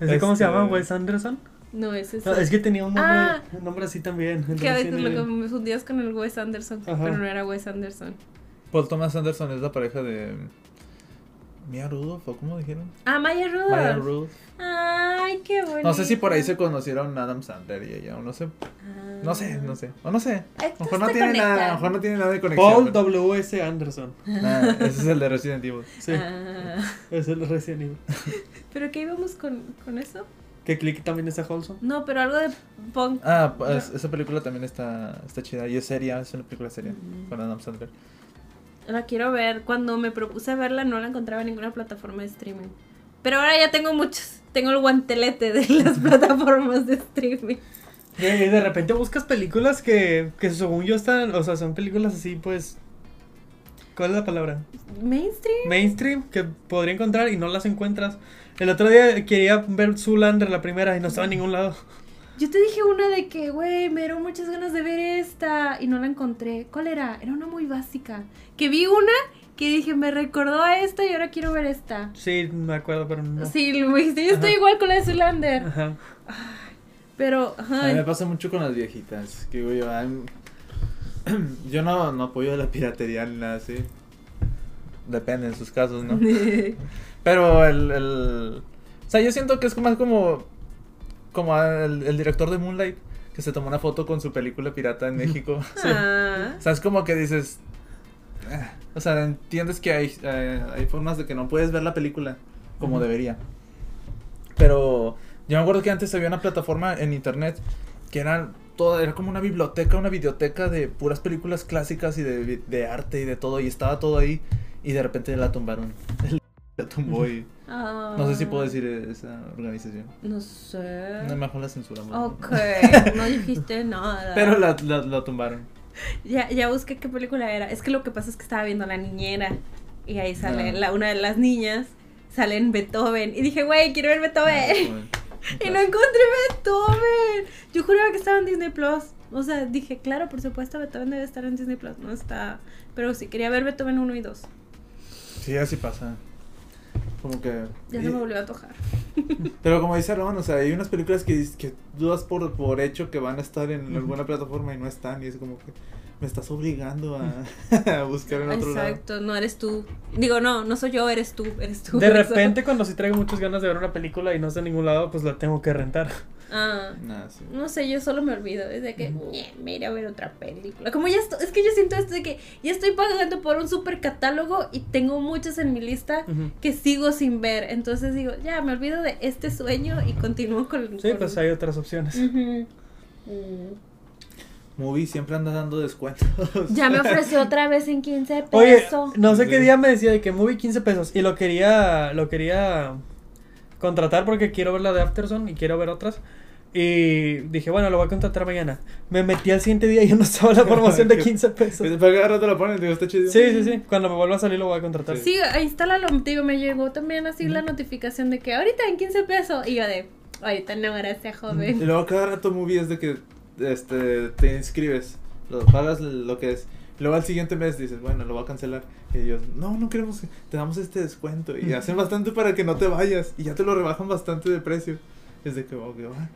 [SPEAKER 2] ¿Ese ¿Cómo se
[SPEAKER 3] Este-
[SPEAKER 2] llama? ¿Wes Anderson?
[SPEAKER 1] No, es eso.
[SPEAKER 2] No, es que tenía un nombre,
[SPEAKER 1] Ah.
[SPEAKER 2] un nombre así también.
[SPEAKER 1] que a veces
[SPEAKER 2] Resident
[SPEAKER 1] lo
[SPEAKER 2] Evil.
[SPEAKER 1] confundías con el Wes Anderson,
[SPEAKER 2] Ajá.
[SPEAKER 1] pero no era Wes Anderson.
[SPEAKER 3] Paul Thomas Anderson es la pareja de. Mia Rudolph, ¿o cómo dijeron?
[SPEAKER 1] Ah, Maya Rudolph.
[SPEAKER 3] Maya Rudolph.
[SPEAKER 1] Ay, qué bonito.
[SPEAKER 3] No sé si por ahí se conocieron Adam Sandler y ella, o no sé. No
[SPEAKER 1] Mm.
[SPEAKER 3] sé, no sé. O no sé. A lo
[SPEAKER 1] Estos
[SPEAKER 3] mejor no
[SPEAKER 1] te
[SPEAKER 3] tiene nada, a
[SPEAKER 1] conectan.
[SPEAKER 3] lo mejor no tiene nada de conexión.
[SPEAKER 2] Paul
[SPEAKER 3] pero-
[SPEAKER 2] W.S. Anderson.
[SPEAKER 3] Ah, ese es el de Resident Evil.
[SPEAKER 2] Sí,
[SPEAKER 1] Ah,
[SPEAKER 2] es el Resident Evil.
[SPEAKER 1] ¿Pero qué íbamos con, con eso?
[SPEAKER 2] Que click también está Holson.
[SPEAKER 1] No, pero algo de punk.
[SPEAKER 3] Ah, pues, esa película también está, está chida. Y es seria, es una película seria.
[SPEAKER 1] Ujú.
[SPEAKER 3] Con Adam Sandler.
[SPEAKER 1] La quiero ver. Cuando me propuse verla no la encontraba en ninguna plataforma de streaming. Pero ahora ya tengo muchos. Tengo el guantelete de las plataformas de streaming.
[SPEAKER 2] Y de repente buscas películas que, que según yo están, o sea, son películas así, pues... ¿Cuál es la palabra?
[SPEAKER 1] Mainstream.
[SPEAKER 2] mainstream que podría encontrar y no las encuentras. El otro día quería ver Zoolander la primera y no estaba en ningún lado.
[SPEAKER 1] Yo te dije una de que, güey, me dieron muchas ganas de ver esta y no la encontré. ¿Cuál era? Era una muy básica. Que vi una que dije, me recordó a esta y ahora quiero ver esta.
[SPEAKER 2] Sí, me acuerdo, pero
[SPEAKER 3] Ah.
[SPEAKER 2] no.
[SPEAKER 1] Sí, me dijiste, yo estoy
[SPEAKER 2] Ajá.
[SPEAKER 1] igual con la de Zulander.
[SPEAKER 2] Ajá.
[SPEAKER 1] Pero,
[SPEAKER 3] A mí me
[SPEAKER 1] ajá.
[SPEAKER 3] pasa mucho con las viejitas. Que digo yo, ay, yo no, no apoyo la piratería ni nada así. Depende en sus casos, ¿no? Pero el, el- O sea, yo siento que es más como. Como el, el director de Moonlight. Que se tomó una foto con su película pirata en México.
[SPEAKER 1] Ah.
[SPEAKER 3] O sea, es como que dices. "Ah", O sea, entiendes que hay, eh, hay formas de que no puedes ver la película como
[SPEAKER 2] Ujú.
[SPEAKER 3] debería. Pero yo me acuerdo que antes había una plataforma en internet que era toda, era como una biblioteca, una videoteca de puras películas clásicas y de, vi- de arte y de todo, y estaba todo ahí, y de repente la tumbaron. La tumbó y.
[SPEAKER 1] Ah.
[SPEAKER 3] No sé si puedo decir esa organización.
[SPEAKER 1] No sé.
[SPEAKER 3] No, mejor la censuramos.
[SPEAKER 1] Ah. Ok, no dijiste nada.
[SPEAKER 3] Pero la, la, la tumbaron.
[SPEAKER 1] Ya, ya busqué qué película era. Es que lo que pasa es que estaba viendo La Niñera. Y ahí sale
[SPEAKER 3] Ah.
[SPEAKER 1] la, una de las niñas. Sale en Beethoven. Y dije, güey, quiero ver Beethoven.
[SPEAKER 3] Ah,
[SPEAKER 1] y no encontré Beethoven. Yo juraba que estaba en Disney Plus. O sea, dije, claro, por supuesto, Beethoven debe estar en Disney Plus. No está. Pero sí, quería ver Beethoven 1 y 2.
[SPEAKER 3] Sí, así pasa. Como que.
[SPEAKER 1] Ya
[SPEAKER 3] y-
[SPEAKER 1] se me volvió a antojar.
[SPEAKER 3] Pero como dice Ron, o sea, hay unas películas que, dices- que dudas por, por hecho que van a estar en alguna plataforma y no están, y es como que me estás obligando a, a buscar en otro lado.
[SPEAKER 1] Exacto, no eres tú. Digo, no, no soy yo, eres tú, eres tú.
[SPEAKER 2] De
[SPEAKER 1] O sea,
[SPEAKER 2] repente, cuando sí traigo muchas ganas de ver una película y no está en ningún lado, pues la tengo que rentar.
[SPEAKER 1] Ah,
[SPEAKER 3] Nah, sí.
[SPEAKER 1] no sé, yo solo me olvido. Es de que, "Ñe, me iré a ver otra película. Como ya estoy, es que yo siento esto de que ya estoy pagando por un super catálogo y tengo muchas en mi lista
[SPEAKER 2] Ujú.
[SPEAKER 1] que sigo sin ver. Entonces digo, ya, me olvido de este sueño y continúo con
[SPEAKER 2] Sí,
[SPEAKER 1] con-
[SPEAKER 2] pues hay otras opciones.
[SPEAKER 1] Ujú. Mm.
[SPEAKER 3] Movie siempre anda dando descuentos.
[SPEAKER 1] Ya me ofreció otra vez en 15 pesos.
[SPEAKER 2] Oye, no sé qué
[SPEAKER 3] Sí.
[SPEAKER 2] día me decía de que movie 15 pesos y lo quería lo quería contratar porque quiero ver la de Afterson y quiero ver otras. Y dije, bueno, lo voy a contratar mañana. Me metí al siguiente día y ya no estaba la promoción de 15 pesos.
[SPEAKER 3] Pero cada rato la ponen, digo, está chido.
[SPEAKER 2] Sí, sí, sí. Cuando me vuelva a salir lo voy a contratar.
[SPEAKER 1] Sí, ahí está la lo- digo, me llegó también así la notificación de que ahorita en 15 pesos. Y yo de, ahorita no, gracias,
[SPEAKER 3] Y
[SPEAKER 1] joven.
[SPEAKER 3] luego cada rato movie es de que este, te inscribes, lo pagas lo que es. Y Luego al siguiente mes dices, bueno, lo voy a cancelar. Y ellos, no, no queremos, te damos este descuento. Y hacen bastante para que no te vayas. Y ya te lo rebajan bastante de precio. Es de que, ok, va.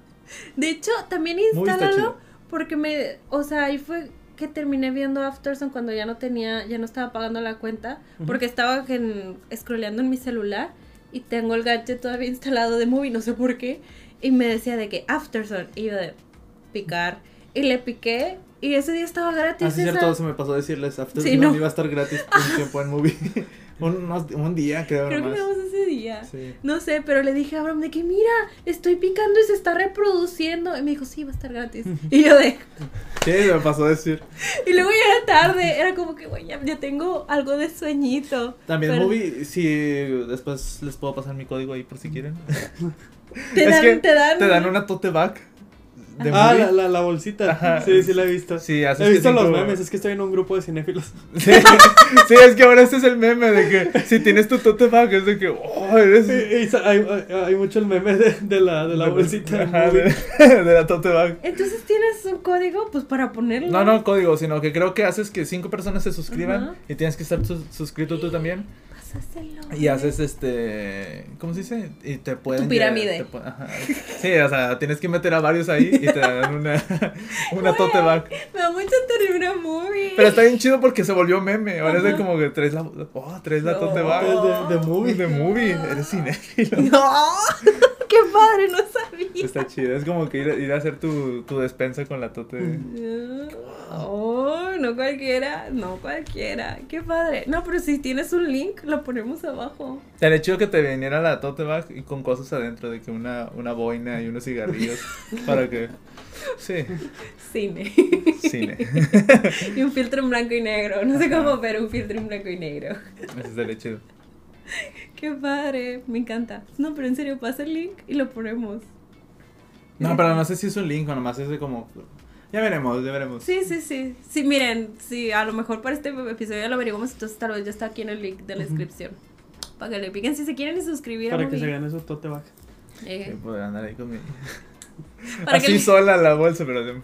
[SPEAKER 1] De hecho, también
[SPEAKER 3] Movie está
[SPEAKER 1] instálalo
[SPEAKER 3] chido.
[SPEAKER 1] porque me, o sea, ahí fue que terminé viendo Afterson cuando ya no tenía, ya no estaba pagando la cuenta
[SPEAKER 2] Ujú.
[SPEAKER 1] porque estaba en, scrolleando en mi celular y tengo el gadget todavía instalado de movie, no sé por qué. Y me decía de que Afterson. Y yo de, picar. Y le piqué y ese día estaba gratis.
[SPEAKER 3] Así Ah, es
[SPEAKER 1] esa-
[SPEAKER 3] cierto, se me pasó decirles, After
[SPEAKER 1] Sí,
[SPEAKER 3] Sun
[SPEAKER 1] no.
[SPEAKER 3] iba a estar gratis por un tiempo en movie. un, unos- un día, creo,
[SPEAKER 1] Creo que
[SPEAKER 3] nomás.
[SPEAKER 1] vamos ese día.
[SPEAKER 3] Sí.
[SPEAKER 1] No sé, pero le dije a Abraham de que mira, estoy picando y se está reproduciendo. Y me dijo, sí, va a estar gratis. Y yo de.
[SPEAKER 3] Sí, se me pasó decir.
[SPEAKER 1] Y luego ya era tarde. Era como que, güey, ya, ya tengo algo de sueñito.
[SPEAKER 3] También
[SPEAKER 1] Pero
[SPEAKER 3] movie, sí, después les puedo pasar mi código ahí por si quieren.
[SPEAKER 1] Te
[SPEAKER 2] Es
[SPEAKER 1] dan,
[SPEAKER 2] que
[SPEAKER 1] te dan.
[SPEAKER 3] Te dan una tote bag de
[SPEAKER 2] Ah,
[SPEAKER 3] movie.
[SPEAKER 2] la, la, la bolsita.
[SPEAKER 3] Ajá.
[SPEAKER 2] Sí, sí, la he visto.
[SPEAKER 3] Sí, haces
[SPEAKER 2] he
[SPEAKER 3] que
[SPEAKER 2] visto los
[SPEAKER 3] cinco-
[SPEAKER 2] memes. Es que estoy en un grupo de cinéfilos.
[SPEAKER 3] Sí, sí, es que ahora este es el meme de que si tienes tu tote bag es de que, oh, eres...
[SPEAKER 2] Y- y sa- hay, hay- hay mucho el meme de, de la, ah, de la bolsita. del
[SPEAKER 3] Ajá,
[SPEAKER 2] movie.
[SPEAKER 3] de, de la tote bag.
[SPEAKER 1] Entonces tienes un código, pues para ponerlo.
[SPEAKER 3] No, no código, sino que creo que haces que cinco personas se suscriban
[SPEAKER 1] Ajá.
[SPEAKER 3] y tienes que estar sus- suscrito tú también
[SPEAKER 1] Pásaselo.
[SPEAKER 3] y haces este, ¿cómo se dice? Y te pueden...
[SPEAKER 1] Tu
[SPEAKER 3] ya-
[SPEAKER 1] pirámide.
[SPEAKER 3] te pu- ajá. Sí, o sea, tienes que meter a varios ahí y te dan una, una tote bag.
[SPEAKER 1] Me da mucha ternura movie.
[SPEAKER 3] Pero está bien chido porque se volvió meme. Ahora es de
[SPEAKER 1] Ajá.
[SPEAKER 3] como que traes la, oh, traes la
[SPEAKER 1] No.
[SPEAKER 3] tote bag.
[SPEAKER 1] De- de
[SPEAKER 3] movie. De movie, eres cinéfilo.
[SPEAKER 1] No, qué padre, no sabía.
[SPEAKER 3] Está chido, es como que ir, a- ir a hacer tu, tu despensa con la tote.
[SPEAKER 1] Oh, no cualquiera, no cualquiera. Qué padre. No, pero si tienes un link, lo ponemos abajo.
[SPEAKER 3] Estaría chido que te viniera la tote bag y con cosas adentro, de que una, una boina y unos cigarrillos para que... Sí,
[SPEAKER 1] Cine.
[SPEAKER 3] cine.
[SPEAKER 1] y un filtro en blanco y negro. No sé cómo, pero un filtro en blanco y negro.
[SPEAKER 3] Eso estaría chido.
[SPEAKER 1] Qué padre. Me encanta. No, pero en serio, pasa el link y lo ponemos.
[SPEAKER 3] No, pero no sé si es un link o nomás es de como... Ya veremos, ya veremos.
[SPEAKER 1] Sí, sí, sí. Sí, miren, sí, a lo mejor para este episodio ya lo averiguamos, entonces tal vez ya está aquí en el link de la descripción. Para que le piquen si se quieren y suscribir a
[SPEAKER 2] Para que se
[SPEAKER 1] Movie.
[SPEAKER 2] gane su tote bag.
[SPEAKER 3] Que
[SPEAKER 1] Eh,
[SPEAKER 3] podrá andar ahí con mi...
[SPEAKER 1] para que
[SPEAKER 3] Así
[SPEAKER 1] le-
[SPEAKER 3] sola la bolsa, pero de,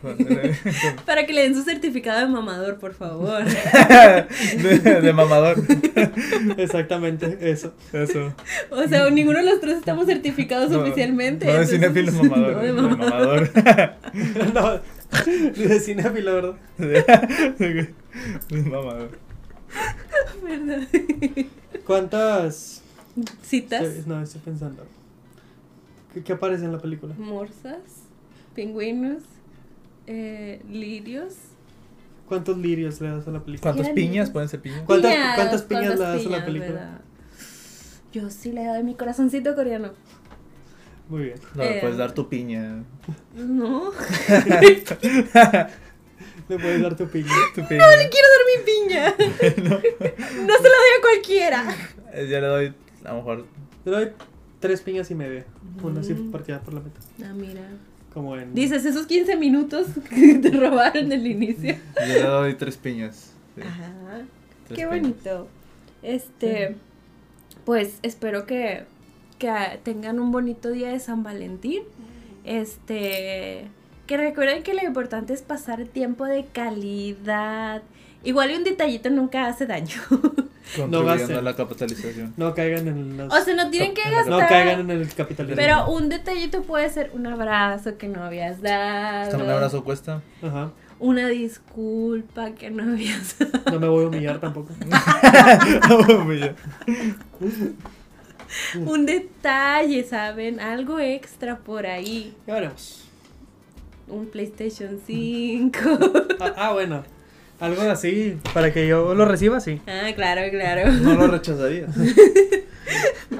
[SPEAKER 1] Para que le den su certificado de mamador, por favor.
[SPEAKER 3] de, de mamador.
[SPEAKER 2] Exactamente, eso.
[SPEAKER 3] Eso.
[SPEAKER 1] O sea, ninguno de los tres estamos certificados
[SPEAKER 3] No,
[SPEAKER 1] oficialmente.
[SPEAKER 3] No, de
[SPEAKER 1] entonces-
[SPEAKER 3] cinéfilo mamador.
[SPEAKER 1] No,
[SPEAKER 3] de
[SPEAKER 1] de mamador.
[SPEAKER 3] mamador.
[SPEAKER 2] no, de cinéfilo, ¿verdad?
[SPEAKER 3] De- de mamador.
[SPEAKER 1] ¿Verdad?
[SPEAKER 2] ¿Cuántas?
[SPEAKER 1] Citas,
[SPEAKER 2] Sí, No, estoy pensando. ¿Qué, qué aparece en la película?
[SPEAKER 1] morsas, pingüinos, eh, lirios.
[SPEAKER 2] ¿Cuántos lirios le das a la película?
[SPEAKER 3] ¿Cuántas
[SPEAKER 1] Eran-
[SPEAKER 3] piñas? ¿Pueden ser
[SPEAKER 1] Eh.
[SPEAKER 3] piñas?
[SPEAKER 2] ¿Cuántas- cuántas piñas le das a la
[SPEAKER 1] piñas,
[SPEAKER 2] película?
[SPEAKER 1] verdad? Yo sí le doy mi corazoncito coreano.
[SPEAKER 2] Muy bien.
[SPEAKER 3] No,
[SPEAKER 1] Eh,
[SPEAKER 3] puedes dar tu piña.
[SPEAKER 1] No,
[SPEAKER 2] Le puedes dar tu piña.
[SPEAKER 3] Tu piña.
[SPEAKER 1] quiero dar mi piña. no. se la doy a cualquiera.
[SPEAKER 3] Eh, Yo le doy, a lo mejor,
[SPEAKER 2] Le doy tres piñas y media. Una así
[SPEAKER 1] Mm.
[SPEAKER 2] partida por la mitad.
[SPEAKER 1] Ah, mira.
[SPEAKER 2] Como en.
[SPEAKER 1] Dices, esos 15 minutos que te robaron del inicio.
[SPEAKER 3] yo le doy tres piñas. Sí,
[SPEAKER 1] Ajá.
[SPEAKER 3] tres
[SPEAKER 1] Qué
[SPEAKER 3] piñas.
[SPEAKER 1] bonito. Este, pues espero que, que tengan un bonito día de San Valentín. Este, Que recuerden que lo importante es pasar tiempo de calidad. Igual y un detallito nunca hace daño.
[SPEAKER 2] No va a ser.
[SPEAKER 3] Contribuyendo a la capitalización.
[SPEAKER 2] No caigan en los.
[SPEAKER 1] o sea, no tienen que gastar.
[SPEAKER 2] no caigan en el capitalismo.
[SPEAKER 1] Pero un detallito puede ser un abrazo que no habías dado.
[SPEAKER 3] Hasta un abrazo cuesta.
[SPEAKER 2] Ajá.
[SPEAKER 1] Una disculpa que no habías dado.
[SPEAKER 2] No me voy a humillar tampoco.
[SPEAKER 1] Un detalle, ¿saben? Algo extra por ahí.
[SPEAKER 2] Ya veremos.
[SPEAKER 1] Un PlayStation 5.
[SPEAKER 2] Ah, ah, bueno. Algo así, para que yo lo reciba, sí.
[SPEAKER 1] ah, claro, claro.
[SPEAKER 3] No lo rechazaría.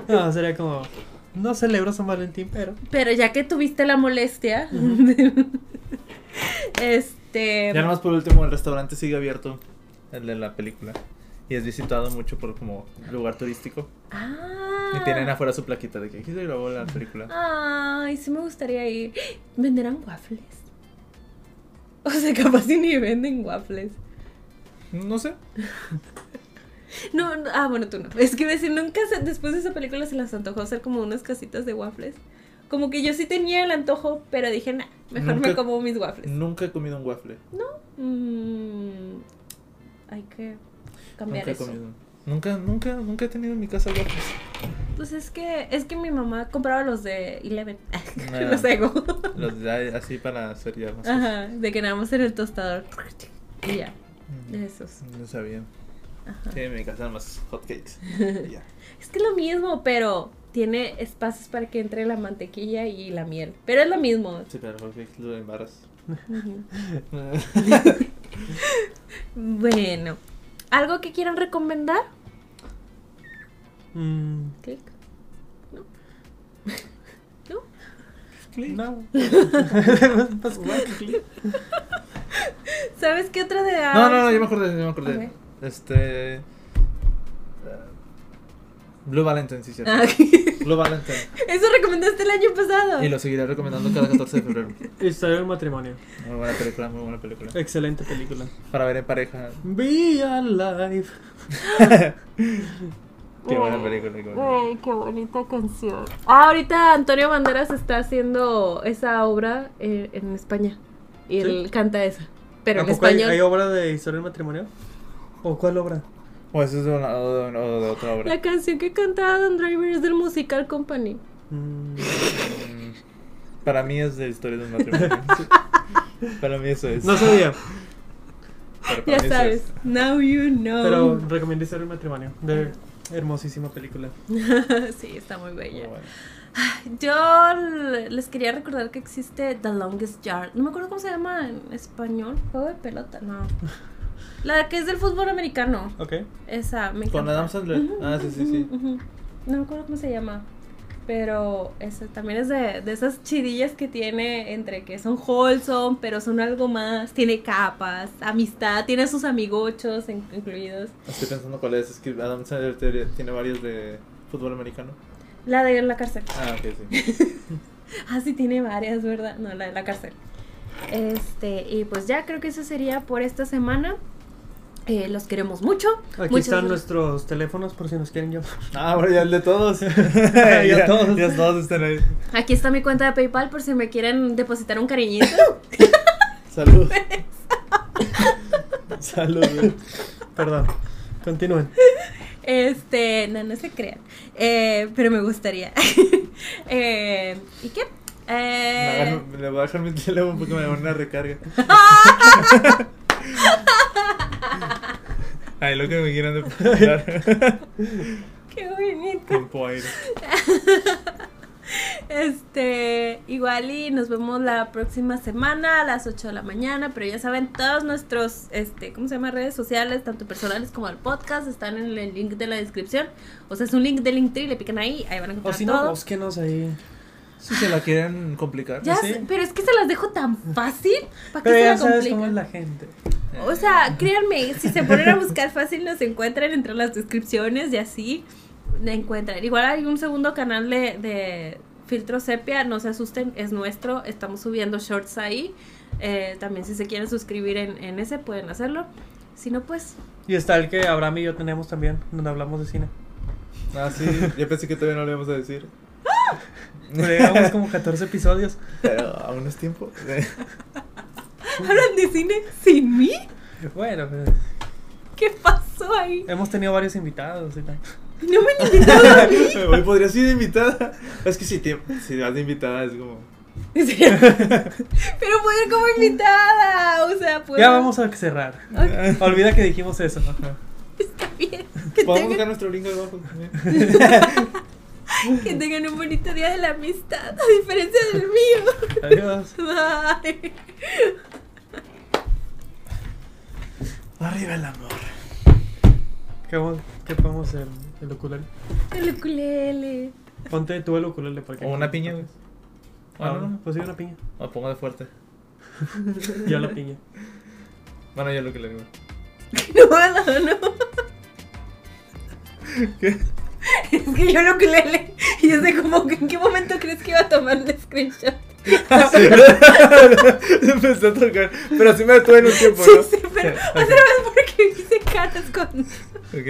[SPEAKER 2] No, sería como. No celebro San Valentín, pero.
[SPEAKER 1] Pero ya que tuviste la molestia, este.
[SPEAKER 3] Ya nomás por último, el restaurante sigue abierto, el de la película. Y es visitado mucho por como lugar turístico.
[SPEAKER 1] Ah.
[SPEAKER 3] Y tienen afuera su plaquita de que aquí se grabó la película.
[SPEAKER 1] Ay, sí me gustaría ir. ¿Venderán waffles? O sea, capaz y ni venden waffles.
[SPEAKER 3] No sé.
[SPEAKER 1] No, no, ah, bueno, tú no. Es que iba a decir, nunca se- después de esa película se les antojó hacer como unas casitas de waffles. Como que yo sí tenía el antojo, pero dije, nah, mejor me
[SPEAKER 3] Nunca-
[SPEAKER 1] como mis waffles.
[SPEAKER 3] Nunca he comido un waffle.
[SPEAKER 1] Mm, hay que cambiar
[SPEAKER 3] Nunca he
[SPEAKER 1] eso.
[SPEAKER 3] comido. Nunca, nunca, nunca he tenido en mi casa waffles.
[SPEAKER 1] Pues es que, es que mi mamá compraba los de Eleven,
[SPEAKER 3] Ah.
[SPEAKER 1] los Ego.
[SPEAKER 3] Los de- así para hacer ya más.
[SPEAKER 1] Ajá, de que nada más era el tostador. Y ya,
[SPEAKER 3] Mm,
[SPEAKER 1] esos. Ah.
[SPEAKER 3] No sabía.
[SPEAKER 1] Ajá.
[SPEAKER 3] Sí, en mi casa eran más hotcakes. Y ya.
[SPEAKER 1] Es que es lo mismo, pero tiene espacios para que entre la mantequilla y la miel. Pero es lo mismo.
[SPEAKER 3] Sí, pero hotcakes lo embarras.
[SPEAKER 1] Ujú. Ah, Bueno, ¿algo que quieran recomendar?
[SPEAKER 2] Mm,
[SPEAKER 1] Clic. No.
[SPEAKER 2] no. Pues,
[SPEAKER 1] ¿Sabes qué otra de
[SPEAKER 3] No, no, no, yo me acordé, yo me acordé.
[SPEAKER 1] Ok.
[SPEAKER 3] Este. eh, Blue Valentine, sí, cierto.
[SPEAKER 1] Ah, ok.
[SPEAKER 3] Blue Valentine.
[SPEAKER 1] Eso recomendaste el año pasado.
[SPEAKER 3] Y lo seguiré recomendando cada 14 de febrero.
[SPEAKER 2] Historia del matrimonio.
[SPEAKER 3] Muy buena película, muy buena película.
[SPEAKER 2] Excelente película.
[SPEAKER 3] Para ver en pareja.
[SPEAKER 2] Be alive.
[SPEAKER 3] Qué buena película. qué buena.
[SPEAKER 1] Güey, qué bonita canción. Ah, ahorita Antonio Banderas está haciendo esa obra eh, en España. Y él
[SPEAKER 2] ¿Sí?
[SPEAKER 1] canta esa. Pero
[SPEAKER 2] ¿A
[SPEAKER 1] en
[SPEAKER 2] poco hay,
[SPEAKER 1] español.
[SPEAKER 2] hay obra de historia del matrimonio? ¿O cuál obra?
[SPEAKER 3] O eso es de, una, o de, o de otra obra.
[SPEAKER 1] La canción que cantaba Adam Driver es del Musical Company.
[SPEAKER 2] Mm,
[SPEAKER 3] Mm, Para mí es de historia de un matrimonio. Para mí eso es.
[SPEAKER 2] no sabía,
[SPEAKER 3] Pero para
[SPEAKER 1] Ya
[SPEAKER 3] mí eso
[SPEAKER 1] sabes.
[SPEAKER 3] es.
[SPEAKER 1] Now you know.
[SPEAKER 2] pero recomiendo historia del matrimonio. De hermosísima película.
[SPEAKER 1] sí, está muy
[SPEAKER 3] Muy
[SPEAKER 1] bella.
[SPEAKER 3] buena.
[SPEAKER 1] Yo l- les quería recordar que existe The Longest Yard. No me acuerdo cómo se llama en español. Juego de pelota, no. La que es del fútbol americano.
[SPEAKER 2] Ok.
[SPEAKER 1] Esa, me
[SPEAKER 3] Con
[SPEAKER 1] encanta.
[SPEAKER 3] Adam Sandler.
[SPEAKER 1] Ujú,
[SPEAKER 3] Ah, sí, sí, sí.
[SPEAKER 1] ujú, ujú. No me acuerdo cómo se llama. Pero esa también es de, de esas chidillas que tiene entre que son wholesome, pero son algo más. Tiene capas, amistad, tiene a sus amigochos en- incluidos.
[SPEAKER 3] Estoy pensando cuál es. Es que Adam Sandler te- tiene varios de fútbol americano.
[SPEAKER 1] La de la cárcel.
[SPEAKER 3] Ah, ok, sí.
[SPEAKER 1] Ah, sí, tiene varias, ¿verdad? No, la de la cárcel. Este, y pues ya creo que eso sería por esta semana. Eh, los queremos mucho.
[SPEAKER 2] Aquí
[SPEAKER 1] Muchas gracias.
[SPEAKER 2] están nuestros teléfonos por si nos quieren llamar.
[SPEAKER 3] Ah, ahora ya el de todos.
[SPEAKER 2] Ya todos.
[SPEAKER 3] Ya todos están ahí.
[SPEAKER 1] Aquí está mi cuenta de PayPal por si me quieren depositar un cariñito.
[SPEAKER 3] Salud. Salud. güey.
[SPEAKER 2] Perdón. Continúen.
[SPEAKER 1] Este, no, no se crean. Eh, pero me gustaría. Eh, ¿Y qué?
[SPEAKER 3] Me
[SPEAKER 1] Eh,
[SPEAKER 3] agarro- Le voy a dejar mi teléfono porque me da una recarga. Ay, lo que me quieran depositar.
[SPEAKER 1] qué bonito.
[SPEAKER 3] Tiempo aire.
[SPEAKER 1] Este, igual y nos vemos la próxima semana a las 8 de la mañana, pero ya saben, todos nuestros, este, ¿cómo se llama? Redes sociales, tanto personales como el podcast, están en el link de la descripción. O sea, es un link de Linktree, le pican ahí, ahí van a
[SPEAKER 2] O
[SPEAKER 1] encontrar
[SPEAKER 2] si
[SPEAKER 1] todo.
[SPEAKER 2] no, búsquenos ahí.
[SPEAKER 3] Si se la quieren complicar.
[SPEAKER 1] Ya
[SPEAKER 2] sí.
[SPEAKER 1] sé, pero es que se las dejo tan fácil, ¿para qué
[SPEAKER 2] Pero
[SPEAKER 1] se
[SPEAKER 2] ya
[SPEAKER 1] la
[SPEAKER 2] sabes
[SPEAKER 1] complican?
[SPEAKER 2] cómo es la gente.
[SPEAKER 1] O sea, créanme, si se ponen a buscar fácil nos encuentran entre las descripciones y así la encuentran. Igual hay un segundo canal de, de Filtro Sepia, no se asusten, es nuestro, estamos subiendo shorts ahí. Eh, también si se quieren suscribir en, en ese pueden hacerlo. Si no, pues
[SPEAKER 2] Y está el que Abraham y yo tenemos también, donde hablamos de cine.
[SPEAKER 3] Ah, sí. Yo pensé que todavía no lo íbamos a decir.
[SPEAKER 2] Llevamos como 14 episodios.
[SPEAKER 3] Pero aún es tiempo.
[SPEAKER 1] ¿Hablan de cine sin mí?
[SPEAKER 2] Bueno, pues,
[SPEAKER 1] ¿Qué pasó ahí?
[SPEAKER 2] hemos tenido varios invitados. y tal.
[SPEAKER 1] No me han invitado a mí.
[SPEAKER 3] Hoy podría ser de invitada. Es que si, te, si vas de invitada es como.
[SPEAKER 1] En serio. Pero puedo ir como invitada. O sea, puedo.
[SPEAKER 2] Ya vamos a cerrar.
[SPEAKER 1] Ok.
[SPEAKER 2] Olvida que dijimos eso.
[SPEAKER 1] Está bien. Que
[SPEAKER 3] Podemos
[SPEAKER 1] tengan,
[SPEAKER 3] buscar nuestro brinco de abajo también.
[SPEAKER 1] que tengan un bonito día de la amistad. A diferencia del mío.
[SPEAKER 2] Adiós.
[SPEAKER 1] Bye.
[SPEAKER 3] Arriba el amor.
[SPEAKER 2] ¿Qué, vamos- qué podemos hacer? El ocular.
[SPEAKER 1] El ukulele.
[SPEAKER 2] Ponte tú el oculele para que.
[SPEAKER 3] O una piña, güey.
[SPEAKER 2] Ah,
[SPEAKER 3] Ah,
[SPEAKER 2] no,
[SPEAKER 3] no,
[SPEAKER 2] no, pues sí, una piña.
[SPEAKER 3] O pongo de fuerte.
[SPEAKER 2] Yo la piña.
[SPEAKER 3] Bueno, yo lo que le digo.
[SPEAKER 1] No, no, no. ¿Qué? Es que yo lo ukulele. Y es de como que en qué momento crees que iba a tomar el screenshot. Ah,
[SPEAKER 3] Empecé a tocar. Pero así me detuve en un tiempo,
[SPEAKER 1] Sí,
[SPEAKER 3] ¿no?
[SPEAKER 1] sí, pero
[SPEAKER 2] Sí,
[SPEAKER 1] otra vez porque hice caras con.
[SPEAKER 3] Ok.